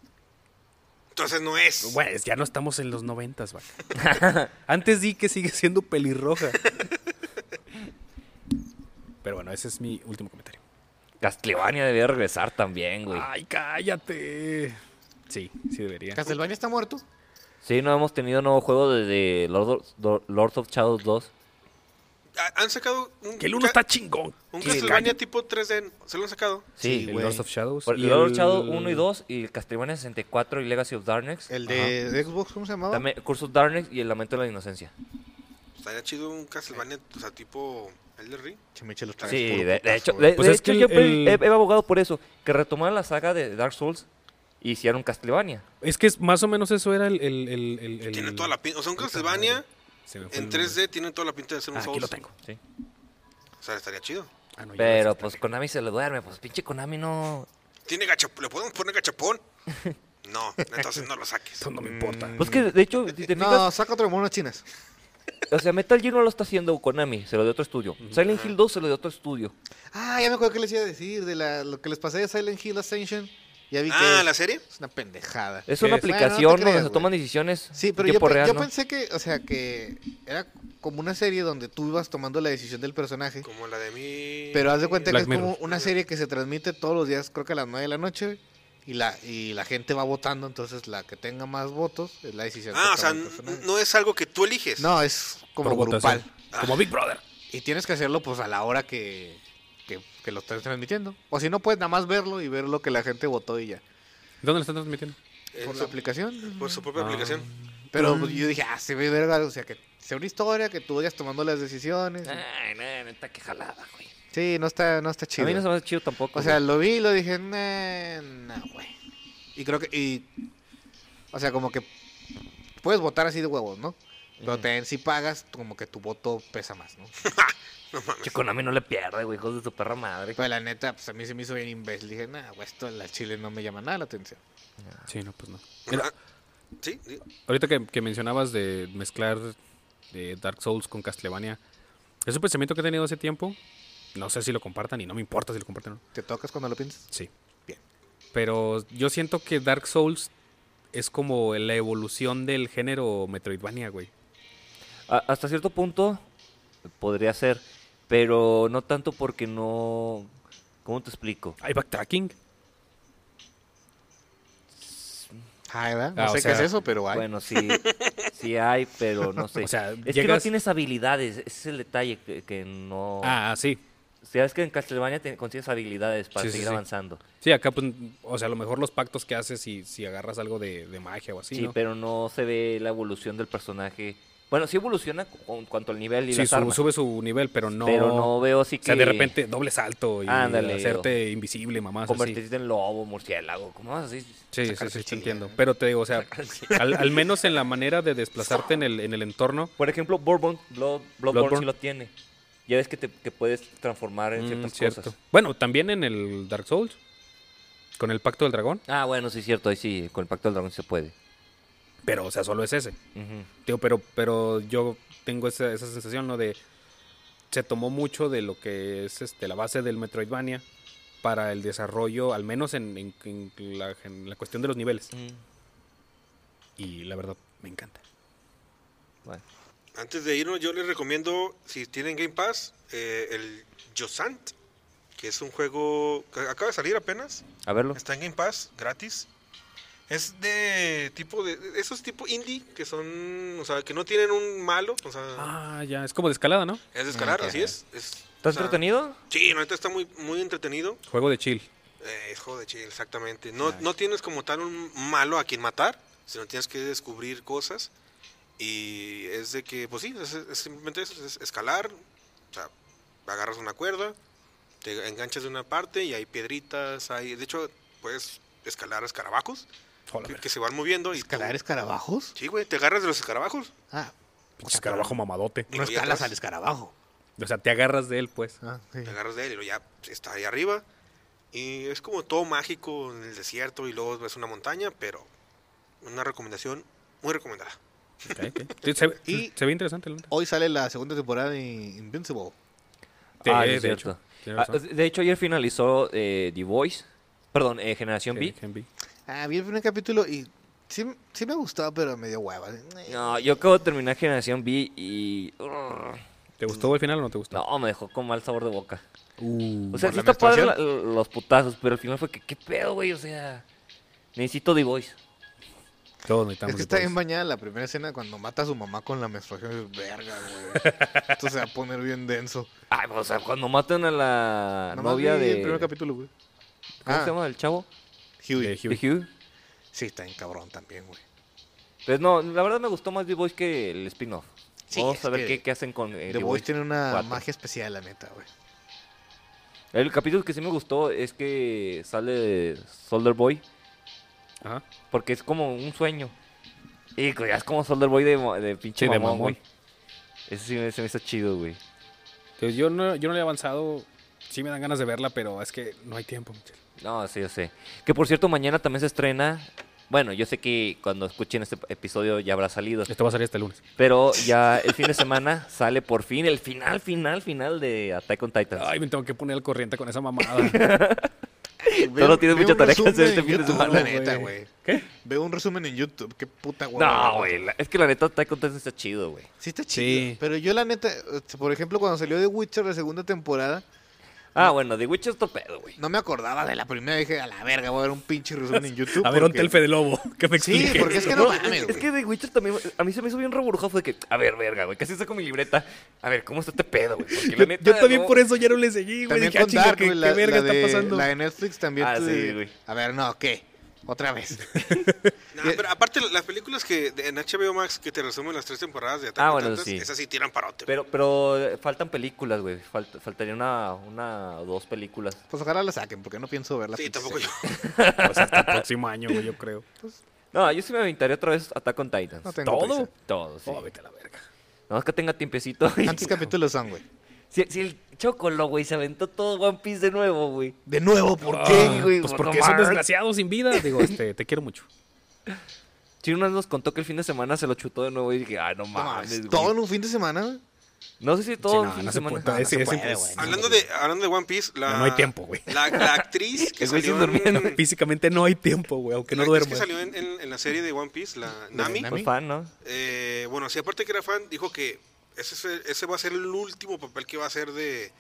S4: Entonces no es.
S1: Güey, es- ya no estamos en los noventas, vaca. Antes di que sigue siendo pelirroja. Pero bueno, ese es mi último comentario.
S3: Castlevania debería regresar también, güey.
S1: Ay, cállate. Sí, sí debería.
S2: ¿Castlevania está muerto?
S3: Sí, no hemos tenido nuevo juego desde Lord of, Do- Lords of Shadows 2.
S4: Ah, Han sacado un,
S1: Que el uno
S4: ca-
S1: está chingón.
S4: un
S1: Que
S4: Castlevania tipo 3D. Se lo han sacado.
S3: Sí,
S1: El
S3: güey.
S1: Lords of Shadows.
S3: Por-
S1: Pues, y
S3: Lords of
S1: el-
S3: Shadows 1 y 2 y el Castlevania 64 y Legacy of Darkness.
S2: El de, de Xbox, ¿cómo se llamaba?
S3: También Curse of Darkness y el Lamento de la Inocencia.
S4: Estaría chido un Castlevania, o sea, tipo Elder Ring.
S2: Se me echa los trajes
S3: Sí,
S2: puro
S3: de, de
S2: putazo,
S3: hecho,
S2: güey.
S3: de,
S1: Pues
S3: de
S1: es que
S3: hecho
S1: el-
S3: yo pe-
S1: el-
S3: he, he abogado por eso, que retomaran la saga de Dark Souls y hicieron Castlevania.
S1: Es que es- más o menos eso era el... el, el, el- el-
S4: Tiene toda la pinta. O sea, un
S1: Puta
S4: Castlevania
S1: madre. Se me fue
S4: en
S1: el
S4: 3D tiene toda la pinta de ser un
S1: nombre. Ah, aquí
S4: Souls.
S1: lo tengo.
S3: Sí.
S4: O sea, estaría chido.
S1: Ah, no, ya lo
S3: Pero
S1: hice.
S3: pues Konami se le duerme, pues pinche Konami no...
S4: Tiene gachapón. ¿Le podemos poner gachapón? No, entonces no lo saques.
S1: Eso no me importa.
S3: Pues que de hecho, si te
S2: No,
S3: fijas,
S2: saca otro de monas chinas.
S3: o sea, Metal Gear no lo está haciendo Konami, se lo de otro estudio. Silent Hill 2 se lo de otro estudio.
S2: Ah, ya me acuerdo que les iba a decir de la, lo que les pasé de Silent Hill Ascension. Ya vi que
S4: Ah,
S2: es,
S4: ¿la serie?
S2: es una pendejada.
S3: Es
S1: ¿Qué
S3: una
S1: es? Bueno,
S2: no te
S3: aplicación donde
S2: creas,
S3: se
S2: güey.
S3: toman decisiones
S2: Sí,
S3: en
S2: pero yo,
S3: tiempo
S2: pe-
S3: real,
S2: yo
S3: ¿no?
S2: pensé que, o sea, que era como una serie donde tú ibas tomando la decisión del personaje.
S4: Como la de mi.
S2: Pero haz de cuenta
S1: Black
S2: que es como
S1: Mirror.
S2: una serie que se transmite todos los días, creo que a las 9 de la noche, güey, y la, y la gente va votando, entonces la que tenga más votos es la decisión.
S4: Ah,
S2: que
S4: o sea,
S2: toma el
S4: n-
S2: personaje.
S4: no es algo que tú eliges.
S2: No, es como
S1: Por
S2: grupal.
S1: votación.
S4: Mm, ah.
S1: Como Big Brother.
S2: Y tienes que hacerlo pues a la hora que, que, que lo estás transmitiendo. O si no, puedes nada más verlo y ver lo que la gente votó y ya.
S1: ¿Dónde lo están transmitiendo?
S4: En
S2: Por
S4: su-
S2: la aplicación.
S4: por su propia
S1: Ah.
S4: aplicación.
S2: Pero pues, yo dije, ah, se ve verga. O sea, que sea una historia, que tú vayas tomando las decisiones.
S3: Ay, Ah, no, neta, qué jalada, güey.
S2: Sí, no está, no está
S3: A
S2: chido.
S3: mí no se me hace chido tampoco.
S2: O sea, lo vi y lo dije, nah, nah, güey. Y creo que, y, o sea, como que puedes votar así de huevos, ¿no? Pero
S3: Ujú.
S2: también si pagas, como que tu voto pesa más, ¿no?
S3: Que Konami no le pierde, güey, hijos de su perra madre.
S2: Pero la neta, pues a mí se me hizo bien imbécil. Dije, nah, güey, esto en la Chile no me llama nada la atención.
S1: Sí, no, pues no.
S4: Ah, Sí, sí.
S1: Ahorita que, que mencionabas de mezclar de Dark Souls con Castlevania, es un pensamiento que he tenido hace tiempo. No sé si lo compartan y no me importa si lo comparten o no.
S2: ¿Te tocas cuando lo piensas?
S1: Sí.
S2: Bien.
S1: Pero yo siento que Dark Souls es como la evolución del género Metroidvania, güey.
S3: A- hasta cierto punto podría ser, pero no tanto porque no... ¿Cómo te explico?
S1: Hay backtracking.
S2: Ajá, ¿verdad? No
S1: Ah, o
S2: sé
S1: sea,
S2: qué es eso, pero hay.
S3: Bueno, sí, sí hay, pero no sé.
S1: O sea,
S3: es que no
S1: llegas-
S3: tienes habilidades, ese es el detalle que, que no...
S1: Ah, ah, sí.
S3: Sabes que en Castlevania te- consigues habilidades para
S1: Sí, sí,
S3: seguir
S1: sí.
S3: avanzando.
S1: Sí, acá, pues, o sea, a lo mejor los pactos que haces si, si agarras algo de, de magia o así.
S3: Sí,
S1: ¿no?
S3: pero no se ve la evolución del personaje. Bueno, sí evoluciona cu- con cuanto al nivel y
S1: Sí,
S3: las
S1: su-
S3: armas,
S1: sube su nivel, pero no.
S3: pero no veo así
S1: O
S3: que
S1: sea, de repente doble salto y
S3: Ándale,
S1: hacerte invisible, mamás. así.
S3: convertirte en lobo, murciélago, ¿cómo vas así?
S1: Sí, sí,
S2: Sacar
S1: sí, te
S2: cuchillo.
S1: entiendo. Pero te digo, o sea, al, al menos en la manera de desplazarte en el, en el entorno.
S3: Por ejemplo, Bourbon, Blood- Bloodborne,
S1: Bloodborne.
S3: sí lo tiene. Ya ves que te que puedes transformar en
S1: mm,
S3: ciertas
S1: cierto.
S3: cosas.
S1: Bueno, también en el Dark Souls, con el Pacto del Dragón,
S3: Ah, bueno, sí, cierto, ahí sí, con el Pacto del Dragón se puede.
S1: pero, o sea, solo es ese.
S3: Ujú.
S1: Digo, pero, pero yo tengo esa, esa sensación, ¿no? De. Se tomó mucho de lo que es este, la base del Metroidvania para el desarrollo, al menos en, en- en la, en la cuestión de los niveles.
S3: Mm,
S1: Y la verdad, me encanta.
S3: bueno.
S4: Antes de irnos, yo les recomiendo, si tienen Game Pass, eh, el Yosant, que es un juego que acaba de salir apenas.
S3: A verlo.
S4: Está en Game Pass, gratis. Es de tipo de. de Esos tipo indie que son. O sea, que no tienen un malo. O sea,
S1: Ah, ya, es como de escalada, ¿no?
S4: es de escalar,
S2: ya,
S4: así
S2: ya.
S4: es. es
S3: ¿Está
S4: o
S1: Ah.
S4: sea,
S3: entretenido?
S4: Sí, neta está muy, muy entretenido.
S1: Juego de chill.
S4: Eh, es juego de chill, exactamente. No, no tienes como tal un malo a quien matar, sino tienes que descubrir cosas. Y es de que, pues sí, es, es simplemente eso, es escalar. O sea, agarras una cuerda, te enganchas de una parte y hay piedritas, hay... De hecho, puedes escalar escarabajos
S1: Hola,
S4: que, que se van moviendo. Y
S2: ¿Escalar escarabajos?
S4: Sí, güey, te agarras de los escarabajos.
S2: Ah,
S1: Pinche escarabajo mamadote.
S4: Y
S2: no
S4: voy
S2: escalas
S4: atrás.
S2: al escarabajo.
S1: O sea, te agarras de él, pues.
S2: Ah, sí.
S4: te agarras de él y luego ya está ahí arriba. Y es como todo mágico en el desierto y luego ves una montaña, pero una recomendación muy recomendada.
S1: Ok, ok. Sí, se, ve-
S2: Y-
S1: se ve interesante, la neta.
S2: Hoy sale la segunda temporada de Invincible.
S1: Sí,
S3: Ah, sí,
S1: de
S3: es cierto.
S1: hecho. Tienes
S3: Ah,
S1: razón.
S3: de hecho, ayer finalizó eh, The Voice. Perdón, eh, Generación
S1: Sí,
S3: B.
S1: Gen B.
S2: Ah, vi el primer capítulo y sí, sí me gustaba, pero me dio hueva. Eh,
S3: No, yo acabo de terminar Generación B y. Urr,
S1: ¿Te gustó el final o no te gustó?
S3: no, me dejó con mal sabor de boca.
S1: Uh,
S3: O sea,
S2: ¿por
S3: sí
S2: la
S3: está padre
S2: menstruación?
S3: la- los putazos, pero al final fue que, ¿qué pedo, güey? O sea, necesito The Voice.
S1: todos
S2: Es
S1: necesitamos
S2: que está
S1: de
S2: bien
S1: todos.
S2: bañada la primera escena cuando mata a su mamá con la menstruación. Es verga, güey. Esto se va a poner bien denso.
S3: Ay, o sea, cuando matan a la
S2: Nomás
S3: novia
S2: vi
S3: de.
S2: el primer capítulo, güey.
S3: ¿Cómo
S2: Ah.
S3: se llama el chavo?
S1: De
S2: Huey.
S1: Hugh.
S3: De Hugh.
S2: Sí, está bien cabrón también, güey.
S3: Pues no, la verdad me gustó más The Voice que el spin-off.
S2: Sí,
S3: Vamos a
S2: es
S3: ver
S2: que
S3: qué, qué hacen con eh,
S2: The Boys tiene una
S3: cuatro.
S2: magia especial, la neta, güey.
S3: El capítulo que sí me gustó es que sale Soldier Boy,
S1: Ajá.
S3: porque es como un sueño. Y que ya es como Soldier Boy de, mo- de pinche
S1: Sí, de
S3: mamón,
S1: mamón.
S3: güey. Ese sí me, se me hizo chido, güey.
S1: Entonces, yo, no, yo no le he avanzado. Sí me dan ganas de verla, pero es que no hay tiempo, Michel.
S3: No, sí, yo sé. Que por cierto, mañana también se estrena. Bueno, yo sé que cuando escuchen este episodio ya habrá salido.
S1: Esto va a salir este lunes.
S3: Pero ya el fin de semana sale por fin el final, final, final de Attack on Titan.
S1: Ay, me tengo que poner al corriente con esa mamada.
S3: Solo tienes
S2: Ve
S3: mucha
S2: un
S3: tarea que hacer
S2: resumen
S3: este
S2: en
S3: fin de
S2: YouTube,
S3: semana.
S2: La neta, güey.
S1: ¿Qué?
S2: Veo un resumen en YouTube. Qué puta hueva. la
S3: No,
S2: neta.
S3: güey. la- Es que la neta Attack on Titan está chido, güey.
S2: Sí está chido.
S1: Sí.
S2: Pero yo la neta, eh, por ejemplo, cuando salió The Witcher la segunda temporada,
S3: Ah, bueno, The Witcher es topedo, güey.
S2: no me acordaba de la primera. Dije, a la verga, voy a ver un pinche resumen en YouTube.
S1: A ver, un
S2: porque-
S1: telfe de lobo. Que me
S2: Sí,
S1: explique.
S2: porque es que no
S3: es-
S2: mames,
S3: es
S2: güey.
S3: que The Witcher también, a mí se me hizo bien reburujado, fue de que, a ver, verga, güey, casi saco mi libreta, a ver, ¿cómo está este pedo, güey? Porque la
S1: Yo,
S3: neta,
S1: yo también
S3: no-
S1: por eso ya no le seguí, güey.
S2: También
S1: Dije, ah,
S2: con
S1: chinga,
S2: Dark,
S1: ¿qué,
S2: güey,
S1: qué
S2: la,
S1: verga
S2: la
S1: está
S2: de,
S1: pasando?
S2: la de Netflix también.
S3: Ah,
S2: tú
S3: sí,
S2: de-
S3: güey.
S2: A ver, no, ¿qué? Otra vez.
S4: No,
S2: Y-
S4: pero aparte, las películas que de- en HBO Max que te resumen las tres temporadas de Attack
S3: Ah,
S4: on
S3: bueno,
S4: Titan,
S3: sí.
S4: esas sí tiran parote. güey.
S3: Pero, pero eh, faltan películas, güey, falt- faltaría una, una o dos películas.
S2: Pues ojalá la saquen, porque no pienso verla.
S4: sí, tampoco yo.
S1: Pues hasta el próximo año, güey, yo creo.
S3: No, yo sí me aventaré otra vez Attack on Titans.
S2: No tengo
S1: ¿Todo?
S2: prisa.
S3: Todo, sí.
S1: Oh, vete a la verga.
S3: No, es que tenga tiempecito. güey.
S2: ¿Cuántos capítulos son, güey?
S3: Si, si el Chocolo, güey, se aventó todo One Piece de nuevo, güey.
S2: De nuevo, ¿por
S1: Ah,
S2: qué, güey?
S1: Pues
S3: No
S1: porque es un
S3: mames.
S1: desgraciado sin vida. Digo, este, te quiero mucho.
S3: Si una vez nos contó que el fin de semana se lo chutó de nuevo y dije, ah, no
S2: No mames,
S3: mames, güey.
S2: ¿Todo en un fin de semana? güey?
S3: No sé si todo
S1: Sí, no, no
S3: el fin de
S1: se
S3: semana.
S1: puede. Es-
S2: se
S1: es-
S2: puede,
S1: es-
S2: güey.
S4: hablando, de, hablando de One Piece, la,
S1: No, no hay tiempo, güey.
S4: La, la actriz que
S3: El güey sí
S4: salió,
S3: durmió,
S4: en,
S3: ¿no?
S1: Físicamente no hay tiempo, güey, aunque
S4: la
S1: no
S4: actriz que
S1: duermas.
S4: salió en, en- en la serie de One Piece, la Nami,
S2: Nami?
S3: Pues fan, ¿no?
S4: eh, bueno, sí, aparte que era fan, dijo que ese, es- ese va a ser el último papel que va a hacer de,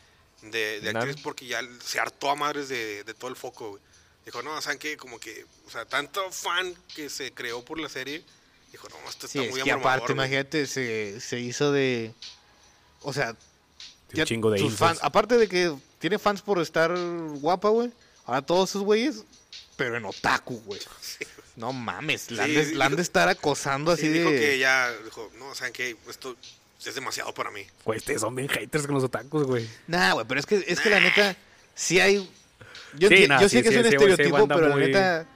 S4: de, de
S3: Nami.
S4: actriz porque ya se hartó a madres de, de todo el foco, güey. Dijo, no, ¿saben qué? Como que, o sea, tanto fan que se creó por la serie. Dijo, no, esto
S2: Sí,
S4: está muy
S2: es que aparte,
S4: abrumador, güey".
S2: imagínate, se, se hizo de. O sea,
S1: De un chingo de
S2: sus
S1: infos.
S2: fans- aparte de que tiene fans por estar guapa, güey. Ahora todos esos güeyes, pero en otaku, güey. No mames, la han de-
S4: sí,
S2: la han de
S4: dijo-
S2: estar acosando
S4: Sí,
S2: así
S4: dijo que
S2: de.
S4: ya, dijo, no, ¿saben qué? Esto es demasiado para mí.
S1: Güey, Pues, ustedes son bien haters con los otakus, güey.
S2: Nah, güey, pero es que, es que la neta, sí hay. Yo,
S1: Sí,
S2: enti-
S1: nah,
S2: yo
S1: sí,
S2: sé que
S1: sí,
S2: es un
S1: sí, güey, sí,
S2: estereotipo,
S1: banda
S2: pero la
S1: muy-
S2: neta,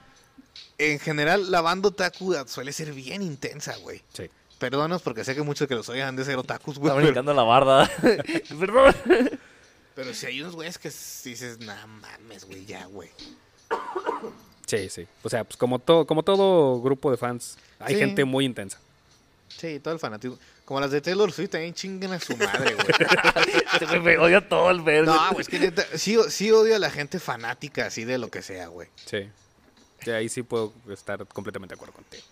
S2: en general, la banda otaku suele ser bien intensa, güey.
S1: Sí.
S2: Perdónanos porque sé que muchos que los oigan han de ser otakus, güey.
S3: Está
S2: pero-
S3: brincando la barda. Perdón.
S2: Pero si hay unos güeyes que s- dices, nah mames, güey, ya, güey.
S1: Sí, sí. O sea, pues como, todo como todo grupo de fans, hay
S2: Sí.
S1: gente muy intensa.
S2: Sí, todo el fanatismo. Como las de Taylor Swift también chingan a su madre, güey.
S3: Este güey me odia todo el verde.
S2: No, güey, es que neta, sí, o- sí odio a la gente fanática así de lo que sea, güey.
S1: Sí. De ahí sí puedo estar completamente de acuerdo contigo.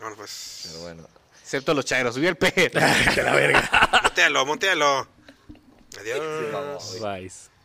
S4: Bueno, pues,
S3: Pero bueno.
S2: Excepto a los chairos. Subí el peje.
S4: montealo, montealo. Adiós.
S1: Bye.